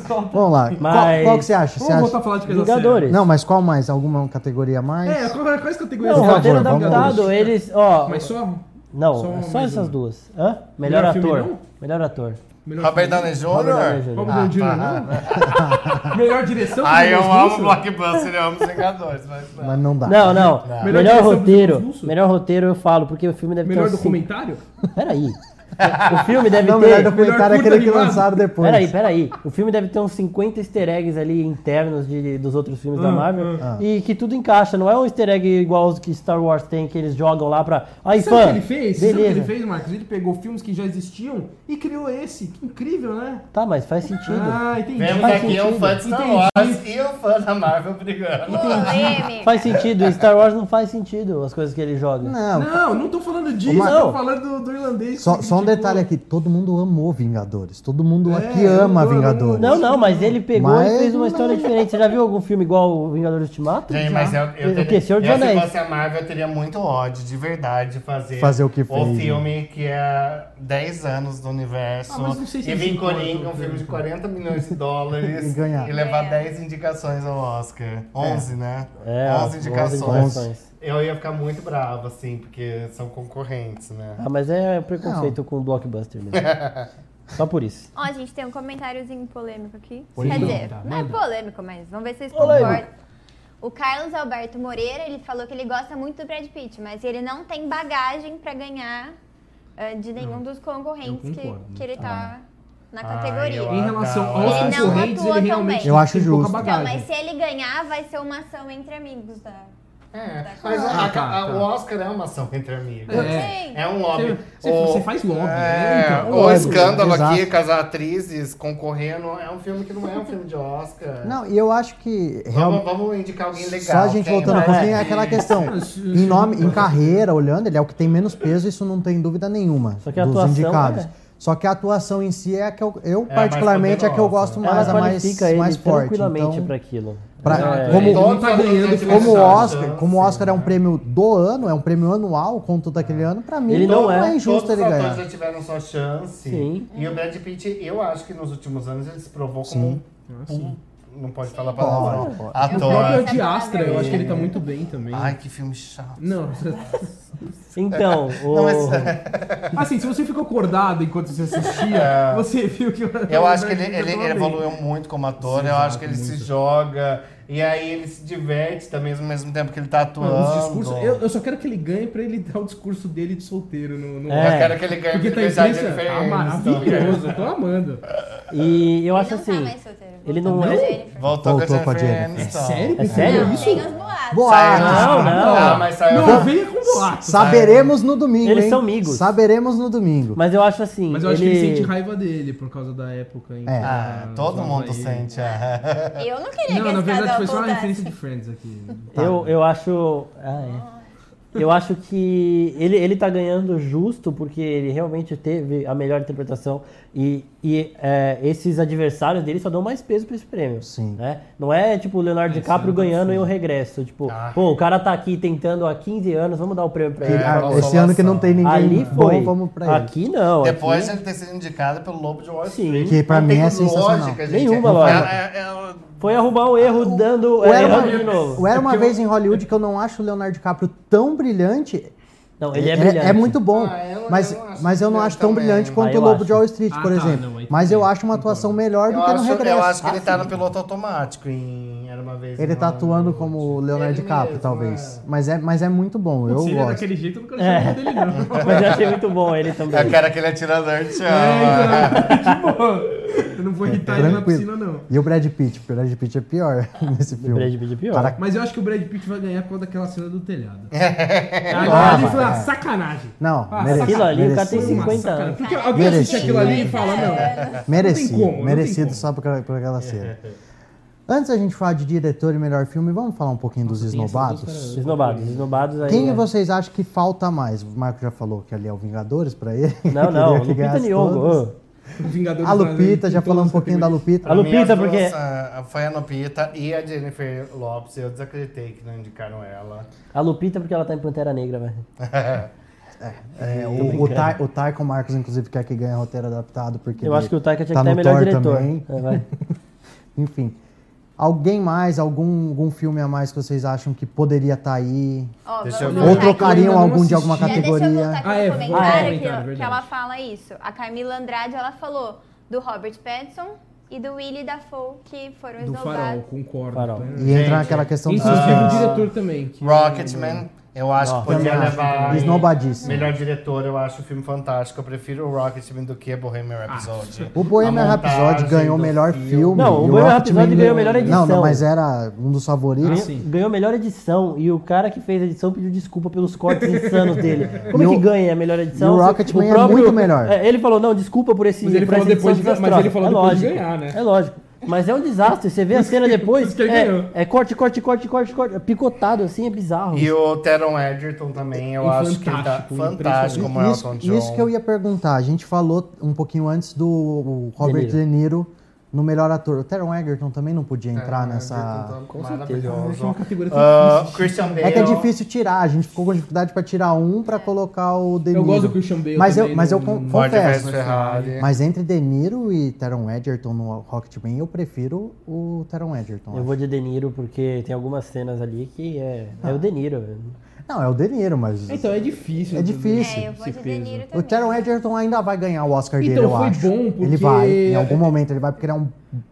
Speaker 6: Só-
Speaker 1: Vamos lá. Qual,
Speaker 4: Mas-
Speaker 1: qual que você acha? Você
Speaker 6: Vamos
Speaker 1: acha?
Speaker 6: voltar a falar
Speaker 4: assim,
Speaker 6: de coisa
Speaker 4: Vingadores.
Speaker 1: Não, mas qual mais? Alguma categoria a mais?
Speaker 6: séria. É, qual- quais categorias?
Speaker 4: Não,
Speaker 1: Por
Speaker 4: roteiro
Speaker 1: favor, vamos-
Speaker 4: adaptado, eles, ó,
Speaker 6: Mas só
Speaker 4: não, é
Speaker 6: só
Speaker 4: só,
Speaker 6: mais
Speaker 4: essas
Speaker 6: uma.
Speaker 4: duas. Hã? Melhor,
Speaker 6: Melhor filme,
Speaker 4: ator.
Speaker 6: não?
Speaker 4: Melhor ator.
Speaker 6: melhor
Speaker 3: Robert
Speaker 6: filme.
Speaker 3: Downey
Speaker 4: Robert Downey Jr.
Speaker 3: Jr.
Speaker 6: Robert Downey Jr.,
Speaker 1: Ah,
Speaker 6: não? Melhor direção?
Speaker 3: Ah, eu
Speaker 6: Douglas
Speaker 3: amo
Speaker 6: Russo?
Speaker 3: Blockbuster, eu amo Vingadores, mas não.
Speaker 1: Mas não dá.
Speaker 4: Não, não.
Speaker 3: Não.
Speaker 4: Melhor
Speaker 6: Melhor direção do
Speaker 4: roteiro.
Speaker 6: Russo?
Speaker 4: Melhor roteiro eu falo, porque o filme deve ter
Speaker 6: Melhor
Speaker 4: uns cinco-
Speaker 6: documentário?
Speaker 4: Peraí. O filme deve
Speaker 1: Não, o melhor
Speaker 4: ter.
Speaker 1: documentário é
Speaker 6: curta
Speaker 1: aquele que
Speaker 6: animado.
Speaker 1: lançaram depois.
Speaker 4: Peraí, peraí. O filme deve ter uns 50 easter eggs ali internos de, dos outros filmes
Speaker 6: Hum,
Speaker 4: da Marvel.
Speaker 1: Ah.
Speaker 4: E que tudo encaixa. Não é um easter egg igual os que Star Wars tem, que eles jogam lá pra. Aí,
Speaker 6: Sabe
Speaker 4: fã,
Speaker 6: o que ele fez? Sabe o que
Speaker 4: Beleza.
Speaker 6: ele fez, Marcos? Ele pegou filmes que já existiam e criou esse. Que incrível, né?
Speaker 4: Tá, mas faz sentido.
Speaker 6: Ah, entendi.
Speaker 3: Vemos
Speaker 4: Faz
Speaker 3: aqui um fã de Star
Speaker 6: Entendi.
Speaker 3: Wars e um fã da Marvel brigando.
Speaker 2: Polêmica.
Speaker 4: Faz sentido. E Star Wars não faz sentido as coisas que ele joga.
Speaker 1: Não,
Speaker 6: Não, não tô falando disso,
Speaker 1: Uma-
Speaker 6: eu tô falando do, do irlandês.
Speaker 1: só,
Speaker 6: que tipo,
Speaker 1: só um
Speaker 6: criticou.
Speaker 1: detalhe aqui. Todo mundo amou Vingadores. Todo mundo
Speaker 6: É,
Speaker 1: aqui ama
Speaker 6: eu amo.
Speaker 1: Vingadores.
Speaker 4: Não, não, mas ele pegou
Speaker 1: Mas
Speaker 4: e fez uma
Speaker 1: não.
Speaker 4: história diferente. Você já viu algum filme igual o Vingadores Ultimato?
Speaker 3: Gente, mas é eu, eu
Speaker 4: O quê? Senhor dos
Speaker 3: eu, se
Speaker 4: Anéis.
Speaker 3: fosse a Marvel, eu teria muito ódio, de verdade, de fazer,
Speaker 1: Fazer o que fez, né?
Speaker 3: filme que é 10 anos do universo.
Speaker 6: Ah, mas não sei se
Speaker 3: e
Speaker 6: eles
Speaker 3: vir
Speaker 6: importam,
Speaker 3: Coringa, um
Speaker 6: né?
Speaker 3: filme de 40 milhões de dólares
Speaker 1: E ganhar.
Speaker 3: levar
Speaker 2: É.
Speaker 3: 10 indicações ao Oscar. 11, né?
Speaker 4: É,
Speaker 3: 11 indicações.
Speaker 4: indicações.
Speaker 3: Eu ia ficar muito bravo, assim, porque são concorrentes, né?
Speaker 4: Ah, mas é preconceito com o blockbuster mesmo. Só por isso.
Speaker 2: Ó, gente, tem um comentáriozinho polêmico aqui. Quer
Speaker 6: Polêmico.
Speaker 2: dizer,
Speaker 6: Tá,
Speaker 2: não é
Speaker 6: manda.
Speaker 2: polêmico, mas vamos ver se vocês
Speaker 4: Polêmico.
Speaker 2: concordam. O Carlos Alberto Moreira, ele falou que ele gosta muito do Brad Pitt, mas ele não tem bagagem pra ganhar ah, de nenhum dos concorrentes
Speaker 6: eu
Speaker 2: que,
Speaker 6: concordo.
Speaker 2: que ele tá na
Speaker 3: Ah,
Speaker 2: categoria.
Speaker 3: eu
Speaker 6: Em relação
Speaker 3: Ah,
Speaker 6: aos
Speaker 3: ele não
Speaker 6: concorrentes,
Speaker 2: atua
Speaker 6: ele
Speaker 2: tão
Speaker 6: realmente
Speaker 2: bem.
Speaker 1: Eu acho
Speaker 6: tem pouca
Speaker 1: justo.
Speaker 2: Então,
Speaker 6: bagagem.
Speaker 2: mas se ele ganhar, vai ser uma ação entre amigos da...
Speaker 3: É.
Speaker 2: Tá.
Speaker 3: Mas a-
Speaker 6: Ah, tá,
Speaker 3: a- a-
Speaker 6: tá.
Speaker 3: o Oscar é uma ação entre amigos.
Speaker 6: É.
Speaker 2: Gente,
Speaker 3: É um lobby.
Speaker 6: Você-
Speaker 3: O-
Speaker 6: você faz lobby, né?
Speaker 3: É,
Speaker 6: Então,
Speaker 3: o
Speaker 6: lobby.
Speaker 3: escândalo aqui
Speaker 1: Exato.
Speaker 3: com as atrizes concorrendo é um filme que não é um filme de Oscar.
Speaker 1: Não, e eu acho que realmente.
Speaker 3: Vamos, vamos indicar alguém legal.
Speaker 1: Só a gente
Speaker 3: quem?
Speaker 1: voltando um
Speaker 4: né?
Speaker 1: pouquinho, é aquela questão.
Speaker 6: Isso, isso
Speaker 1: Em nome, em
Speaker 6: importa.
Speaker 1: carreira, olhando, ele é o que tem menos peso, isso não tem dúvida nenhuma.
Speaker 4: Só que a
Speaker 1: dos
Speaker 4: atuação,
Speaker 1: indicados.
Speaker 4: né?
Speaker 1: Só que a atuação em si é a que eu, eu
Speaker 3: É a mais
Speaker 1: particularmente, é a que eu
Speaker 3: poderosa,
Speaker 1: gosto
Speaker 3: né?
Speaker 1: mais,
Speaker 4: Ela
Speaker 1: a mais,
Speaker 4: qualifica ele
Speaker 1: mais forte.
Speaker 4: tranquilamente
Speaker 1: Então,
Speaker 4: pra aquilo.
Speaker 1: pra-
Speaker 4: É.
Speaker 1: como-
Speaker 6: Ele não
Speaker 3: Todos
Speaker 6: tá
Speaker 3: os
Speaker 6: ganhando
Speaker 3: atores
Speaker 1: como o
Speaker 3: Oscar,
Speaker 1: Oscar, como o Oscar é um prêmio do ano, é um prêmio anual, conto daquele ano, pra mim
Speaker 4: Ele
Speaker 1: então
Speaker 4: não é.
Speaker 1: injusto
Speaker 3: Todos os
Speaker 1: ele
Speaker 3: atores já
Speaker 1: ganhar.
Speaker 3: tiveram sua chance.
Speaker 4: Sim.
Speaker 3: E o Brad Pitt, eu acho que nos últimos anos ele se provou como
Speaker 6: Ah,
Speaker 3: um. Não pode falar
Speaker 1: Pode,
Speaker 3: palavrão.
Speaker 1: pode.
Speaker 6: O próprio
Speaker 3: Ator.
Speaker 6: de Astra, eu acho que ele tá muito bem também.
Speaker 3: é Ai, que filme chato.
Speaker 6: Não,
Speaker 4: Então, o...
Speaker 3: Não, mas-
Speaker 1: é.
Speaker 6: assim, se você ficou acordado enquanto você assistia, você viu que...
Speaker 3: É. Eu acho que ele, ele
Speaker 6: tava bem.
Speaker 3: evoluiu muito como ator, eu acho que ele se joga e aí ele se diverte também ao mesmo tempo que ele tá atuando.
Speaker 6: Mano, os discursos- eu, eu só quero que ele ganhe pra ele dar o discurso dele de solteiro no... no...
Speaker 4: É.
Speaker 3: Eu quero que ele ganhe
Speaker 6: Porque tá em
Speaker 3: liberdade
Speaker 6: imprensa,
Speaker 3: diferente,
Speaker 6: tá
Speaker 3: então.
Speaker 6: maravilhoso, eu tô amando.
Speaker 4: e eu
Speaker 2: ele
Speaker 4: acho
Speaker 2: não tá
Speaker 4: assim...
Speaker 2: mais solteiro.
Speaker 4: ele
Speaker 2: voltou
Speaker 4: não
Speaker 2: pra
Speaker 4: é-
Speaker 2: Jennifer.
Speaker 3: Voltou,
Speaker 1: Voltou
Speaker 3: com então. a Jennifer
Speaker 1: É
Speaker 3: Aniston.
Speaker 6: sério?
Speaker 4: É sério?
Speaker 2: Não,
Speaker 4: isso?
Speaker 2: tem os boatos.
Speaker 1: Boa!
Speaker 3: Saiu
Speaker 4: Não,
Speaker 3: na-
Speaker 4: não.
Speaker 6: tá,
Speaker 3: Ah, mas saiu
Speaker 6: Não,
Speaker 3: na-
Speaker 6: venha com boato.
Speaker 1: Saberemos no domingo,
Speaker 4: Eles
Speaker 1: hein?
Speaker 4: são amigos.
Speaker 1: Saberemos no domingo.
Speaker 4: Mas eu acho assim...
Speaker 6: Mas eu acho que ele sente raiva dele por causa da época. em que
Speaker 1: É.
Speaker 6: a-
Speaker 3: Ah, todo
Speaker 6: usava
Speaker 3: mundo
Speaker 6: ele.
Speaker 3: sente. ah.
Speaker 2: Eu não queria
Speaker 6: Não, na
Speaker 2: é que esse
Speaker 6: verdade
Speaker 2: casal
Speaker 6: foi só uma
Speaker 2: voltasse.
Speaker 6: referência de Friends aqui.
Speaker 1: Tá.
Speaker 6: Tá,
Speaker 4: Eu, eu acho.
Speaker 2: Oh.
Speaker 4: Ah, é. Eu acho que ele, ele tá ganhando justo porque ele realmente teve a melhor interpretação e, e é, esses adversários dele só dão mais peso pra esse prêmio.
Speaker 1: Sim.
Speaker 4: né? Não é tipo o Leonardo DiCaprio ganhando e eu regresso. Tipo,
Speaker 3: Ah.
Speaker 4: pô, o cara tá aqui tentando há 15 anos, vamos dar o prêmio pra
Speaker 1: Que-
Speaker 4: ele.
Speaker 3: É,
Speaker 1: ah, esse
Speaker 3: consolação.
Speaker 1: ano que não tem ninguém
Speaker 4: Ali
Speaker 1: bom,
Speaker 4: foi.
Speaker 1: vamos pra ele.
Speaker 4: aqui não.
Speaker 3: Depois é de
Speaker 4: aqui
Speaker 3: ele ter sido indicado pelo Lobo de Wall
Speaker 4: Sim.
Speaker 3: Street.
Speaker 1: Que pra
Speaker 3: não
Speaker 1: mim
Speaker 3: tem
Speaker 1: é sensacional.
Speaker 3: Lógica, gente.
Speaker 4: Nenhuma
Speaker 3: É-
Speaker 4: lógica.
Speaker 3: é- é-
Speaker 4: Foi arrumar um erro dando.
Speaker 1: O Era
Speaker 4: errando de novo.
Speaker 1: uma, o Era Uma Vez em Hollywood, que eu não acho o Leonardo DiCaprio tão brilhante.
Speaker 4: Não, ele é, brilhante.
Speaker 1: muito bom,
Speaker 3: Ah, eu-
Speaker 1: mas,
Speaker 3: eu acho
Speaker 1: mas eu não
Speaker 3: que
Speaker 1: acho tão
Speaker 3: também.
Speaker 1: brilhante
Speaker 4: Ah,
Speaker 1: quanto
Speaker 4: eu
Speaker 1: o Lobo
Speaker 4: acho.
Speaker 1: de Wall Street,
Speaker 6: Ah,
Speaker 1: por
Speaker 6: tá,
Speaker 1: exemplo.
Speaker 6: não, aí tudo
Speaker 1: mas eu
Speaker 6: bem,
Speaker 1: acho uma atuação
Speaker 6: concordo.
Speaker 1: melhor do
Speaker 3: Eu
Speaker 1: que no
Speaker 3: acho,
Speaker 1: Regresso.
Speaker 3: eu acho que ele tá no piloto automático em Era Uma Vez.
Speaker 1: Ah, Ele
Speaker 3: em
Speaker 1: tá atuando
Speaker 3: Hollywood.
Speaker 1: como o Leonardo
Speaker 3: Ele
Speaker 1: DiCaprio,
Speaker 3: mesmo,
Speaker 1: talvez.
Speaker 3: é.
Speaker 1: Mas, é, mas é muito bom, eu
Speaker 6: Se ele é
Speaker 1: gosto. É.
Speaker 6: daquele jeito, eu não quero chamar dele, não.
Speaker 4: Mas eu achei muito bom ele também.
Speaker 3: É o cara que ele atirador de chama.
Speaker 6: É, então, de boa. Eu não vou irritar ele tá na
Speaker 1: Tranquilo.
Speaker 6: piscina, não.
Speaker 1: E o Brad Pitt? O Brad Pitt é pior nesse filme.
Speaker 4: Brad Pitt é pior.
Speaker 1: Para-
Speaker 6: Mas eu acho que o Brad Pitt vai ganhar por causa daquela cena do telhado.
Speaker 1: É.
Speaker 6: Ah, ele foi uma sacanagem.
Speaker 1: Não,
Speaker 6: Ah,
Speaker 1: merece,
Speaker 4: aquilo ali, o cara tem
Speaker 6: Foi uma
Speaker 4: 50
Speaker 6: sacanagem.
Speaker 4: anos.
Speaker 6: Porque alguém
Speaker 1: Merecido.
Speaker 6: assiste aquilo ali e fala, não.
Speaker 1: merecido,
Speaker 6: Não tem como, não
Speaker 1: merecido
Speaker 6: tem como.
Speaker 1: só por, aquela- por aquela cena. Antes da gente falar de diretor e melhor filme, vamos falar um pouquinho dos
Speaker 6: tem essa
Speaker 1: esnobados?
Speaker 6: música-
Speaker 4: Esnobados, esnobados aí.
Speaker 1: Quem
Speaker 4: é-
Speaker 1: vocês acham que falta mais? O Marco já falou que ali é o Vingadores pra ele.
Speaker 4: Não,
Speaker 1: Queria
Speaker 4: não,
Speaker 1: que
Speaker 4: Lupita
Speaker 1: ganhasse todos.
Speaker 4: Nyong'o.
Speaker 6: O Vingador
Speaker 1: A Lupita, já falou um pouquinho da Lupita.
Speaker 4: A
Speaker 3: Pra mim,
Speaker 4: Lupita,
Speaker 3: as duas,
Speaker 4: porque-
Speaker 3: ah, Foi a Lupita e a Jennifer Lopes. Eu desacreditei que não indicaram ela.
Speaker 4: A Lupita porque ela tá em Pantera Negra, velho.
Speaker 1: É, o, o, Ty, o Taiko Marcos, inclusive, quer que ganhe roteiro adaptado, porque.
Speaker 4: Eu
Speaker 1: ele
Speaker 4: acho que o Taika tinha
Speaker 1: tá
Speaker 4: que
Speaker 1: no
Speaker 4: estar melhor
Speaker 1: Thor
Speaker 4: diretor.
Speaker 1: também.
Speaker 4: É, vai.
Speaker 1: Enfim. Alguém mais, algum, algum filme a mais que vocês acham que poderia estar aí?
Speaker 2: Ó,
Speaker 3: Deixa
Speaker 2: vamos voltar
Speaker 3: eu ver.
Speaker 1: Ou
Speaker 2: aqui.
Speaker 6: ainda
Speaker 1: trocariam
Speaker 6: não
Speaker 1: algum de alguma
Speaker 6: assisti.
Speaker 2: É, deixa eu voltar
Speaker 1: categoria?
Speaker 2: aqui
Speaker 6: Ah, é,
Speaker 2: no
Speaker 6: vou-
Speaker 2: comentário,
Speaker 6: ah,
Speaker 2: que,
Speaker 6: comentário,
Speaker 2: que
Speaker 6: verdade.
Speaker 2: ela fala isso. A Camila Andrade, ela falou do Robert Pattinson e do Willy Dafoe, que foram
Speaker 6: Do
Speaker 2: esnobados.
Speaker 6: Farol, concordo.
Speaker 4: Farol.
Speaker 6: né?
Speaker 1: E entrar
Speaker 3: Gente,
Speaker 1: naquela questão
Speaker 6: Inclusive o diretor também. que-
Speaker 3: Rocketman Eu acho
Speaker 4: Nossa,
Speaker 3: que podia
Speaker 1: também acho,
Speaker 3: levar.
Speaker 1: também. Esnobadíssimo.
Speaker 3: Melhor diretor, eu acho o filme fantástico. Eu prefiro o Rocketman do que a Bohemian Rhapsody.
Speaker 1: O Bohemian
Speaker 3: A
Speaker 1: Rhapsody
Speaker 3: montagem
Speaker 1: ganhou o
Speaker 3: do
Speaker 1: melhor filme.
Speaker 4: Não, o
Speaker 1: e
Speaker 4: Bohemian
Speaker 1: Rocketman
Speaker 4: Rhapsody ganhou a melhor
Speaker 1: Não, não,
Speaker 4: edição.
Speaker 1: mas era um dos favoritos.
Speaker 6: Ah, sim.
Speaker 4: Ganhou a melhor edição e o cara que fez a edição pediu desculpa pelos cortes insanos dele. Como
Speaker 1: E
Speaker 4: é que
Speaker 1: o-
Speaker 4: ganha a melhor edição?
Speaker 1: e o
Speaker 4: se
Speaker 1: Rocketman é muito melhor.
Speaker 4: É, ele falou, não, desculpa por esse
Speaker 6: Mas ele
Speaker 4: por
Speaker 6: falou
Speaker 4: essa
Speaker 6: depois
Speaker 4: edição
Speaker 6: de- mas ele falou
Speaker 4: desastrosa. é
Speaker 6: depois de
Speaker 4: lógico,
Speaker 6: ganhar, né?
Speaker 4: É lógico. Mas é um desastre. Você vê a cena
Speaker 6: por
Speaker 4: depois,
Speaker 6: isso que ele ganhou.
Speaker 4: é, é corte, corte, corte, corte, corte. É picotado assim, é bizarro.
Speaker 3: E o Teron Edgerton também, eu
Speaker 6: E
Speaker 3: acho que tá
Speaker 6: fantástico,
Speaker 3: fantástico como é Elton
Speaker 1: isso,
Speaker 3: John.
Speaker 1: isso que eu ia perguntar. A gente falou um pouquinho antes do o Robert
Speaker 4: De
Speaker 1: De Niro no melhor ator. O Teron Egerton também não podia entrar nessa.
Speaker 3: Com maravilhoso.
Speaker 6: uma categoria tão
Speaker 3: Ah, Christian Bale.
Speaker 1: É que é difícil tirar, a gente ficou com dificuldade pra tirar um pra colocar o De Niro.
Speaker 6: Eu gosto do Christian Bale
Speaker 1: Mas eu,
Speaker 6: também
Speaker 1: mas eu
Speaker 6: no-
Speaker 1: con-
Speaker 6: no-
Speaker 3: Ford versus
Speaker 1: confesso.
Speaker 3: Ferrari.
Speaker 1: Mas entre De Niro e Teron Edgerton no Rocketman, eu prefiro o Teron Edgerton.
Speaker 4: Eu vou de De Niro porque tem algumas cenas ali que é, é
Speaker 1: Ah.
Speaker 4: o De Niro.
Speaker 1: Não, é o De Niro, mas
Speaker 6: Então é difícil.
Speaker 1: é
Speaker 6: né, também.
Speaker 1: difícil.
Speaker 2: É, eu vou de
Speaker 6: esse
Speaker 2: De
Speaker 6: peso.
Speaker 2: Niro também.
Speaker 1: O Teron Edgerton ainda vai ganhar o Oscar dele,
Speaker 6: Então,
Speaker 1: eu
Speaker 6: foi
Speaker 1: acho.
Speaker 6: bom,
Speaker 1: Ele
Speaker 6: porque-
Speaker 1: vai, em algum momento ele vai, porque ele é um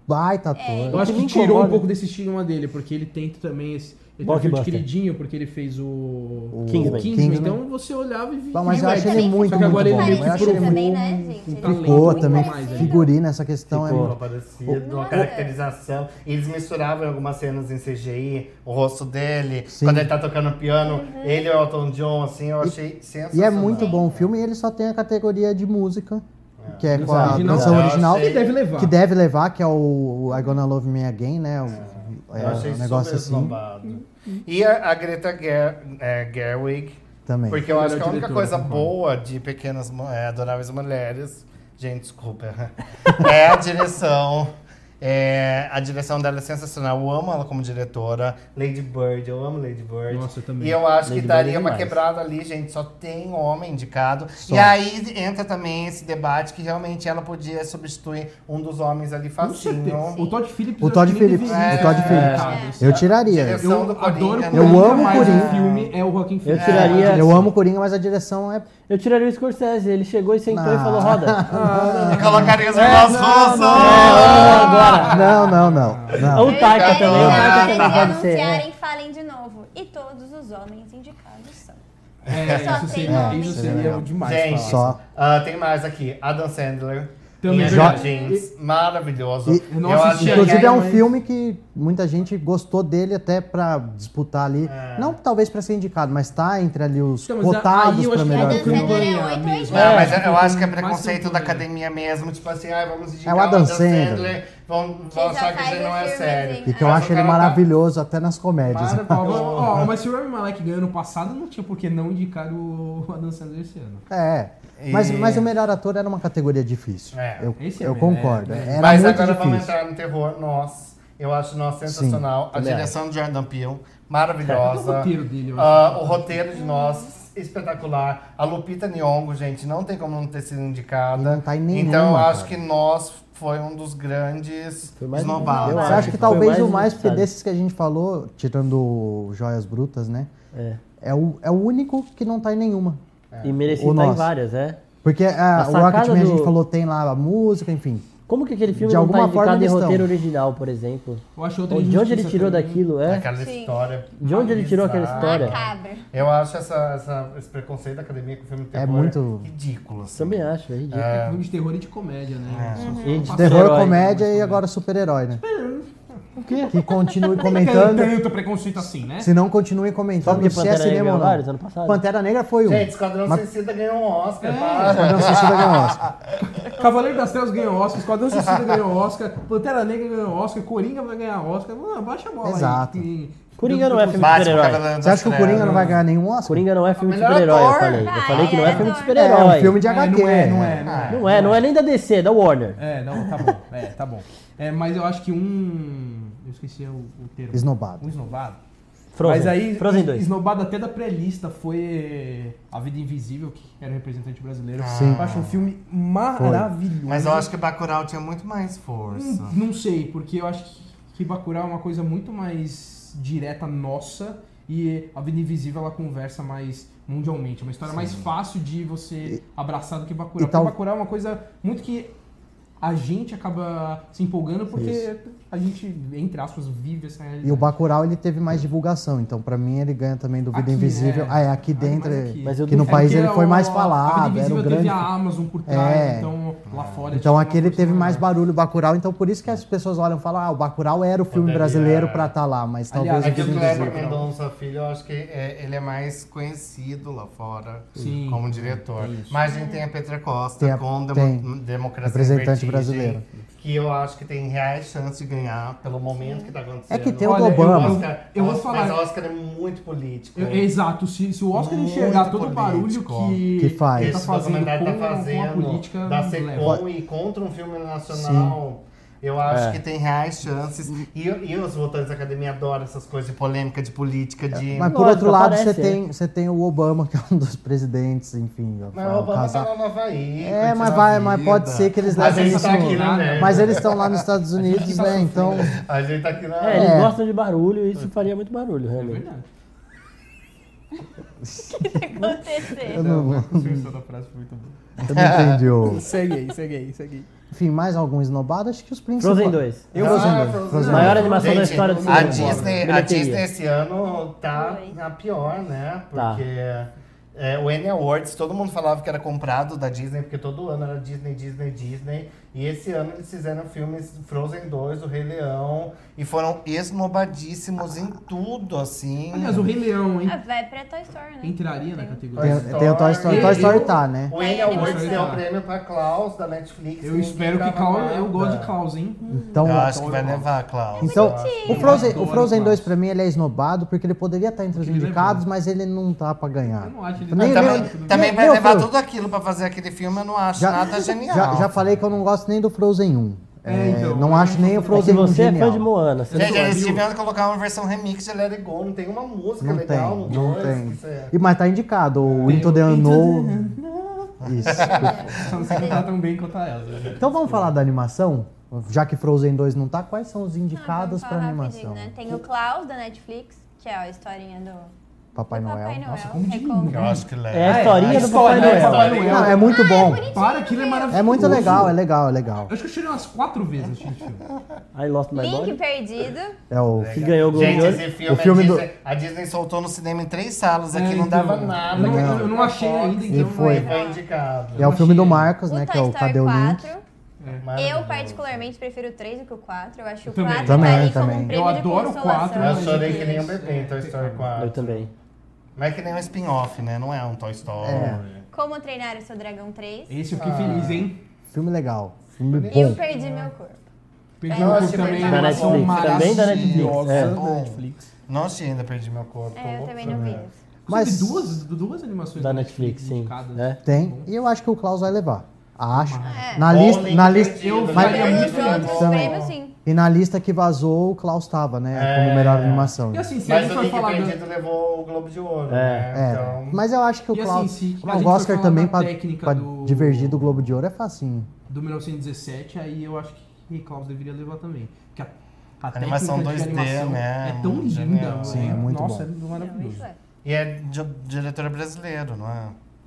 Speaker 1: baita ator.
Speaker 6: Eu acho
Speaker 4: que
Speaker 6: que
Speaker 4: me
Speaker 6: tirou
Speaker 4: incomoda.
Speaker 6: um pouco desse estigma dele, porque ele tenta também esse. Ele tem um filme de
Speaker 4: Blockbuster.
Speaker 6: queridinho, porque ele fez o. O
Speaker 4: Kingsman.
Speaker 1: Kingsman.
Speaker 6: Então você olhava e via.
Speaker 1: Bom, mas eu acho
Speaker 2: Mas
Speaker 1: ele
Speaker 2: também
Speaker 1: muito,
Speaker 6: Só que
Speaker 1: muito bom.
Speaker 6: agora ele
Speaker 2: meio que
Speaker 1: Eu acho ele muito
Speaker 2: provou também, né, gente? Ele
Speaker 6: talento
Speaker 2: ficou
Speaker 1: Ficou
Speaker 2: muito
Speaker 1: também,
Speaker 6: né?
Speaker 2: parecido.
Speaker 1: figurino, essa questão é
Speaker 3: Ficou
Speaker 1: muito...
Speaker 3: parecido, a
Speaker 2: Nossa.
Speaker 3: caracterização. E Eles misturavam em algumas cenas em CGI o rosto dele,
Speaker 1: Sim.
Speaker 3: quando ele tá tocando piano, ele é o Elton John, assim, eu achei sensacional.
Speaker 1: E é muito bom o filme, e ele só tem a categoria de música, que é com a
Speaker 6: Original.
Speaker 1: canção
Speaker 3: Eu
Speaker 1: original,
Speaker 3: achei-
Speaker 6: Que deve levar.
Speaker 1: que deve levar, que é o o I Gonna Love Me Again, né? O, é,
Speaker 3: Eu achei
Speaker 1: um
Speaker 3: super
Speaker 1: negócio assim
Speaker 3: esnobado. E a, a Greta Ger, é, Gerwig,
Speaker 1: também.
Speaker 3: porque eu acho
Speaker 6: Melhor
Speaker 3: que a única
Speaker 6: diretora,
Speaker 3: coisa
Speaker 6: concordo.
Speaker 3: boa de Pequenas Mu- é, Adoráveis Mulheres, gente, desculpa, é a direção. É, a direção dela é sensacional. Eu amo ela como diretora. Lady Bird, eu amo Lady Bird.
Speaker 6: Nossa, eu também.
Speaker 3: E eu acho
Speaker 4: Lady
Speaker 3: que
Speaker 4: Bird
Speaker 3: daria
Speaker 4: é
Speaker 3: uma
Speaker 4: demais.
Speaker 3: quebrada ali, gente. Só tem homem indicado. E aí entra também esse debate que realmente ela podia substituir um dos homens ali
Speaker 6: Com certeza.
Speaker 3: facinho.
Speaker 6: O Todd Phillips.
Speaker 1: O
Speaker 6: eu acho
Speaker 1: Todd
Speaker 6: que nem
Speaker 1: Phillips,
Speaker 3: É,
Speaker 6: deveria.
Speaker 1: o Todd
Speaker 3: é.
Speaker 1: Phillips. Eu tiraria.
Speaker 3: Direção
Speaker 6: Eu
Speaker 3: do
Speaker 6: adoro
Speaker 3: Coringa,
Speaker 6: o
Speaker 1: Eu amo
Speaker 6: Coringa,
Speaker 1: o
Speaker 6: mas
Speaker 1: Coringa.
Speaker 6: filme é o Rockin'
Speaker 4: Eu
Speaker 6: Phoenix.
Speaker 4: tiraria.
Speaker 1: Eu amo o Coringa, mas a direção é...
Speaker 4: Eu tiraria o Scorsese, ele chegou e sentou e falou, roda.
Speaker 3: E colocaria os
Speaker 4: É,
Speaker 3: irmãos russos!
Speaker 4: agora.
Speaker 1: Não, não, não. não.
Speaker 4: Ou
Speaker 6: Tá,
Speaker 4: o Taika também, o Taika
Speaker 2: Eles
Speaker 4: também pode ser. é.
Speaker 2: anunciarem, falem de novo. E todos os homens indicados são.
Speaker 6: É,
Speaker 2: Só
Speaker 6: isso
Speaker 2: tem
Speaker 6: seria,
Speaker 2: homem.
Speaker 6: isso
Speaker 1: É,
Speaker 6: seria
Speaker 1: legal.
Speaker 6: demais.
Speaker 3: Gente,
Speaker 6: falar.
Speaker 1: Só.
Speaker 3: ah, tem mais aqui. Adam Sandler.
Speaker 6: Também
Speaker 3: em
Speaker 6: é
Speaker 3: Angela
Speaker 6: verdade.
Speaker 3: Jeans, maravilhoso.
Speaker 1: E-
Speaker 6: Nossa,
Speaker 3: eu achei
Speaker 1: Inclusive é um
Speaker 3: mas-
Speaker 1: filme que muita gente gostou dele até pra disputar ali. Não talvez pra ser indicado, mas tá entre ali os
Speaker 6: Então, mas a-
Speaker 1: cotados
Speaker 6: aí eu
Speaker 1: pra
Speaker 6: acho que
Speaker 1: melhor
Speaker 2: Adam
Speaker 1: filme.
Speaker 2: Sandler
Speaker 6: campanha
Speaker 2: é oito, oito,
Speaker 6: mesmo.
Speaker 3: Não,
Speaker 2: É,
Speaker 3: mas eu, eu acho que é
Speaker 6: mais
Speaker 3: preconceito da
Speaker 6: campanha.
Speaker 3: academia mesmo. Tipo assim, ah, vamos indicar
Speaker 1: É o Adam Sandler.
Speaker 3: Vão,
Speaker 2: Que
Speaker 3: vão
Speaker 2: já
Speaker 3: achar que
Speaker 2: faz
Speaker 3: ele não é
Speaker 2: os filmes
Speaker 3: sério.
Speaker 2: em-
Speaker 1: E que eu
Speaker 3: Mas
Speaker 1: acho
Speaker 3: o
Speaker 1: ele
Speaker 3: cara tá
Speaker 1: maravilhoso até nas comédias.
Speaker 6: Ó,
Speaker 3: maravilhoso.
Speaker 6: ó, mas se o Rami Malek ganhou no passado, não tinha por que não indicar o Adam Sandler esse ano.
Speaker 1: É. Mas,
Speaker 3: E-
Speaker 1: mas o melhor ator era uma categoria difícil.
Speaker 3: É,
Speaker 1: eu
Speaker 6: esse é
Speaker 1: eu
Speaker 6: bem-
Speaker 1: concordo.
Speaker 6: é, é.
Speaker 1: Era
Speaker 3: Mas
Speaker 1: muito
Speaker 3: agora vamos
Speaker 1: difícil.
Speaker 3: entrar no terror, nós. Eu acho nós sensacional. a
Speaker 4: também
Speaker 3: direção de Jordan Peele,
Speaker 6: Até o
Speaker 3: maravilhosa.
Speaker 6: roteiro dele, eu
Speaker 3: Ah, o roteiro de nós, espetacular. A Lupita Nyong'o, gente, não tem como não ter sido indicada.
Speaker 1: Não tá em nenhuma,
Speaker 3: então eu acho
Speaker 1: cara.
Speaker 3: que nós foi um dos grandes
Speaker 4: Foi mais-
Speaker 3: esnobados.
Speaker 4: eu
Speaker 1: Você
Speaker 4: acho
Speaker 1: acha que tá-
Speaker 4: que foi
Speaker 1: talvez
Speaker 4: mais
Speaker 1: o mais
Speaker 4: injustiçado.
Speaker 1: desses que a gente falou, tirando o Joias Brutas, né?
Speaker 4: É.
Speaker 1: É o, é o único que não tá em nenhuma.
Speaker 4: E mereci
Speaker 1: O
Speaker 4: estar em
Speaker 1: nosso.
Speaker 4: várias, é.
Speaker 1: Porque ah,
Speaker 4: A
Speaker 1: o
Speaker 4: sacada
Speaker 1: Rocketman a gente
Speaker 4: do-
Speaker 1: falou tem lá a música, enfim.
Speaker 4: Como que aquele filme
Speaker 1: De
Speaker 4: não
Speaker 1: alguma
Speaker 4: tá indicado
Speaker 1: forma
Speaker 4: em
Speaker 1: eles
Speaker 4: roteiro
Speaker 1: estão.
Speaker 4: original, por exemplo?
Speaker 6: Eu acho outra
Speaker 4: Ou de onde ele
Speaker 6: injustiça
Speaker 4: tirou
Speaker 6: também. né?
Speaker 4: daquilo,
Speaker 1: Ah.
Speaker 4: é?
Speaker 3: Aquela
Speaker 2: Sim.
Speaker 3: história.
Speaker 4: De onde ele tirou aquela
Speaker 3: bizarra.
Speaker 4: História.
Speaker 2: Macabro.
Speaker 3: Eu acho essa, essa- esse preconceito da academia com o filme de
Speaker 1: É
Speaker 3: terror
Speaker 1: muito-
Speaker 3: ridículo. assim.
Speaker 4: Também acho, é ridículo.
Speaker 6: É filme de terror e de comédia,
Speaker 1: É.
Speaker 6: né? Só- só
Speaker 4: E Uhum. de
Speaker 6: passar-
Speaker 1: Terror,
Speaker 4: Super-herói,
Speaker 1: comédia e agora super-herói, né? O quê? Que continue comentando.
Speaker 6: Tanto preconceito assim, né?
Speaker 1: Se não, continue
Speaker 4: Só
Speaker 1: comentando
Speaker 4: porque
Speaker 1: se é
Speaker 4: Pantera Negra
Speaker 1: cinema
Speaker 4: ganhou
Speaker 1: ou
Speaker 4: vários
Speaker 1: não.
Speaker 4: ano passado.
Speaker 1: Pantera Negra foi um.
Speaker 3: Gente, Esquadrão Suicida ganhou um Oscar. para.
Speaker 1: Esquadrão Suicida ganhou Oscar.
Speaker 6: Cavaleiro das Trevas ganhou Oscar, Esquadrão Suicida ganhou Oscar, Pantera Negra ganhou Oscar, Coringa vai ganhar Oscar. Mano, baixa a bola
Speaker 1: Exato.
Speaker 6: aí. Tem-
Speaker 4: Coringa não é filme de
Speaker 3: Batman,
Speaker 4: super-herói.
Speaker 3: Cavaleiro
Speaker 1: Você acha que o
Speaker 3: das
Speaker 1: Coringa não
Speaker 3: Trevas.
Speaker 1: vai ganhar nenhum Oscar?
Speaker 4: Coringa não é filme de
Speaker 3: melhor
Speaker 4: super-herói, eu
Speaker 3: ator.
Speaker 4: falei. Eu
Speaker 2: Ah,
Speaker 4: falei que não é
Speaker 2: é
Speaker 4: filme de
Speaker 2: ator.
Speaker 1: É
Speaker 4: super-herói.
Speaker 1: um filme de
Speaker 6: É,
Speaker 1: HQ.
Speaker 6: não é, não
Speaker 1: né?
Speaker 6: é, não é.
Speaker 4: Não é, não é nem da DC, é da Warner.
Speaker 6: É, não, tá bom. É, tá bom. É, mas eu acho que um. Eu esqueci o, o termo.
Speaker 1: Esnobado.
Speaker 6: Um esnobado.
Speaker 4: Frozen.
Speaker 6: Mas aí,
Speaker 4: Frozen 2.
Speaker 6: esnobado até da pré-lista foi eh, A Vida Invisível, que era o representante brasileiro.
Speaker 1: Sim.
Speaker 6: Eu acho um filme maravilhoso.
Speaker 3: Mas eu acho que Bacurau tinha muito mais força.
Speaker 6: Hum, Não sei, porque eu acho que- que Bacurau é uma coisa muito mais direta nossa e A Vida Invisível ela conversa mais mundialmente. É uma história mais fácil de você abraçar do que Bacurau.
Speaker 1: e tal-
Speaker 6: Porque Bacurau é uma coisa muito que a gente acaba se empolgando porque a gente, entre aspas, vive essa realidade.
Speaker 1: E o Bacurau, ele teve mais divulgação, então pra mim ele ganha também do Vida
Speaker 6: Aqui,
Speaker 1: Invisível.
Speaker 6: é.
Speaker 1: Ah, é aqui
Speaker 6: Ah,
Speaker 1: dentro,
Speaker 6: mas aqui.
Speaker 4: Mas eu
Speaker 1: que no
Speaker 4: É
Speaker 1: país
Speaker 6: porque
Speaker 1: ele foi
Speaker 6: o-
Speaker 1: mais
Speaker 6: a
Speaker 1: falado,
Speaker 6: Vida
Speaker 1: era o
Speaker 6: Invisível
Speaker 1: grande...
Speaker 6: teve a Amazon por trás,
Speaker 1: É.
Speaker 6: então lá fora...
Speaker 1: Então
Speaker 6: tinha
Speaker 1: aqui ele
Speaker 6: uma
Speaker 1: teve mais
Speaker 6: força maior.
Speaker 1: barulho, o Bacurau, então por isso que as pessoas olham e falam, ah, o Bacurau era o filme
Speaker 3: Poderia-
Speaker 1: brasileiro pra estar lá, mas talvez
Speaker 3: É
Speaker 6: Aliás,
Speaker 1: o
Speaker 3: que o
Speaker 1: Vida
Speaker 3: Kleber
Speaker 1: Invisível...
Speaker 3: Mendonça Filho, eu acho que é- ele é mais conhecido lá fora
Speaker 6: Sim.
Speaker 3: como diretor. Mas a gente tem a Petra Costa
Speaker 1: Tem a-
Speaker 3: com Demo-
Speaker 1: tem.
Speaker 3: Democracia
Speaker 1: Representante
Speaker 3: em Vertigem,
Speaker 1: brasileira.
Speaker 3: Que eu acho que tem reais chances de ganhar pelo momento que tá acontecendo.
Speaker 1: É que tem o
Speaker 6: Olha,
Speaker 1: do Obama.
Speaker 6: eu-
Speaker 3: Oscar,
Speaker 6: eu vou
Speaker 3: mas
Speaker 6: falar-
Speaker 3: o Oscar é muito político.
Speaker 6: Eu- é exato, se, se o Oscar
Speaker 3: Muito
Speaker 6: enxergar todo o barulho
Speaker 3: político.
Speaker 6: que,
Speaker 1: Que faz.
Speaker 6: ele
Speaker 3: Esse
Speaker 6: tá fazendo,
Speaker 3: documentário
Speaker 6: com,
Speaker 3: tá
Speaker 6: com a
Speaker 3: fazendo
Speaker 6: política...
Speaker 3: da
Speaker 6: não
Speaker 3: Secom e contra um filme nacional. Eu acho
Speaker 1: É.
Speaker 3: que tem reais chances. E, e os votantes da academia adoram essas coisas de polêmica, de política, de.
Speaker 1: Mas por
Speaker 4: Lógico,
Speaker 1: outro lado,
Speaker 4: aparece,
Speaker 1: você tem, você tem o Obama, que é um dos presidentes, enfim.
Speaker 3: Mas
Speaker 1: é
Speaker 3: o
Speaker 1: um
Speaker 3: Obama
Speaker 1: casal-
Speaker 3: tá lá no Havaí.
Speaker 1: É,
Speaker 3: curtindo
Speaker 1: mas
Speaker 3: a
Speaker 1: vai, mas
Speaker 3: vida.
Speaker 1: pode ser que eles
Speaker 3: A
Speaker 1: levem
Speaker 3: gente
Speaker 1: isso.
Speaker 3: tá aqui na merda.
Speaker 1: mas eles estão lá nos Estados
Speaker 3: tá
Speaker 1: Unidos, né? Então.
Speaker 3: A gente tá aqui na.
Speaker 4: É, eles
Speaker 1: É.
Speaker 4: gostam de barulho e isso faria muito barulho,
Speaker 6: É
Speaker 4: realmente.
Speaker 6: verdade.
Speaker 1: Eu
Speaker 2: Aconteceu.
Speaker 1: não, eu
Speaker 6: A construção da frase foi muito boa.
Speaker 1: não entendi o.
Speaker 6: Segue aí, segue aí, segue aí.
Speaker 1: Enfim, mais algum esnobado? Acho É que os principais.
Speaker 4: Frozen 2.
Speaker 1: Eu
Speaker 3: Ah,
Speaker 1: Frozen dois,
Speaker 3: Frozen
Speaker 1: Frozen
Speaker 3: dois.
Speaker 4: Maior animação da
Speaker 3: Gente,
Speaker 4: história do
Speaker 3: a
Speaker 4: cinema.
Speaker 3: Disney, a
Speaker 4: Bilheteria.
Speaker 3: Disney esse ano tá
Speaker 2: Oi.
Speaker 3: na pior, né?
Speaker 4: Tá.
Speaker 3: Porque é, o N Awards, todo mundo falava que era comprado da Disney, porque todo ano era Disney, Disney, Disney. E esse ano eles fizeram filmes Frozen 2, O Rei Leão, e foram esnobadíssimos em tudo, assim.
Speaker 6: Aliás, o Rei Leão, hein?
Speaker 2: Ah, vai pra Toy Story, né?
Speaker 6: Entraria na
Speaker 2: Tem.
Speaker 6: categoria.
Speaker 1: Tem, tem o Toy Story. Toy Story tá, né?
Speaker 3: O N Awards
Speaker 6: Vai
Speaker 3: deu o
Speaker 6: levar.
Speaker 3: prêmio pra Klaus, da Netflix.
Speaker 6: Eu
Speaker 3: ninguém É.
Speaker 6: espero que
Speaker 3: dava
Speaker 6: Klaus. Eu
Speaker 3: nada.
Speaker 6: gosto de Klaus, hein?
Speaker 1: Então.
Speaker 3: Eu Ah, acho que Ah, vai levar, Klaus.
Speaker 1: Então, o Frozen, o
Speaker 6: Adoro
Speaker 1: Frozen
Speaker 6: Klaus.
Speaker 1: 2 pra mim ele é esnobado porque ele poderia estar entre os
Speaker 6: Porque ele é
Speaker 1: indicados, mas ele não tá pra ganhar.
Speaker 6: Eu não acho ele-
Speaker 1: Nem-
Speaker 3: Também,
Speaker 1: nem-
Speaker 3: Então, também
Speaker 1: nem-
Speaker 3: vai
Speaker 1: nem o
Speaker 3: levar
Speaker 1: Frozen.
Speaker 3: tudo aquilo pra fazer aquele filme, eu não acho
Speaker 1: Já-
Speaker 3: nada é genial.
Speaker 1: Já, já falei que eu não gosto nem do Frozen 1.
Speaker 6: É,
Speaker 1: É,
Speaker 6: então,
Speaker 1: não
Speaker 6: eu
Speaker 1: acho nem o
Speaker 6: não-
Speaker 4: É que
Speaker 1: Frozen 1
Speaker 4: você é
Speaker 1: genial.
Speaker 4: fã de Moana. você
Speaker 3: Gente,
Speaker 4: não
Speaker 3: eles
Speaker 4: viu?
Speaker 3: tiveram que colocar uma versão remix de Let It Go, não tem uma música
Speaker 1: Não tem,
Speaker 3: legal um no
Speaker 1: não
Speaker 3: dois,
Speaker 1: tem.
Speaker 3: isso é-
Speaker 1: E, mas tá indicado, o Into the Unknown. Isso.
Speaker 6: Só não sei cantar tão bem quanto a né? Elsa.
Speaker 1: Então vamos falar da animação? Já que Frozen 2 não tá, quais são os
Speaker 2: Não,
Speaker 1: indicados
Speaker 2: vamos
Speaker 1: pra
Speaker 2: falar
Speaker 1: animação?
Speaker 2: rapidinho, né? Tem o Klaus, da Netflix, que é a historinha do, do
Speaker 1: Papai Noel.
Speaker 2: Papai Noel. É
Speaker 6: Nossa, como diz,
Speaker 2: recomendo.
Speaker 3: Eu acho que leva.
Speaker 4: É a historinha do
Speaker 6: história,
Speaker 4: Papai
Speaker 6: né? Papai
Speaker 4: Noel.
Speaker 6: Noel.
Speaker 1: Não, é muito bom.
Speaker 6: Para, aquilo é maravilhoso.
Speaker 1: É muito legal, é legal, é legal.
Speaker 6: Eu acho que eu chorei umas quatro vezes assistindo esse filme.
Speaker 4: I Lost My
Speaker 2: Link
Speaker 4: Body.
Speaker 2: perdido.
Speaker 1: É o
Speaker 4: Que ganhou tá o
Speaker 3: Gente,
Speaker 4: Globo de Ouro.
Speaker 3: esse filme,
Speaker 1: O filme
Speaker 3: a,
Speaker 1: do-
Speaker 3: Disney, a Disney soltou no cinema em três salas,
Speaker 6: É,
Speaker 3: aqui não
Speaker 6: então,
Speaker 3: dava nada.
Speaker 6: Eu não,
Speaker 3: ganhou
Speaker 6: eu não
Speaker 3: pra
Speaker 6: achei
Speaker 3: Fox,
Speaker 6: ainda,
Speaker 1: E
Speaker 6: então.
Speaker 1: foi.
Speaker 3: Foi indicado.
Speaker 1: é o filme do Marcos, né? Que é o
Speaker 2: Toy Story
Speaker 1: Cadê o Link?
Speaker 2: 4.
Speaker 6: é.
Speaker 3: Maravilhoso.
Speaker 2: Eu, particularmente, prefiro o 3 do que o 4. Eu acho
Speaker 6: Eu
Speaker 2: o 4
Speaker 6: também.
Speaker 2: tá
Speaker 1: Também,
Speaker 2: ali como
Speaker 1: também.
Speaker 2: um prêmio
Speaker 6: Eu
Speaker 2: de
Speaker 6: adoro o
Speaker 2: consolação.
Speaker 6: quatro,
Speaker 3: Eu
Speaker 6: mas-
Speaker 3: chorei que nem um bebê em Toy Story 4.
Speaker 4: Eu também.
Speaker 3: Não é que nem um spin-off, né? Não é um Toy Story.
Speaker 1: É.
Speaker 2: Como Treinar o Seu Dragão 3.
Speaker 6: Esse eu
Speaker 4: Ah.
Speaker 6: fiquei feliz, hein?
Speaker 1: Filme legal. Filme
Speaker 2: E eu
Speaker 1: bom.
Speaker 2: perdi meu corpo.
Speaker 6: Perdi
Speaker 2: Eu
Speaker 6: um
Speaker 2: acho
Speaker 6: pouco também.
Speaker 2: que-
Speaker 6: uma
Speaker 4: Da
Speaker 6: animação
Speaker 4: Netflix, também da Netflix,
Speaker 6: maravilhosa
Speaker 4: é.
Speaker 6: da Netflix.
Speaker 3: Nossa, ainda perdi meu corpo.
Speaker 2: É, eu
Speaker 3: Louco,
Speaker 2: também não
Speaker 3: né?
Speaker 2: vi isso.
Speaker 1: Mas-
Speaker 6: Mas duas, duas animações
Speaker 4: Da Netflix, sim.
Speaker 6: indicadas.
Speaker 4: É.
Speaker 1: né? Tem. E eu acho que o Klaus vai levar. Acho.
Speaker 2: É.
Speaker 1: Na
Speaker 3: Ou
Speaker 1: lista,
Speaker 3: Link
Speaker 1: na lista,
Speaker 3: Perdido, né?
Speaker 6: eu
Speaker 3: mas-
Speaker 6: faria
Speaker 2: Mas é
Speaker 6: é muito
Speaker 2: os
Speaker 6: legal.
Speaker 2: outros
Speaker 1: Também.
Speaker 2: prêmios, um
Speaker 3: assim,
Speaker 2: sim.
Speaker 1: e na lista que vazou, o Klaus tava, né? Como
Speaker 3: É.
Speaker 1: melhor animação.
Speaker 6: E assim, se a
Speaker 3: Mas
Speaker 6: gente
Speaker 3: o
Speaker 6: for
Speaker 3: Link
Speaker 6: falar... da-
Speaker 3: Perdido levou o Globo de Ouro,
Speaker 4: É.
Speaker 3: né?
Speaker 1: É,
Speaker 3: Então...
Speaker 1: mas eu acho que o
Speaker 6: E assim,
Speaker 1: Klaus.
Speaker 6: se a gente
Speaker 1: o
Speaker 6: for
Speaker 1: Oscar
Speaker 6: falar
Speaker 1: também,
Speaker 6: da
Speaker 1: pra,
Speaker 6: técnica
Speaker 1: pra
Speaker 6: do-
Speaker 1: divergir do Globo de Ouro, é facinho.
Speaker 6: do 1917, aí eu acho que Klaus deveria levar também. Porque a, a
Speaker 3: Animação
Speaker 6: técnica de
Speaker 3: 2D,
Speaker 6: animação
Speaker 3: né?
Speaker 6: É tão linda,
Speaker 3: Genial.
Speaker 6: mano.
Speaker 1: Sim, é muito
Speaker 6: Nossa, é
Speaker 2: Não,
Speaker 6: maravilhoso.
Speaker 2: isso é.
Speaker 3: E é di diretor brasileiro, não é?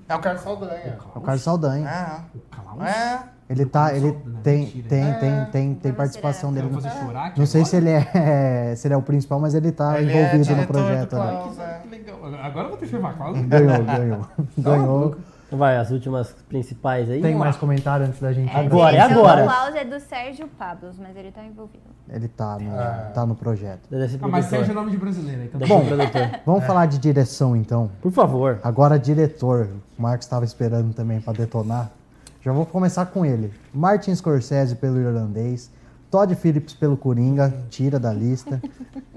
Speaker 3: É o Carlos Saldanha.
Speaker 1: É o Carlos Saldanha.
Speaker 3: É.
Speaker 6: O Klaus?
Speaker 3: É.
Speaker 1: Ele tá. Ele
Speaker 6: Mentira.
Speaker 1: tem, tem,
Speaker 3: É.
Speaker 1: tem, tem, tem
Speaker 2: Vamos
Speaker 1: participação
Speaker 6: Vai
Speaker 1: dele.
Speaker 6: fazer
Speaker 1: no-
Speaker 6: chorar aqui
Speaker 1: Não sei
Speaker 6: agora?
Speaker 1: se ele é, se ele é o principal, mas ele tá
Speaker 3: Ele é
Speaker 1: envolvido no
Speaker 3: diretor do
Speaker 1: projeto. né?
Speaker 3: Klaus, é.
Speaker 6: Ah, Que legal. Agora eu vou ter que levar Klaus.
Speaker 1: Ganhou, ganhou. ganhou.
Speaker 4: Então Vai, as últimas principais aí.
Speaker 1: Tem mais comentário antes da gente
Speaker 2: É,
Speaker 4: Agora, é
Speaker 2: gente,
Speaker 4: agora.
Speaker 2: O Klaus é do Sérgio Pablos, mas ele tá envolvido.
Speaker 1: Ele tá no,
Speaker 3: Ah.
Speaker 1: tá no projeto.
Speaker 4: Da DC
Speaker 6: Ah, mas
Speaker 4: Produtor.
Speaker 6: Sérgio é nome de brasileiro, então.
Speaker 4: Bom, produtor.
Speaker 1: Vamos falar de direção então.
Speaker 4: Por favor.
Speaker 1: Agora diretor, o Marcos estava esperando também para detonar. Já vou começar com ele. Martin Scorsese pelo Irlandês, Todd Phillips pelo Coringa, tira da lista.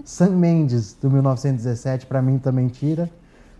Speaker 1: Sam Mendes do 1917 para mim também tira.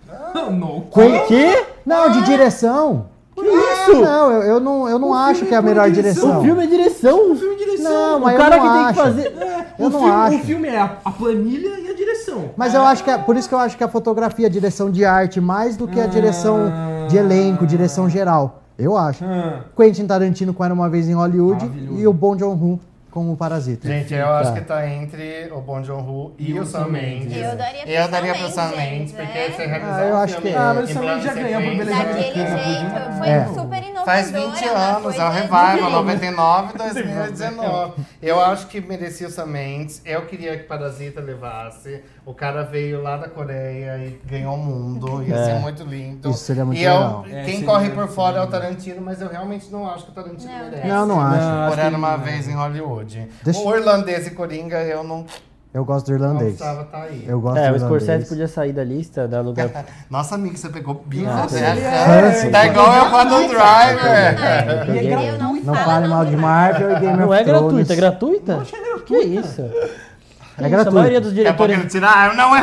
Speaker 6: não.
Speaker 1: Quen- Não, de direção. Que
Speaker 4: isso?
Speaker 1: Não, eu, eu não, eu não acho que é a melhor direção.
Speaker 4: O filme é direção. O filme é
Speaker 6: direção.
Speaker 1: Não, mas
Speaker 4: o cara
Speaker 1: eu
Speaker 4: que
Speaker 1: não
Speaker 4: tem que
Speaker 1: acho.
Speaker 4: fazer.
Speaker 1: Eu
Speaker 6: o
Speaker 1: não
Speaker 6: filme,
Speaker 1: acho.
Speaker 6: O filme é a, a planilha e a direção.
Speaker 1: Mas eu acho que é, por isso que eu acho que a fotografia é direção de arte mais do que a direção de elenco, direção geral. Eu acho.
Speaker 6: Ah,
Speaker 1: Quentin Tarantino com Era Uma Vez em Hollywood
Speaker 6: Maravilhoso.
Speaker 1: e o Bon Joon-ho com o Parasita.
Speaker 3: Gente, eu acho que tá entre o Bon Joon Ho e, o Sam Mendes.
Speaker 2: Eu daria pro
Speaker 3: Eu daria
Speaker 2: Sam
Speaker 3: pro Sam
Speaker 2: Mendes,
Speaker 3: Mendes,
Speaker 2: né?
Speaker 3: porque você realizar
Speaker 1: Ah, eu
Speaker 3: um
Speaker 1: acho
Speaker 3: filme
Speaker 1: que- Ah,
Speaker 6: mas o
Speaker 3: em
Speaker 6: Sam Mendes já um
Speaker 3: plano
Speaker 6: ganhou pra
Speaker 3: sequência-
Speaker 6: beleza
Speaker 2: Daquele
Speaker 6: Americana,
Speaker 2: jeito, foi
Speaker 1: É.
Speaker 2: super inovadora.
Speaker 3: Faz 20
Speaker 2: uma
Speaker 3: anos, é o
Speaker 2: coisa
Speaker 3: Revival,
Speaker 2: de-
Speaker 3: 99
Speaker 1: né?
Speaker 3: 2019. Eu acho que merecia o Samentes. Eu queria que Parasita levasse. O cara veio lá da Coreia e ganhou o mundo. Ia ser muito lindo.
Speaker 1: É. Isso seria muito
Speaker 3: e eu-
Speaker 1: legal.
Speaker 3: quem
Speaker 6: É, seria
Speaker 3: corre
Speaker 6: muito
Speaker 3: por fora é o Tarantino, mas eu realmente não acho que o Tarantino
Speaker 2: Não,
Speaker 3: merece.
Speaker 1: Não, não acho.
Speaker 6: acho
Speaker 3: Por
Speaker 6: que-
Speaker 3: era uma vez em Hollywood.
Speaker 1: Deixa-
Speaker 3: O irlandês e Coringa, eu não,
Speaker 1: Eu gosto do
Speaker 3: não
Speaker 1: irlandês.
Speaker 3: precisava estar aí.
Speaker 1: Eu gosto
Speaker 4: É,
Speaker 1: do
Speaker 4: o Scorsese
Speaker 1: irlandês.
Speaker 4: podia sair da lista, dar lugar.
Speaker 3: Nossa, amiga, você pegou bico
Speaker 4: Nossa,
Speaker 3: dessa.
Speaker 4: ele
Speaker 1: Ah, é-
Speaker 3: Tá igual eu quando o Driver.
Speaker 2: Não, não,
Speaker 4: Peguei.
Speaker 2: eu não
Speaker 1: Não
Speaker 2: falo
Speaker 1: fale mal de Marvel e Game
Speaker 4: Não
Speaker 1: of
Speaker 4: é
Speaker 1: Thrones.
Speaker 4: gratuita, é gratuita? Não, é gratuita. Que isso? Que isso, A
Speaker 1: gratuito.
Speaker 4: maioria dos
Speaker 3: Daqui a pouco
Speaker 4: diretores,
Speaker 3: ele tira, ah, não é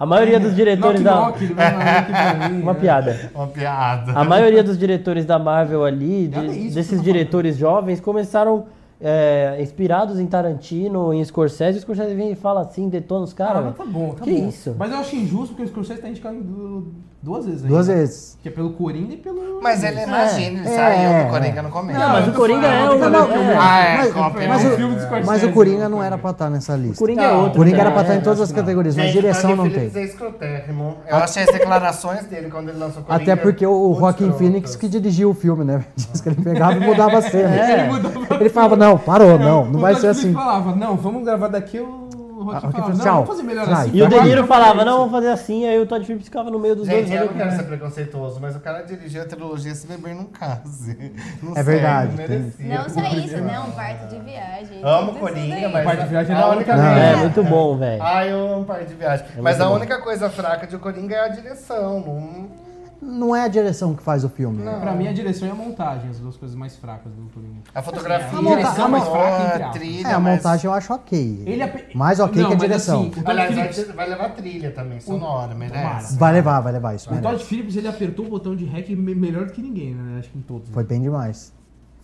Speaker 4: a maioria dos diretores
Speaker 6: Knock,
Speaker 4: da
Speaker 6: knock, ele vai lá, knock pra mim,
Speaker 4: então. uma
Speaker 6: né?
Speaker 4: piada.
Speaker 3: uma piada.
Speaker 4: A maioria dos diretores da Marvel ali, de-
Speaker 6: Olha isso que eu
Speaker 4: desses
Speaker 6: tô
Speaker 4: diretores jovens, começaram é, inspirados em Tarantino, em Scorsese. O Scorsese vem e fala assim, detona os
Speaker 6: Ah,
Speaker 4: caras.
Speaker 6: mas tá bom, tá
Speaker 4: que
Speaker 6: bom.
Speaker 4: isso?
Speaker 6: Mas eu acho injusto porque o Scorsese tá indicado du- duas vezes
Speaker 1: Duas
Speaker 6: ainda.
Speaker 1: vezes.
Speaker 6: Que é pelo Coringa e pelo...
Speaker 3: Mas
Speaker 1: É,
Speaker 3: ele é imagina, ele saiu do Coringa no começo.
Speaker 4: Não, mas o Coringa é
Speaker 6: tá
Speaker 4: o.
Speaker 1: falando que o
Speaker 4: é,
Speaker 3: Ah, é,
Speaker 1: Mas-
Speaker 3: cópia.
Speaker 1: mas
Speaker 3: né?
Speaker 1: o-
Speaker 6: filme do Scorsese.
Speaker 1: Mas o Coringa não era pra estar nessa
Speaker 4: o
Speaker 1: lista.
Speaker 4: Coringa é
Speaker 6: tá.
Speaker 3: Não,
Speaker 4: outro.
Speaker 1: O Coringa
Speaker 4: cara.
Speaker 1: era pra estar em todas
Speaker 6: acho
Speaker 1: as
Speaker 6: que não.
Speaker 1: categorias, mas
Speaker 3: Gente,
Speaker 1: direção
Speaker 3: Joaquim
Speaker 1: não
Speaker 3: Phoenix
Speaker 1: tem.
Speaker 3: é escrotérrimo. Eu achei as declarações dele quando ele lançou Coringa.
Speaker 1: Até porque o
Speaker 3: muito
Speaker 1: Joaquin
Speaker 3: escrotas.
Speaker 1: Phoenix que dirigiu o filme, né? Diz que ele pegava e mudava a cena.
Speaker 4: É.
Speaker 6: Ele mudou pra-
Speaker 1: Ele falava, não, parou, não, não vai
Speaker 6: O
Speaker 1: ser
Speaker 6: Brad Pitt
Speaker 1: assim.
Speaker 6: falava, não, vamos gravar daqui, o Rock
Speaker 1: Ah, ok,
Speaker 6: falava, não,
Speaker 1: tchau.
Speaker 6: vamos fazer melhor
Speaker 1: Vai.
Speaker 6: assim.
Speaker 4: E o De
Speaker 6: Agora-
Speaker 4: Niro falava, não, vamos fazer assim, aí o Todd Phillips ficava no meio dos dois.
Speaker 3: Gente, eu
Speaker 4: né?
Speaker 3: não
Speaker 4: olha que-
Speaker 3: quero
Speaker 1: é.
Speaker 3: ser preconceituoso, mas o cara dirigiu a trilogia Se Beber Num Case. Não
Speaker 1: É
Speaker 3: sei,
Speaker 1: verdade,
Speaker 3: Não,
Speaker 1: tem-
Speaker 3: merecia.
Speaker 2: Não só isso, não, parto de viagem.
Speaker 3: Amo
Speaker 2: tudo
Speaker 3: Coringa,
Speaker 2: isso
Speaker 3: mas.
Speaker 6: Parte de viagem
Speaker 3: a
Speaker 6: não,
Speaker 3: única
Speaker 1: não.
Speaker 3: coisa-
Speaker 4: É, muito bom, velho.
Speaker 3: Ah, eu amo parte de
Speaker 1: É
Speaker 3: viagem. Mas
Speaker 4: muito
Speaker 3: a
Speaker 4: bom.
Speaker 3: única coisa fraca de Coringa é a direção. Não...
Speaker 1: Não é a direção que faz o filme. né?
Speaker 6: Pra mim, a direção e a montagem, as duas coisas mais fracas do Coringa.
Speaker 3: A fotografia, é
Speaker 6: A monta- a
Speaker 3: uma
Speaker 6: monta-
Speaker 3: boa,
Speaker 6: a
Speaker 3: trilha,
Speaker 1: É, a
Speaker 3: mas-
Speaker 1: montagem eu acho ok.
Speaker 6: Ele ape-
Speaker 1: Mais ok
Speaker 6: Não,
Speaker 1: que a
Speaker 6: mas
Speaker 1: direção.
Speaker 6: assim, o Todd
Speaker 3: Aliás, vai,
Speaker 6: Phillips-
Speaker 3: vai levar trilha também, sonora,
Speaker 6: assim,
Speaker 3: merece.
Speaker 1: Vai levar, vai levar isso.
Speaker 6: O
Speaker 1: merece.
Speaker 6: Todd Phillips ele apertou o botão de hack me- melhor do que ninguém, né? Acho que em todos. né?
Speaker 1: Foi bem demais.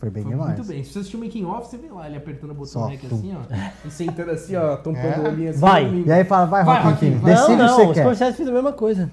Speaker 1: Foi bem
Speaker 6: Foi
Speaker 1: demais.
Speaker 6: muito bem. Se você assistir o making off, você vê lá ele apertando o botão
Speaker 1: Só
Speaker 6: hack
Speaker 1: tu.
Speaker 6: assim, ó. E sentando assim, ó, tampando
Speaker 3: É?
Speaker 6: o olhinho assim.
Speaker 4: Vai.
Speaker 6: dormindo.
Speaker 1: E aí fala, vai,
Speaker 6: Vai,
Speaker 1: Joaquin
Speaker 6: Joaquim,
Speaker 1: Phoenix,
Speaker 6: vai. tá
Speaker 1: decide
Speaker 4: Não,
Speaker 1: o que
Speaker 4: não, o
Speaker 1: você quer.
Speaker 4: Scorsese fez a mesma coisa.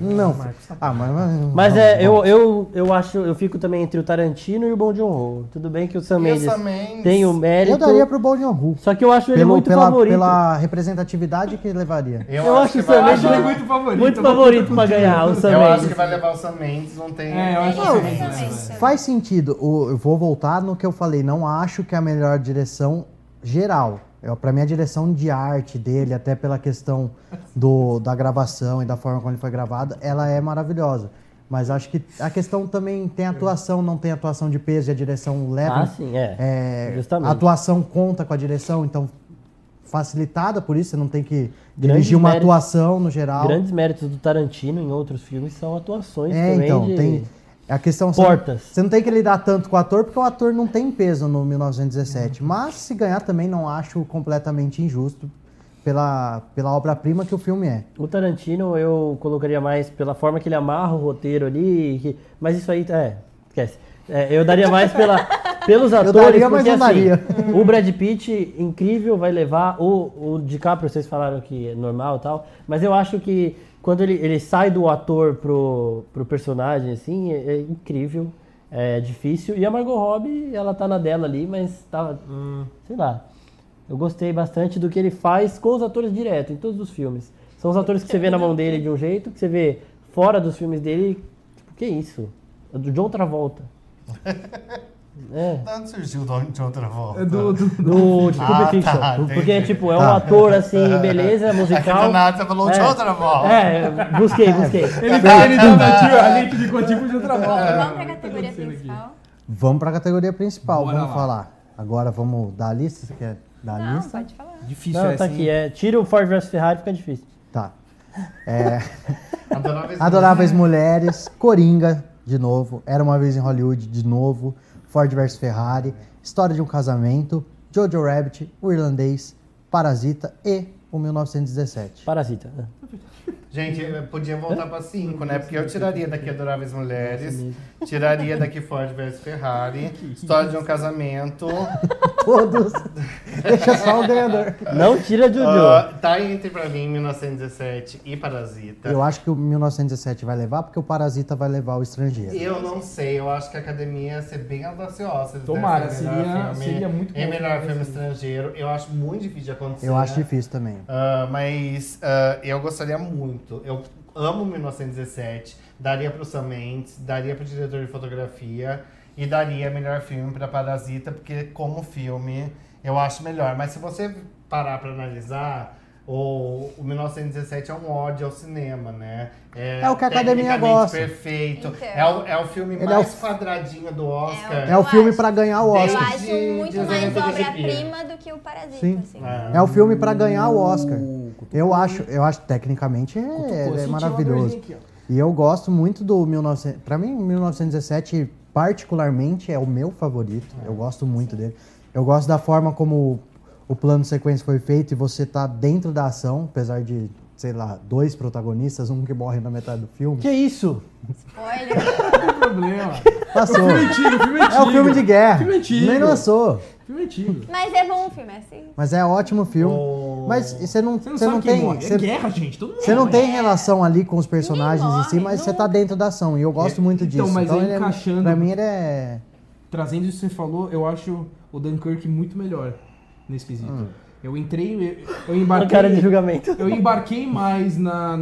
Speaker 1: Não, ah, mas... Mas,
Speaker 4: Mas
Speaker 1: vamos,
Speaker 4: é, eu,
Speaker 1: vamos.
Speaker 4: eu, eu acho, eu fico também entre o Tarantino e o Bom John Ho. Tudo bem que o Sam
Speaker 3: E o
Speaker 4: Mendes
Speaker 3: Sam Mendes?
Speaker 4: tem um- o mérito.
Speaker 1: Eu daria pro Bong Joon-ho.
Speaker 4: Só que eu acho ele é
Speaker 1: Pelo-
Speaker 4: muito
Speaker 1: pela,
Speaker 4: favorito.
Speaker 1: pela representatividade que levaria.
Speaker 4: Eu acho que o Sam
Speaker 3: vai
Speaker 4: Mendes é
Speaker 6: acho ele
Speaker 3: levar-
Speaker 6: muito favorito.
Speaker 4: Muito favorito pra ganhar o Sam
Speaker 3: Eu acho que
Speaker 4: Mendes.
Speaker 3: vai levar o Sam Mendes, não tem...
Speaker 6: É, eu acho
Speaker 2: Tem
Speaker 6: que
Speaker 2: isso
Speaker 6: sim,
Speaker 2: também,
Speaker 6: né?
Speaker 2: também.
Speaker 1: Faz sentido. O- eu vou voltar no que eu falei. Não acho que é a melhor direção geral. Eu, pra mim, a direção de arte dele, até pela questão do, da gravação e da forma como ele foi gravada, ela é maravilhosa. Mas acho que a questão também tem atuação, não tem atuação de peso e a direção leva.
Speaker 4: Ah, sim, é.
Speaker 1: É,
Speaker 4: Justamente.
Speaker 1: a atuação conta com a direção, então facilitada por isso, você não tem que
Speaker 4: Grandes
Speaker 1: dirigir uma
Speaker 4: méritos.
Speaker 1: atuação no geral.
Speaker 4: Grandes méritos do Tarantino em outros filmes são atuações
Speaker 1: É,
Speaker 4: também
Speaker 1: então,
Speaker 4: de-
Speaker 1: tem. A questão você não-
Speaker 4: Portas.
Speaker 1: Você não tem que lidar tanto com o ator, porque o ator não tem peso no 1917.
Speaker 4: Uhum.
Speaker 1: Mas se ganhar também não acho completamente injusto pela, pela obra-prima que o filme é.
Speaker 4: O Tarantino eu colocaria mais pela forma que ele amarra o roteiro ali, que- mas isso aí, é, esquece. É, eu daria mais pela, pelos atores,
Speaker 1: daria, mas
Speaker 4: porque
Speaker 1: não
Speaker 4: assim,
Speaker 1: daria.
Speaker 4: o Brad Pitt, incrível, vai levar, o, o DiCaprio, vocês falaram que é normal e tal, mas eu acho que quando ele, ele sai do ator pro, pro personagem, assim, é, é incrível, é difícil, e a Margot Robbie, ela tá na dela ali, mas tá, sei lá, eu gostei bastante do que ele faz com os atores direto, em todos os filmes. São os atores que você vê na mão dele de um jeito, que você vê fora dos filmes dele. Tipo, que isso? É Do John Travolta. É.
Speaker 3: De onde surgiu o Don de outra volta?
Speaker 6: É do- do-
Speaker 4: Do de Pulp
Speaker 3: Ah, tá,
Speaker 4: Fiction. Tipo Porque,
Speaker 3: entendi.
Speaker 4: tipo, é um ator
Speaker 1: Ah,
Speaker 4: assim,
Speaker 1: é
Speaker 4: beleza,
Speaker 3: Aqui
Speaker 4: musical.
Speaker 3: do nada você falou de
Speaker 4: É.
Speaker 3: outra volta.
Speaker 4: É, busquei, busquei.
Speaker 6: Ele,
Speaker 1: tá
Speaker 6: tá, ele dando
Speaker 1: É
Speaker 6: a tio, a gente ficou tipo de outra volta.
Speaker 2: Vamos pra categoria principal.
Speaker 1: Vamos para a categoria principal,
Speaker 6: Bora
Speaker 1: vamos
Speaker 6: lá.
Speaker 1: falar. Agora vamos dar a lista? Você quer dar a
Speaker 2: Não,
Speaker 1: lista?
Speaker 2: pode falar.
Speaker 6: Difícil
Speaker 4: Não, tá
Speaker 6: assim.
Speaker 4: aqui. É, tira o Ford vs Ferrari, fica difícil.
Speaker 1: Tá.
Speaker 3: Adorava esse-
Speaker 1: Adoráveis Mulheres, Coringa, de novo. Era uma vez em Hollywood, de novo. Ford vs Ferrari, História de um Casamento, Jojo Rabbit, O Irlandês, Parasita e o 1917.
Speaker 4: Parasita. né?
Speaker 3: Gente, eu podia voltar pra 5, né? Porque eu tiraria daqui Adoráveis Mulheres, tiraria daqui Ford vs Ferrari,
Speaker 6: é
Speaker 3: História de um Casamento.
Speaker 1: Todos. Deixa só o ganhador.
Speaker 4: Não tira Jojo.
Speaker 3: Ah, tá entre pra mim 1917 e Parasita.
Speaker 1: Eu acho que o 1917 vai levar, porque o Parasita vai levar o estrangeiro.
Speaker 3: Eu não sei, eu acho que a academia ia ser bem audaciosa. eles
Speaker 6: Tomara,
Speaker 3: dessem o
Speaker 6: seria- seria muito
Speaker 3: É
Speaker 6: bom.
Speaker 3: melhor filme estrangeiro, eu acho muito difícil de acontecer. né?
Speaker 1: Eu acho difícil também.
Speaker 3: Ah, mas ah, eu gostaria muito. Eu amo 1917, daria pro Sam Mendes, daria pro diretor de fotografia e daria melhor filme pra Parasita, porque como filme eu acho melhor. Mas se você parar pra analisar, o, o 1917 é um ódio ao cinema, né?
Speaker 1: É o que a academia
Speaker 3: tecnicamente
Speaker 1: gosta.
Speaker 3: perfeito.
Speaker 2: Então.
Speaker 3: é, o, é o filme
Speaker 1: Ele é
Speaker 3: mais
Speaker 1: o-
Speaker 3: quadradinho do Oscar.
Speaker 1: É o
Speaker 2: Eu
Speaker 1: filme
Speaker 2: acho-
Speaker 1: pra ganhar o
Speaker 2: Eu
Speaker 1: Oscar.
Speaker 2: acho
Speaker 3: de-
Speaker 2: muito
Speaker 3: de
Speaker 2: mais
Speaker 3: Zona de
Speaker 2: obra-prima do que o Parasita,
Speaker 1: Sim.
Speaker 2: assim.
Speaker 3: É.
Speaker 1: É o filme pra ganhar o Oscar. Eu acho, eu acho tecnicamente é,
Speaker 6: É, Pô,
Speaker 1: é
Speaker 6: senti uma dorzinha
Speaker 1: maravilhoso.
Speaker 6: aqui, ó.
Speaker 1: E eu gosto muito do 1900, para mim 1917 particularmente é o meu favorito. Eu gosto muito dele. Eu gosto da forma como o plano sequência foi feito e você tá dentro da ação, apesar de, sei lá, dois protagonistas, um que morre na metade do filme.
Speaker 4: Que isso?
Speaker 2: Spoiler.
Speaker 6: Não tem problema.
Speaker 1: Passou.
Speaker 6: Filme antigo, filme antigo.
Speaker 1: É o filme de guerra.
Speaker 6: Filme antigo.
Speaker 1: Nem lançou.
Speaker 6: Filme antigo.
Speaker 2: Mas é bom o filme, assim.
Speaker 1: Mas é ótimo filme.
Speaker 3: O-
Speaker 1: Mas você não,
Speaker 6: Oh. Você não
Speaker 1: você
Speaker 6: sabe
Speaker 1: não
Speaker 6: quem
Speaker 1: tem,
Speaker 6: morre.
Speaker 1: você-
Speaker 6: É guerra, gente. Todo mundo
Speaker 1: Você não
Speaker 6: morre.
Speaker 1: tem relação ali com os personagens
Speaker 2: Ninguém
Speaker 1: em si,
Speaker 2: morre,
Speaker 1: mas você
Speaker 2: não.
Speaker 1: tá dentro da ação. E eu gosto muito
Speaker 6: Então,
Speaker 1: disso.
Speaker 6: mas aí
Speaker 1: ele é-
Speaker 6: encaixando-
Speaker 1: Pra mim ele é.
Speaker 6: Trazendo isso que você falou, eu acho o Dunkirk muito melhor nesse quesito.
Speaker 1: Hum.
Speaker 6: Eu entrei, eu, eu
Speaker 4: Uma
Speaker 6: embarquei...
Speaker 4: cara de julgamento.
Speaker 6: Eu embarquei mais na,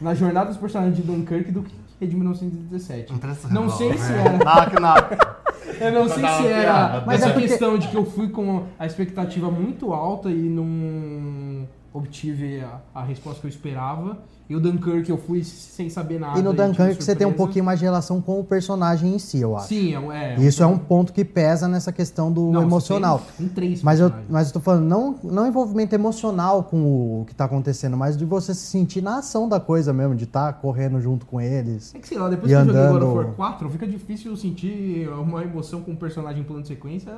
Speaker 6: na jornada dos personagens de Dunkirk do que de 1917.
Speaker 3: Impressão.
Speaker 6: Não sei se
Speaker 3: É.
Speaker 6: era.
Speaker 3: Ah, que na-
Speaker 6: Eu não
Speaker 3: Só
Speaker 6: sei
Speaker 3: dá
Speaker 6: se
Speaker 3: uma
Speaker 6: era
Speaker 3: piada.
Speaker 1: Mas
Speaker 6: essa
Speaker 1: é porque-
Speaker 6: questão de que eu fui com a expectativa muito alta e não obtive a, a resposta que eu esperava. E o Dunkirk eu fui sem saber nada.
Speaker 1: E no
Speaker 6: tive
Speaker 1: Dunkirk você tem um
Speaker 6: Ah, surpresa.
Speaker 1: pouquinho mais de relação com o personagem em si, eu acho.
Speaker 6: Sim, é. um- é
Speaker 1: E Isso é um ponto que pesa nessa questão do
Speaker 6: Não, você
Speaker 1: emocional.
Speaker 6: Tem, tem três
Speaker 1: Mas eu,
Speaker 6: personagens.
Speaker 1: mas eu tô falando, não, não envolvimento emocional com o que tá acontecendo, mas de você se sentir na ação da coisa mesmo, de estar tá correndo junto com eles.
Speaker 6: É que sei lá, depois
Speaker 1: E
Speaker 6: que eu joguei
Speaker 1: andando-
Speaker 6: God of War 4, fica difícil eu sentir uma emoção com um personagem em plano de sequência.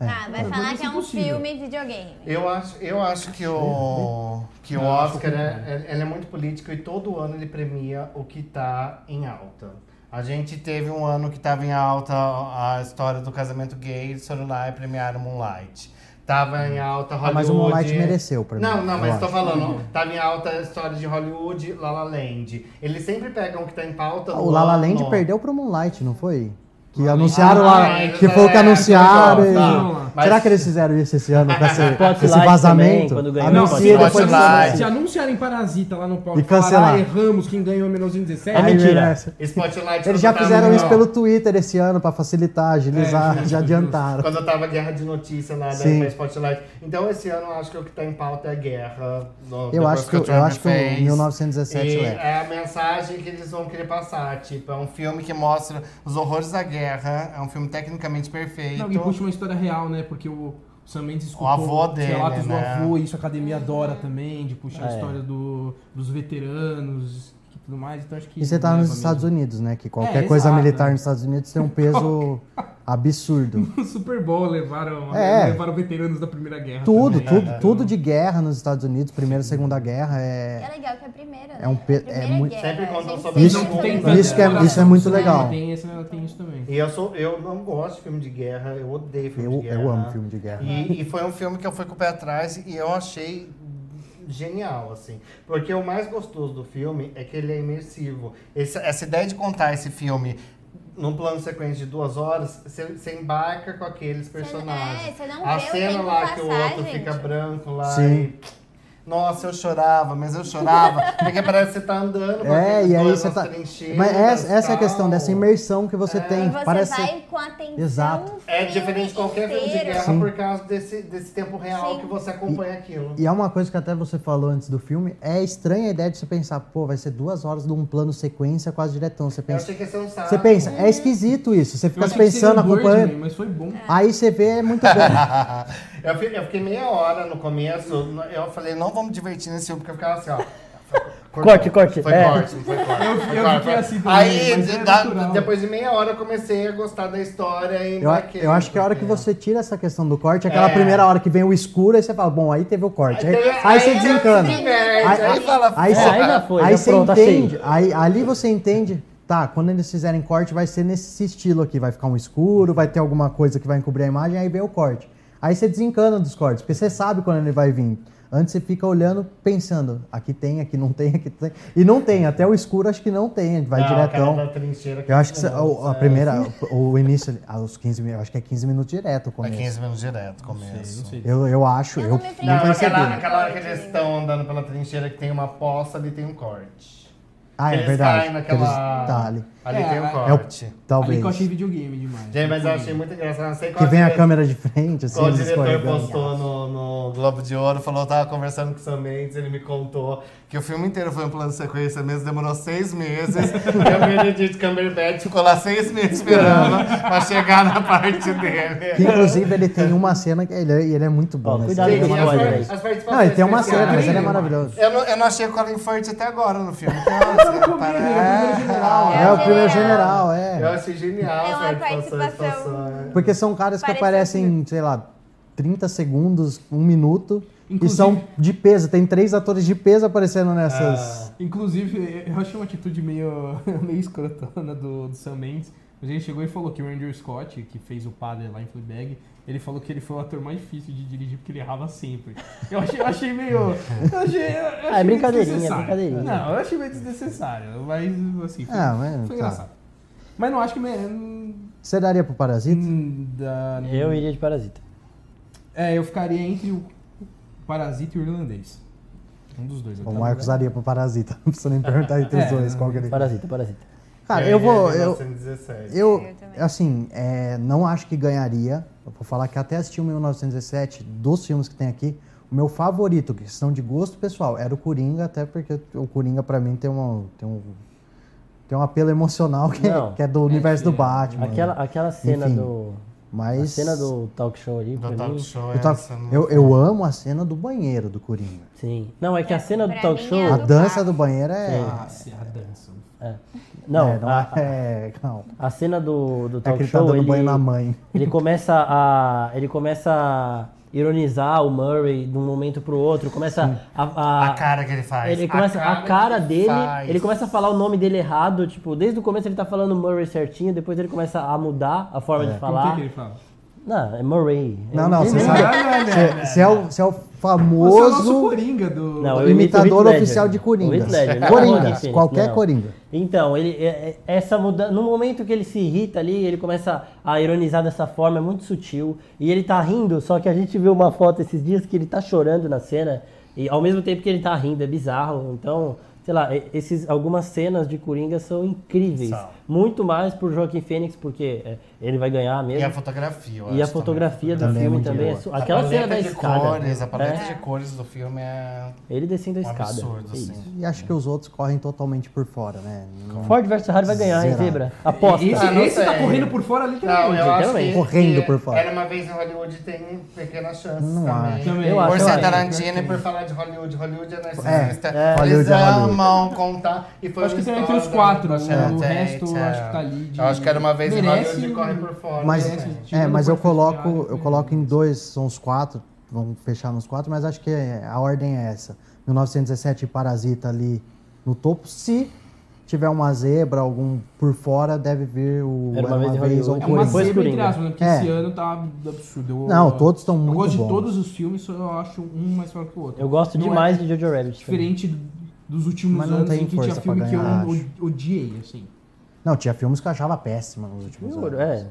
Speaker 2: Ah, vai
Speaker 6: Não,
Speaker 2: falar
Speaker 6: mas
Speaker 2: que é um
Speaker 6: impossível.
Speaker 2: filme videogame.
Speaker 3: Eu acho, eu acho que o, que o
Speaker 6: Não, acho
Speaker 3: Oscar
Speaker 6: que não.
Speaker 3: é, ele é muito político e todo ano ele premia o que tá em alta. A gente teve um ano que tava em alta a história do casamento gay, eles foram lá e premiaram Moonlight. Tava
Speaker 6: Hum.
Speaker 3: em alta Hollywood.
Speaker 1: Ah, mas o Moonlight mereceu pra mim,
Speaker 3: Não, não,
Speaker 1: eu
Speaker 3: mas tô
Speaker 1: acho.
Speaker 3: falando,
Speaker 6: Uhum.
Speaker 3: tava em alta a história de Hollywood, La La Land. Eles sempre pegam o que tá em pauta.
Speaker 1: Ah, O
Speaker 3: no
Speaker 1: La La
Speaker 3: ano.
Speaker 1: Land perdeu pro Moonlight, não foi? Que
Speaker 6: La La
Speaker 1: anunciaram
Speaker 3: Land.
Speaker 1: lá.
Speaker 3: Ah, eles-
Speaker 1: que foi o que
Speaker 3: é,
Speaker 1: anunciaram.
Speaker 3: foi
Speaker 6: só, tá.
Speaker 1: e-
Speaker 3: Mas-
Speaker 1: Será que eles fizeram isso esse ano com esse,
Speaker 4: Spotlight
Speaker 1: esse
Speaker 4: também,
Speaker 1: vazamento?
Speaker 4: quando ganhou
Speaker 1: Anuncia
Speaker 4: Spotlight.
Speaker 1: depois eles
Speaker 3: Spotlight.
Speaker 6: Se
Speaker 1: anunciam.
Speaker 6: anunciarem Parasita lá no palco
Speaker 1: E cancelar.
Speaker 6: falar, "Ah, erramos, quem ganhou é 1917.
Speaker 4: É
Speaker 1: Aí,
Speaker 4: mentira.
Speaker 1: merece.
Speaker 3: Spotlight. tá
Speaker 1: Eles já
Speaker 3: quando
Speaker 1: fizeram
Speaker 3: tava-
Speaker 1: isso pelo Twitter esse ano pra facilitar, agilizar,
Speaker 6: justo,
Speaker 1: já adiantaram.
Speaker 3: Quando eu tava guerra de notícia lá
Speaker 1: Sim.
Speaker 3: da Spotlight. Então esse ano eu acho que o que tá em pauta é a guerra. do-
Speaker 1: Eu
Speaker 3: depois
Speaker 1: acho que,
Speaker 3: o
Speaker 1: eu
Speaker 3: Trump
Speaker 1: acho que o
Speaker 3: fez.
Speaker 1: 1917
Speaker 3: E
Speaker 1: leva.
Speaker 3: é a mensagem que eles vão querer passar. Tipo, é um filme que mostra os horrores da guerra. É um filme tecnicamente perfeito.
Speaker 6: Não, e puxa uma história real, né? Porque o Sam Mendes escutou
Speaker 3: O avô
Speaker 6: os
Speaker 3: dele,
Speaker 6: relatos
Speaker 3: né?
Speaker 6: do avô, e isso a academia adora também, de puxar a
Speaker 4: É.
Speaker 6: história do- dos veteranos e tudo mais. Então acho que.
Speaker 1: E você tá nos
Speaker 6: leva
Speaker 1: Estados
Speaker 6: mesmo.
Speaker 1: Unidos, né? Que qualquer
Speaker 6: É,
Speaker 1: coisa
Speaker 6: exato,
Speaker 1: militar
Speaker 6: né?
Speaker 1: nos Estados Unidos tem um peso absurdo.
Speaker 6: No Super Bowl levaram, né,
Speaker 1: É.
Speaker 6: levaram veteranos da Primeira Guerra.
Speaker 1: Tudo,
Speaker 6: também,
Speaker 1: tudo,
Speaker 6: né?
Speaker 1: tudo de guerra nos Estados Unidos, Primeira e Segunda Guerra
Speaker 2: É
Speaker 1: é.
Speaker 2: legal que é a primeira.
Speaker 1: É um pe-
Speaker 2: né? A primeira
Speaker 1: é muito-
Speaker 2: guerra,
Speaker 3: Sempre contam
Speaker 2: gente,
Speaker 3: sobre
Speaker 1: Isso-
Speaker 2: sempre
Speaker 6: Não Então, tem
Speaker 2: sobre
Speaker 1: isso que é-
Speaker 6: tanta
Speaker 1: isso é muito
Speaker 6: comparação, né?
Speaker 1: legal.
Speaker 6: Tem, esse- tem isso também.
Speaker 3: E eu, sou, eu não gosto de filme de guerra. Eu odeio filme de
Speaker 1: Eu,
Speaker 3: guerra.
Speaker 1: eu amo filme de guerra.
Speaker 2: Uhum.
Speaker 3: E, e foi um filme que eu fui com o pé atrás e eu achei genial, assim. Porque o mais gostoso do filme é que ele é imersivo. Esse- essa ideia de contar esse filme num plano sequência de duas horas, você você embarca com aqueles personagens.
Speaker 2: é, você não vê
Speaker 3: A
Speaker 2: o
Speaker 3: cena
Speaker 2: tempo
Speaker 3: lá
Speaker 2: passar,
Speaker 3: que o outro
Speaker 2: gente.
Speaker 3: fica branco lá
Speaker 1: Sim.
Speaker 3: e... Nossa, eu chorava, mas eu chorava. Porque parece que você tá andando com
Speaker 1: É,
Speaker 3: aqueles
Speaker 1: e aí
Speaker 3: dois
Speaker 1: você
Speaker 3: nas
Speaker 1: tá.
Speaker 3: trincheiras,
Speaker 1: Mas essa, essa é a
Speaker 3: tal.
Speaker 1: questão dessa imersão que você tem.
Speaker 2: E você
Speaker 1: Parece.
Speaker 2: vai com atenção.
Speaker 1: Exato.
Speaker 3: É diferente de qualquer filme de guerra
Speaker 1: Sim.
Speaker 3: por causa desse, desse tempo real
Speaker 2: Sim.
Speaker 3: que você acompanha aquilo.
Speaker 1: E é uma coisa que até você falou antes do filme, é estranha a ideia de você pensar, pô, vai ser duas horas de um plano sequência quase diretão. Você
Speaker 3: Eu
Speaker 1: pensa,
Speaker 3: achei que ia ser um saco.
Speaker 1: você pensa, é esquisito isso. Você
Speaker 6: Eu
Speaker 1: fica
Speaker 6: achei que seria
Speaker 1: pensando,
Speaker 6: um Birdman,
Speaker 1: acompanhando.
Speaker 6: Mas foi bom.
Speaker 1: Aí você vê, é muito bom.
Speaker 3: eu, fi- eu fiquei meia hora no começo, eu falei, não vamos divertir nesse filme, porque eu ficava assim, ó.
Speaker 4: Corte, corte,
Speaker 3: Foi
Speaker 4: é.
Speaker 3: corte, não foi corte.
Speaker 6: Eu-
Speaker 3: foi
Speaker 6: eu
Speaker 3: corte,
Speaker 6: fiquei
Speaker 3: foi-
Speaker 6: assim também,
Speaker 3: Aí,
Speaker 6: mas
Speaker 3: de-
Speaker 6: é
Speaker 3: da-
Speaker 6: natural.
Speaker 3: depois de meia hora, eu comecei a gostar da história e
Speaker 1: Eu,
Speaker 3: embarquei,
Speaker 1: eu acho que a hora que
Speaker 3: porque-
Speaker 1: você tira essa questão do corte, é aquela
Speaker 3: É.
Speaker 1: primeira hora que vem o escuro, aí você fala, bom, aí teve o corte. Aí,
Speaker 3: Aí,
Speaker 1: aí você desencana.
Speaker 3: se diverte,
Speaker 1: Aí-
Speaker 3: Aí, fala,
Speaker 1: Aí
Speaker 4: É,
Speaker 1: você
Speaker 3: "Porra,
Speaker 4: aí já foi,
Speaker 1: aí
Speaker 4: já
Speaker 1: você
Speaker 4: pronto, tá achei.
Speaker 1: entende, aí, ali você entende, tá, quando eles fizerem corte vai ser nesse estilo aqui, vai ficar um escuro, vai ter alguma coisa que vai encobrir a imagem, aí vem o corte. Aí você desencana dos cortes, porque você sabe quando ele vai vir. Antes você fica olhando, pensando, aqui tem, aqui não tem, aqui tem. E não tem, até o escuro acho que não tem, vai
Speaker 3: Ah, o cara É,
Speaker 1: diretão.
Speaker 3: da trincheira que
Speaker 1: Eu acho que cê- o-
Speaker 3: nossa,
Speaker 1: a,
Speaker 6: É
Speaker 1: primeira, o, o início, ali, ah, os 15 minutos, acho que é 15 minutos direto o
Speaker 3: É
Speaker 1: começo.
Speaker 3: 15 minutos direto, começo.
Speaker 1: Eu, eu acho,
Speaker 2: Eu
Speaker 1: eu,
Speaker 2: não me
Speaker 1: não
Speaker 2: lembro.
Speaker 3: Não,
Speaker 1: percebi.
Speaker 3: aquela, aquela hora que eles estão andando pela trincheira que tem uma poça, ali tem um corte.
Speaker 1: Ah, é
Speaker 3: eles
Speaker 1: verdade.
Speaker 3: caem
Speaker 1: que
Speaker 3: naquela...
Speaker 1: eles- tá, ali.
Speaker 3: ali
Speaker 6: É,
Speaker 3: tem um
Speaker 6: é-
Speaker 1: É o-
Speaker 3: corte.
Speaker 1: Talvez.
Speaker 6: Ali que eu achei videogame demais.
Speaker 3: Gente, mas eu achei muito engraçado. Não sei qual
Speaker 1: Que vem a
Speaker 3: diretor-
Speaker 1: câmera de frente, assim,
Speaker 3: Qual
Speaker 1: eles
Speaker 3: diretor
Speaker 1: escorregando.
Speaker 3: postou no, no Globo de Ouro, falou, eu tava conversando com o Sam Mendes, ele me contou que o filme inteiro foi um plano de sequência mesmo, demorou seis meses, e o Benedict Cumberbatch ficou lá seis meses esperando pra chegar na parte dele.
Speaker 1: Que, inclusive, ele tem uma cena que ele, é- ele é muito bom.
Speaker 4: Ó,
Speaker 1: nessa
Speaker 4: cuidado
Speaker 1: cena.
Speaker 4: com
Speaker 3: Gente,
Speaker 4: o
Speaker 3: as
Speaker 4: spoiler
Speaker 3: par-
Speaker 4: aí.
Speaker 3: as participações
Speaker 1: Não, ele tem uma cena, mas ele é
Speaker 3: especiais.
Speaker 1: maravilhoso.
Speaker 3: Eu não, eu não achei o Colin Firth até agora no filme. Nossa, para-
Speaker 2: É
Speaker 1: É o primeiro general,
Speaker 2: general.
Speaker 3: Eu
Speaker 1: é.
Speaker 3: achei genial.
Speaker 2: É uma
Speaker 3: as participações,
Speaker 2: participação.
Speaker 3: participações.
Speaker 1: Porque são caras que
Speaker 2: Parece assim.
Speaker 1: aparecem, sei lá, 30 segundos, um minuto. E
Speaker 6: Inclusive-
Speaker 1: são de peso, tem três atores de peso aparecendo nessas.
Speaker 6: Inclusive, eu achei uma atitude meio, meio escrotona do, do Sam Mendes. Mas ele chegou e falou que o Andrew Scott, que fez o padre lá em Fleabag, ele falou que ele foi o ator mais difícil de dirigir porque ele errava sempre. Eu achei, eu achei meio... Eu achei, eu
Speaker 1: É,
Speaker 6: achei meio
Speaker 4: brincadeirinha,
Speaker 6: desnecessário.
Speaker 4: brincadeirinha.
Speaker 6: Não, eu achei meio desnecessário, mas assim, foi,
Speaker 1: Ah, mas.
Speaker 6: foi
Speaker 1: tá.
Speaker 6: engraçado. Mas não acho que... me-
Speaker 1: Você daria pro Parasita?
Speaker 6: hum, da-
Speaker 4: Eu iria de Parasita.
Speaker 6: É, eu ficaria entre o Parasita e o Irlandês. Um dos dois. eu
Speaker 1: O
Speaker 6: tava-
Speaker 1: Marcos daria pro Parasita. Não precisa nem perguntar entre os
Speaker 6: É,
Speaker 1: dois qual que ele.
Speaker 4: Parasita, Parasita.
Speaker 1: Cara,
Speaker 3: É,
Speaker 1: eu vou.
Speaker 3: é
Speaker 1: Eu,
Speaker 3: 1917.
Speaker 1: eu,
Speaker 2: Eu também.
Speaker 1: assim, é, não acho que ganharia. Eu vou falar que até assisti o 1917, dos filmes que tem aqui, o meu favorito, que são de gosto pessoal, era o Coringa, até porque o Coringa, pra mim, tem, uma, tem um. Tem um apelo emocional que,
Speaker 4: Não.
Speaker 1: que é do universo do Batman.
Speaker 4: Aquela, aquela cena
Speaker 1: Enfim,
Speaker 4: do.
Speaker 1: Mas.
Speaker 4: A cena do talk show ali, pra
Speaker 3: Do
Speaker 4: mim.
Speaker 3: talk show,
Speaker 1: Eu, tava-
Speaker 3: é essa não-
Speaker 1: eu, eu amo a cena do banheiro do Coringa.
Speaker 4: Sim. Não, é que a cena do
Speaker 2: Pra
Speaker 4: talk
Speaker 2: mim é
Speaker 4: show.
Speaker 1: A
Speaker 2: do
Speaker 1: dança
Speaker 2: Batman.
Speaker 1: do banheiro é.
Speaker 6: Ah, se- a dança.
Speaker 4: Não,
Speaker 1: é, não
Speaker 4: a,
Speaker 1: é. Não.
Speaker 4: a cena do, do
Speaker 1: É
Speaker 4: talk
Speaker 1: que ele tá
Speaker 4: show.
Speaker 1: dando
Speaker 4: ele,
Speaker 1: banho na mãe.
Speaker 4: ele começa a. Ele começa a ironizar o Murray de um momento pro outro. Começa a. a-
Speaker 3: A cara que ele faz.
Speaker 4: ele começa a cara,
Speaker 3: que
Speaker 4: dele,
Speaker 3: faz.
Speaker 4: ele começa a falar o nome dele errado, tipo, desde o começo ele tá falando Murray certinho, depois ele começa a mudar a forma de
Speaker 6: Como que é
Speaker 4: falar.
Speaker 6: que ele fala?
Speaker 4: Não, é Murray.
Speaker 1: Não, não,
Speaker 4: Ele-
Speaker 1: você
Speaker 6: Não,
Speaker 1: sabe.
Speaker 6: não, não, não.
Speaker 1: Você é o, você é o
Speaker 6: né, Você é o nosso
Speaker 1: famoso
Speaker 6: Coringa do...
Speaker 4: Não, eu imito o Heath
Speaker 1: imitador
Speaker 4: Ledger.
Speaker 1: oficial de
Speaker 4: O
Speaker 1: Coringa.
Speaker 4: Heath Ledger, não é o Joaquin
Speaker 1: Coringa,
Speaker 4: Phoenix,
Speaker 1: qualquer
Speaker 4: não.
Speaker 1: Coringa.
Speaker 4: Então, ele, é- é- essa mudança, no momento que ele se irrita ali, ele começa a ironizar dessa forma, é muito sutil. E ele tá rindo, só que a gente viu uma foto esses dias que ele tá chorando na cena, e ao mesmo tempo que ele tá rindo, é bizarro. Então, sei lá, e- esses, algumas cenas de Coringa são incríveis.
Speaker 3: São.
Speaker 4: Muito mais por Joaquim Fênix, porque é, ele vai
Speaker 3: E
Speaker 4: ganhar
Speaker 3: a
Speaker 4: mesmo.
Speaker 3: fotografia, eu
Speaker 4: E a
Speaker 3: acho
Speaker 4: fotografia do
Speaker 1: Também é
Speaker 4: filme
Speaker 1: muito
Speaker 4: também é
Speaker 1: boa.
Speaker 4: su...
Speaker 3: também.
Speaker 4: Aquela
Speaker 3: a
Speaker 4: cena
Speaker 3: paleta
Speaker 4: da
Speaker 3: de
Speaker 4: escada.
Speaker 3: Cores, a paleta
Speaker 4: É.
Speaker 3: de cores do filme é
Speaker 4: Ele descendo a
Speaker 3: um
Speaker 4: escada.
Speaker 3: absurdo,
Speaker 4: É isso.
Speaker 3: assim.
Speaker 1: E acho que os outros correm totalmente por fora, né? Não-
Speaker 4: Ford versus Ferrari vai ganhar, hein,
Speaker 1: Será?
Speaker 4: Zebra? Aposta.
Speaker 6: Esse,
Speaker 3: Ah, não
Speaker 6: esse tá
Speaker 3: sei.
Speaker 6: correndo por fora
Speaker 3: Não,
Speaker 6: literalmente. É
Speaker 3: eu acho
Speaker 4: Literalmente.
Speaker 3: que,
Speaker 1: Correndo por fora.
Speaker 3: Era uma vez em Hollywood tem pequena chance
Speaker 1: Não
Speaker 3: também.
Speaker 1: acho.
Speaker 6: Também.
Speaker 4: Eu acho,
Speaker 3: Por
Speaker 4: eu
Speaker 3: ser
Speaker 4: acho.
Speaker 3: Tarantino e por falar de Hollywood, Hollywood é narcisista.
Speaker 1: É, é.
Speaker 3: Eles
Speaker 1: Hollywood é Hollywood.
Speaker 3: amam contar. E foi
Speaker 6: Eu acho que
Speaker 3: uma
Speaker 6: tem entre os
Speaker 3: história
Speaker 6: quatro,
Speaker 3: do Sharon
Speaker 6: o
Speaker 3: Tate, é.
Speaker 6: resto acho que tá ali de-
Speaker 3: Eu acho que era uma vez em
Speaker 6: Merece
Speaker 3: Hollywood e
Speaker 6: um-
Speaker 3: corre por fora.
Speaker 1: Mas,
Speaker 3: né?
Speaker 1: é,
Speaker 6: Tirando
Speaker 1: mas
Speaker 6: o
Speaker 1: eu
Speaker 6: quarto
Speaker 1: coloco,
Speaker 6: fechado,
Speaker 1: eu
Speaker 6: foi
Speaker 1: coloco em dois, são os quatro, vamos fechar nos quatro, mas acho que é- a ordem é essa. 1917 e Parasita ali no topo. Se tiver uma zebra, algum por fora, deve vir o
Speaker 4: Era uma vez em
Speaker 1: ou
Speaker 4: Hollywood.
Speaker 6: É uma
Speaker 1: Coringa.
Speaker 4: Depois
Speaker 6: cena entre
Speaker 4: Coringa.
Speaker 6: aspas, né? Porque
Speaker 1: É.
Speaker 6: esse ano tá absurdo. Eu-
Speaker 1: Não, todos estão
Speaker 6: Eu
Speaker 1: muito
Speaker 6: gosto
Speaker 1: bons.
Speaker 6: de todos os filmes, só eu acho um mais forte que o outro.
Speaker 4: Eu gosto
Speaker 6: Não é
Speaker 4: demais de Jojo Rabbit. também.
Speaker 6: Diferente do- dos últimos
Speaker 1: Mas não
Speaker 6: anos
Speaker 1: tem
Speaker 6: em que tinha
Speaker 1: força pra
Speaker 6: filme que eu
Speaker 1: ganhar,
Speaker 6: o- odiei, assim.
Speaker 1: Não, tinha filmes que eu achava péssima nos últimos
Speaker 4: Juro,
Speaker 1: anos.
Speaker 4: é.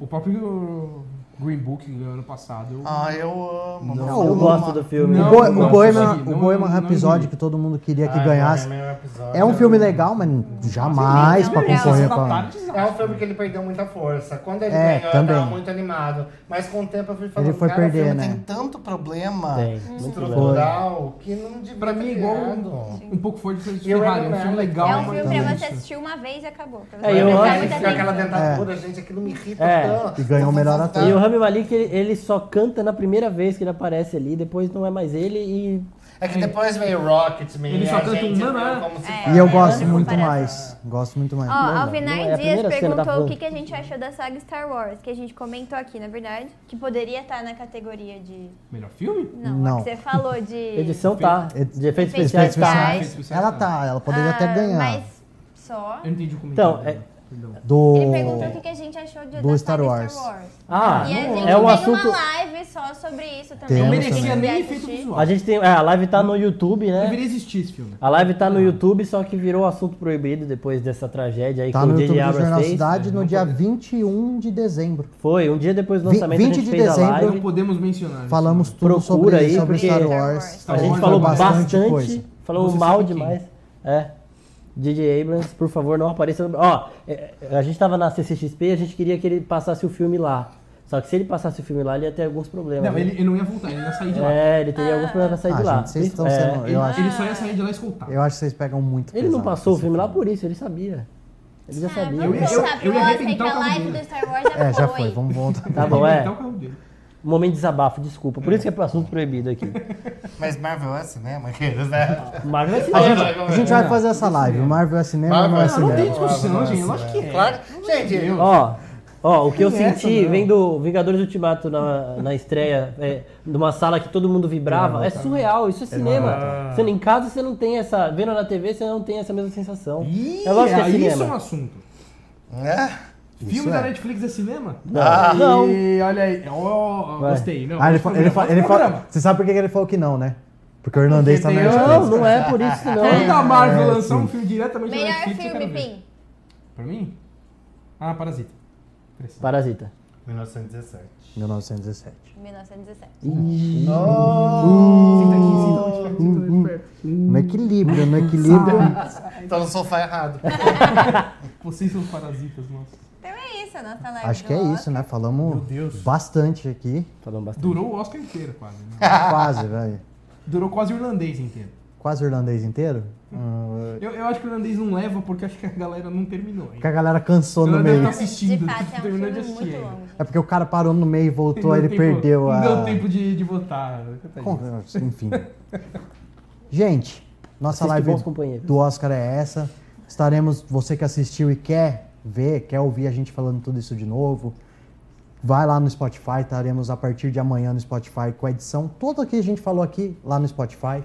Speaker 6: O próprio Green Book que ganhou ano passado, eu...
Speaker 3: Ah, eu amo. mas
Speaker 1: Não,
Speaker 4: eu
Speaker 1: uma-
Speaker 4: gosto do filme.
Speaker 1: O,
Speaker 6: Não,
Speaker 1: Bo
Speaker 6: não,
Speaker 1: o Bohemian,
Speaker 6: consegui,
Speaker 1: o
Speaker 6: não-
Speaker 1: Bohemian
Speaker 6: não
Speaker 1: Rhapsody
Speaker 6: entendi.
Speaker 1: que todo mundo queria que
Speaker 3: Ah,
Speaker 1: ganhasse.
Speaker 3: Bohemian Rhapsody
Speaker 1: É um filme legal, mas jamais
Speaker 2: Sim,
Speaker 1: pra
Speaker 2: não, não.
Speaker 1: concorrer com
Speaker 6: Essa
Speaker 1: a...
Speaker 6: batalha de
Speaker 3: É um filme que ele perdeu muita força. Quando ele
Speaker 1: É,
Speaker 3: ganhou,
Speaker 1: também.
Speaker 3: eu tava muito animado. Mas com o tempo eu fui falando,
Speaker 1: Ele foi
Speaker 3: cara,
Speaker 1: perder,
Speaker 3: o filme
Speaker 1: né?
Speaker 3: tem tanto problema
Speaker 4: Tem, muito
Speaker 3: estrutural que não devia
Speaker 6: Pra mim,
Speaker 3: ter
Speaker 6: igual
Speaker 3: ganhado.
Speaker 6: um pouco forte de
Speaker 3: E o
Speaker 6: Ferrari. É um
Speaker 3: Ryan
Speaker 4: né?
Speaker 3: Reynolds.
Speaker 6: filme legal.
Speaker 2: é um
Speaker 6: mas
Speaker 2: filme
Speaker 6: também-
Speaker 2: pra você assistir uma vez e acabou. Pra você
Speaker 4: É, eu
Speaker 2: não prestar
Speaker 4: acho
Speaker 3: Ele
Speaker 2: muita
Speaker 3: fica aquela
Speaker 2: atenção.
Speaker 3: dentadura, gente, aquilo me irrita
Speaker 4: É.
Speaker 3: tanto.
Speaker 1: E ganhou o melhor ator.
Speaker 4: E o Rami Malik, ele, ele só canta na primeira vez que ele aparece ali, depois não é mais ele e.
Speaker 3: É que depois veio Rocketman.
Speaker 6: Ele
Speaker 3: e
Speaker 6: só
Speaker 3: a
Speaker 6: canta um
Speaker 3: gente viu
Speaker 6: "Mamá".
Speaker 3: como se
Speaker 2: É.
Speaker 3: faz.
Speaker 1: E eu
Speaker 2: É,
Speaker 1: gosto
Speaker 2: não
Speaker 1: muito
Speaker 2: compara-
Speaker 1: mais. Gosto muito mais.
Speaker 2: Ó,
Speaker 4: não,
Speaker 2: Alvenar
Speaker 4: não é a
Speaker 2: Dias
Speaker 4: primeira cena da
Speaker 2: perguntou o
Speaker 4: van.
Speaker 2: que, que a gente achou da saga Star Wars, que a gente comentou aqui, na verdade, que poderia estar na categoria de...
Speaker 6: é Melhor filme?
Speaker 2: Não,
Speaker 1: Não.
Speaker 2: a que você falou de...
Speaker 4: Edição tá.
Speaker 1: Ed-
Speaker 4: De
Speaker 2: Efeitos
Speaker 4: efeitos especiais tá.
Speaker 2: especiais.
Speaker 6: Efeitos especiais
Speaker 1: Ela
Speaker 6: não.
Speaker 1: tá, ela poderia até
Speaker 2: Ah,
Speaker 1: ganhar.
Speaker 2: Mas só...
Speaker 6: Eu não entendi o comentário. né?
Speaker 4: Então, é,
Speaker 1: do.
Speaker 2: Ele perguntou o que que a gente achou de,
Speaker 1: Do
Speaker 2: da
Speaker 1: Star
Speaker 2: saga
Speaker 1: Wars.
Speaker 4: Ah,
Speaker 2: e a gente
Speaker 4: é um
Speaker 2: tem
Speaker 4: assunto.
Speaker 2: uma live só sobre isso
Speaker 1: Temos
Speaker 2: também. pra
Speaker 1: também.
Speaker 2: quem
Speaker 6: Merecia
Speaker 2: quiser
Speaker 6: nem
Speaker 2: assistir.
Speaker 6: efeito visual.
Speaker 4: A gente tem. é, a live tá no YouTube, né?
Speaker 6: Deveria existir esse filme.
Speaker 4: A live tá no YouTube, só que virou assunto proibido depois dessa tragédia aí
Speaker 1: Tá
Speaker 4: que o
Speaker 1: no
Speaker 4: J.J.
Speaker 1: YouTube do Jornal
Speaker 4: Abrams fez. né?
Speaker 1: Cidade no dia 21 de dezembro.
Speaker 4: Foi, um dia depois do
Speaker 1: Vi-
Speaker 4: lançamento a
Speaker 1: 20
Speaker 4: gente
Speaker 1: de
Speaker 4: fez
Speaker 1: dezembro,
Speaker 4: a
Speaker 6: Não
Speaker 4: live.
Speaker 6: podemos mencionar.
Speaker 1: Falamos tudo
Speaker 4: Procura
Speaker 1: sobre,
Speaker 4: aí,
Speaker 1: sobre
Speaker 4: porque-
Speaker 1: Star Wars.
Speaker 2: Star
Speaker 4: A
Speaker 6: Star
Speaker 4: gente
Speaker 6: Wars
Speaker 4: falou
Speaker 6: é
Speaker 4: bastante,
Speaker 1: coisa. Ah,
Speaker 4: falou
Speaker 6: Você
Speaker 4: mal
Speaker 6: sabe quem.
Speaker 4: demais. É. DJ Abrams, por favor, não apareça. no- Ó, é, é, a gente tava na CCXP, a gente queria que ele passasse o filme lá. Só que se ele passasse o filme lá, ele ia ter alguns problemas.
Speaker 6: Não,
Speaker 4: né?
Speaker 6: ele, ele não ia voltar, ele ia sair de lá.
Speaker 4: É, ele teria alguns problemas pra sair
Speaker 1: Ah,
Speaker 4: de lá.
Speaker 1: gente, vocês estão
Speaker 4: É,
Speaker 1: sendo.
Speaker 6: Ele,
Speaker 1: Eu acho,
Speaker 6: ele só ia sair de lá escoltado.
Speaker 1: eu acho que vocês pegam muito.
Speaker 4: Ele não
Speaker 1: pesado
Speaker 4: passou o
Speaker 1: esse
Speaker 4: filme lá por isso, ele sabia. Ele já
Speaker 2: Ah,
Speaker 4: sabia.
Speaker 2: vamos
Speaker 6: Eu ia-
Speaker 2: voltar
Speaker 6: eu ia
Speaker 2: pra outra, que
Speaker 6: arrebentar o
Speaker 2: a
Speaker 6: carro
Speaker 2: live
Speaker 6: dele.
Speaker 2: do Star Wars já
Speaker 1: É, já
Speaker 2: foi.
Speaker 1: foi. Vamos voltar.
Speaker 4: Tá bom,
Speaker 6: Ele
Speaker 4: é.
Speaker 6: tá o carro dele.
Speaker 4: Momento de desabafo, desculpa. Por isso que é assunto proibido aqui.
Speaker 3: Mas Marvel é cinema, queridos,
Speaker 1: É.
Speaker 3: né?
Speaker 4: Mas vai se
Speaker 3: A gente-
Speaker 4: lembra.
Speaker 1: A gente vai fazer essa live. Marvel é cinema,
Speaker 3: Marvel
Speaker 1: não é
Speaker 3: é
Speaker 6: Não, não
Speaker 1: cinema.
Speaker 6: tem
Speaker 3: cinema.
Speaker 6: discussão,
Speaker 3: Nossa,
Speaker 6: gente. Eu acho que é.
Speaker 3: Claro. Gente, eu...
Speaker 4: Ó, ó, o que eu senti
Speaker 6: não.
Speaker 4: vem do Vingadores Ultimato na, na estreia, é, numa sala que todo mundo vibrava, é surreal, isso é cinema. Sendo em casa, você não tem essa. Vendo na TV, você não tem essa mesma sensação.
Speaker 6: Ih,
Speaker 4: é lógico que é
Speaker 6: aí isso é um
Speaker 4: cinema.
Speaker 6: assunto.
Speaker 3: né?
Speaker 6: filme
Speaker 1: é.
Speaker 6: da Netflix é cinema?
Speaker 4: Não.
Speaker 6: Aí,
Speaker 4: Não.
Speaker 6: olha aí. Ó,
Speaker 4: Vai.
Speaker 6: gostei. Não,
Speaker 1: Ah, ele,
Speaker 6: outro
Speaker 1: fa- ele,
Speaker 6: programa,
Speaker 1: fa-
Speaker 6: outro
Speaker 1: ele fa-
Speaker 6: programa.
Speaker 1: Você sabe por que que ele falou que não, né? Porque o irlandês tá na
Speaker 6: Porque
Speaker 1: Netflix.
Speaker 4: Não, não é por isso,
Speaker 6: Quando
Speaker 4: não.
Speaker 6: a Marvel
Speaker 1: É,
Speaker 6: lançar um
Speaker 1: sim.
Speaker 6: filme diretamente da
Speaker 2: Melhor
Speaker 6: Netflix, eu
Speaker 2: filme,
Speaker 6: quero ver.
Speaker 2: Pim.
Speaker 6: Pra mim? Ah, Parasita. Interessante.
Speaker 4: Parasita.
Speaker 3: 1917.
Speaker 1: 1917.
Speaker 2: 1917.
Speaker 6: Sinta aqui, sinta aqui, sinta aqui, sinta
Speaker 1: Uh,
Speaker 6: aqui.
Speaker 1: No equilíbrio, no equilíbrio.
Speaker 3: Tô no sofá errado.
Speaker 1: uh.
Speaker 6: Vocês são parasitas, nossa.
Speaker 2: Então é isso, a nossa live
Speaker 1: Acho
Speaker 2: do
Speaker 1: que é
Speaker 2: Oscar.
Speaker 1: isso, né? Falamos
Speaker 6: Deus.
Speaker 1: bastante aqui.
Speaker 4: Falando bastante.
Speaker 6: Durou o Oscar inteiro, quase. né?
Speaker 1: Quase, velho.
Speaker 6: Durou quase o irlandês inteiro.
Speaker 1: Quase o irlandês inteiro. Hum,
Speaker 6: Eu, eu acho que o irlandês não leva porque acho que a galera não terminou.
Speaker 1: Porque a galera cansou no
Speaker 6: Ela deve
Speaker 1: meio.
Speaker 6: tá assistindo.
Speaker 2: De fato, é um
Speaker 6: terminou de
Speaker 2: filme
Speaker 6: assistir
Speaker 2: muito
Speaker 6: ainda.
Speaker 2: longo.
Speaker 1: É porque o cara parou no meio e voltou, aí ele
Speaker 6: Não deu tempo-
Speaker 1: perdeu a.
Speaker 6: Não deu tempo de, de votar. coitadinho.
Speaker 1: Com- Enfim. Gente, nossa
Speaker 4: Assiste
Speaker 1: live
Speaker 4: Bons Companheiros.
Speaker 1: do Oscar é essa. Estaremos, você que assistiu e quer ver, quer ouvir a gente falando tudo isso de novo, vai lá no Spotify, estaremos a partir de amanhã no Spotify com a edição toda que a gente falou aqui lá no Spotify.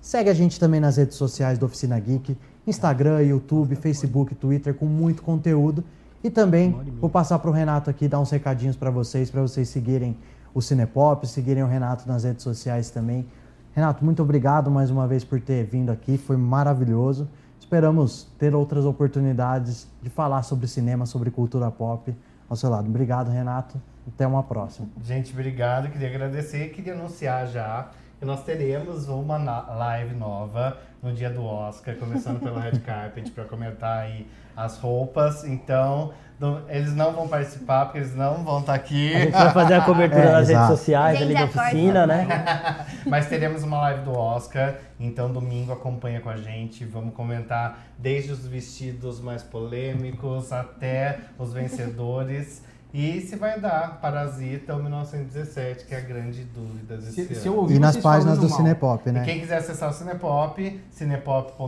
Speaker 1: Segue a gente também nas redes sociais do Oficina Geek, Instagram, YouTube, Facebook, Twitter, com muito conteúdo. E também vou passar para o Renato aqui dar uns recadinhos para vocês, para vocês seguirem o Cinepop, seguirem o Renato nas redes sociais também. Renato, muito obrigado mais uma vez por ter vindo aqui, foi maravilhoso. Esperamos ter outras oportunidades de falar sobre cinema, sobre cultura pop ao seu lado. Obrigado, Renato. Até uma próxima.
Speaker 3: Gente, obrigado. Queria agradecer. Queria anunciar já que nós teremos uma na- live nova no dia do Oscar, começando pelo Red Carpet, para comentar aí as roupas. Então, não- eles não vão participar, porque eles não vão estar aqui.
Speaker 4: A gente vai fazer a cobertura
Speaker 1: É,
Speaker 4: nas
Speaker 1: exato.
Speaker 4: redes sociais,
Speaker 2: Gente,
Speaker 4: ali da
Speaker 2: acorda.
Speaker 4: oficina, né?
Speaker 3: Mas teremos uma live do Oscar, então domingo acompanha com a gente. Vamos comentar desde os vestidos mais polêmicos até os vencedores. E se vai dar Parasita ou 1917, que é a grande dúvida desse
Speaker 6: Se, se
Speaker 3: ano.
Speaker 6: eu ouvir
Speaker 1: E nas
Speaker 6: vocês
Speaker 1: páginas
Speaker 6: falando
Speaker 1: do
Speaker 6: mal,
Speaker 1: Cinepop,
Speaker 3: E
Speaker 1: né?
Speaker 3: quem quiser acessar o Cinepop,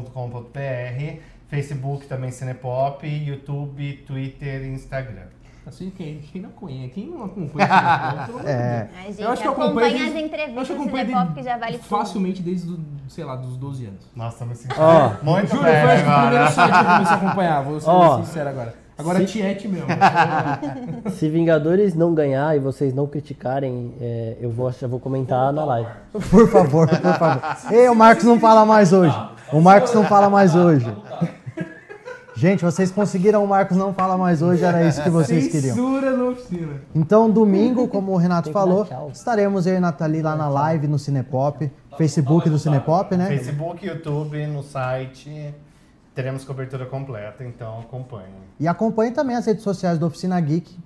Speaker 3: cinepop.com.br, Facebook também Cinepop, YouTube, Twitter e Instagram.
Speaker 6: Assim, quem, quem não conhece, quem não acompanha o Cinepop,
Speaker 1: É.
Speaker 2: A gente
Speaker 6: eu acho que eu acompanho
Speaker 2: acompanha
Speaker 6: desde-
Speaker 2: as
Speaker 6: eu
Speaker 2: entrevistas
Speaker 6: acho que eu
Speaker 2: do
Speaker 6: acompanho
Speaker 2: Cinepop,
Speaker 6: desde-
Speaker 2: que já vale tudo.
Speaker 6: facilmente desde, do- sei lá, dos 12 anos.
Speaker 3: Nossa, me senti
Speaker 4: Ó.
Speaker 3: muito
Speaker 6: Juro,
Speaker 3: velho
Speaker 6: foi acho que o
Speaker 3: agora.
Speaker 6: primeiro site que eu comecei a acompanhar, vou ser
Speaker 4: Ó.
Speaker 6: sincero agora. Agora é Tiete mesmo.
Speaker 4: Se Vingadores não ganhar e vocês não criticarem, é, eu vou, eu vou comentar na live.
Speaker 1: Por favor, por favor. Ei, o Marcos não fala mais hoje. O Marcos não fala mais hoje. Gente, vocês conseguiram o Marcos não fala mais hoje, era isso que vocês queriam.
Speaker 6: Censura na oficina.
Speaker 1: Então, domingo, como o Renato
Speaker 4: Tem que dar
Speaker 1: falou,
Speaker 4: tchau.
Speaker 1: estaremos eu e a Nathalie lá na live no Cinepop, Facebook do Cinepop, né?
Speaker 3: Facebook, YouTube, no site. Teremos cobertura completa, então acompanhe.
Speaker 1: E acompanhe também as redes sociais do Oficina Geek,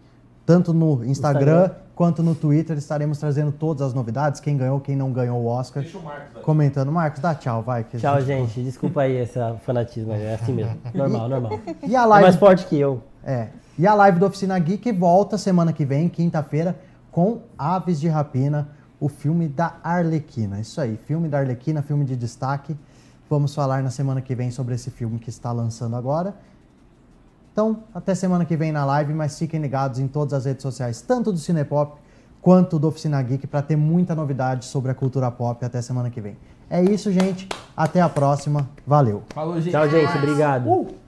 Speaker 1: tanto no Instagram,
Speaker 4: Instagram.
Speaker 1: quanto no Twitter. Estaremos trazendo todas as novidades, quem ganhou, quem não ganhou o Oscar. Comentando. Marcos, dá tchau, vai. que a
Speaker 4: Tchau, gente. Desculpa aí esse fanatismo. aí, É assim mesmo. Normal, normal.
Speaker 1: E a
Speaker 4: É mais
Speaker 1: live,
Speaker 4: forte que eu.
Speaker 1: é, e a live do Oficina Geek volta semana que vem, quinta-feira, com Aves de Rapina, o filme da Arlequina. Isso aí, filme da Arlequina, filme de destaque. Vamos falar na semana que vem sobre esse filme que está lançando agora. Então, até semana que vem na live, mas fiquem ligados em todas as redes sociais, tanto do Cinepop quanto do Oficina Geek, para ter muita novidade sobre a cultura pop até semana que vem. É isso, gente. Até a próxima. Valeu.
Speaker 6: Falou, gente.
Speaker 4: Tchau, gente. Obrigado.
Speaker 6: Uh!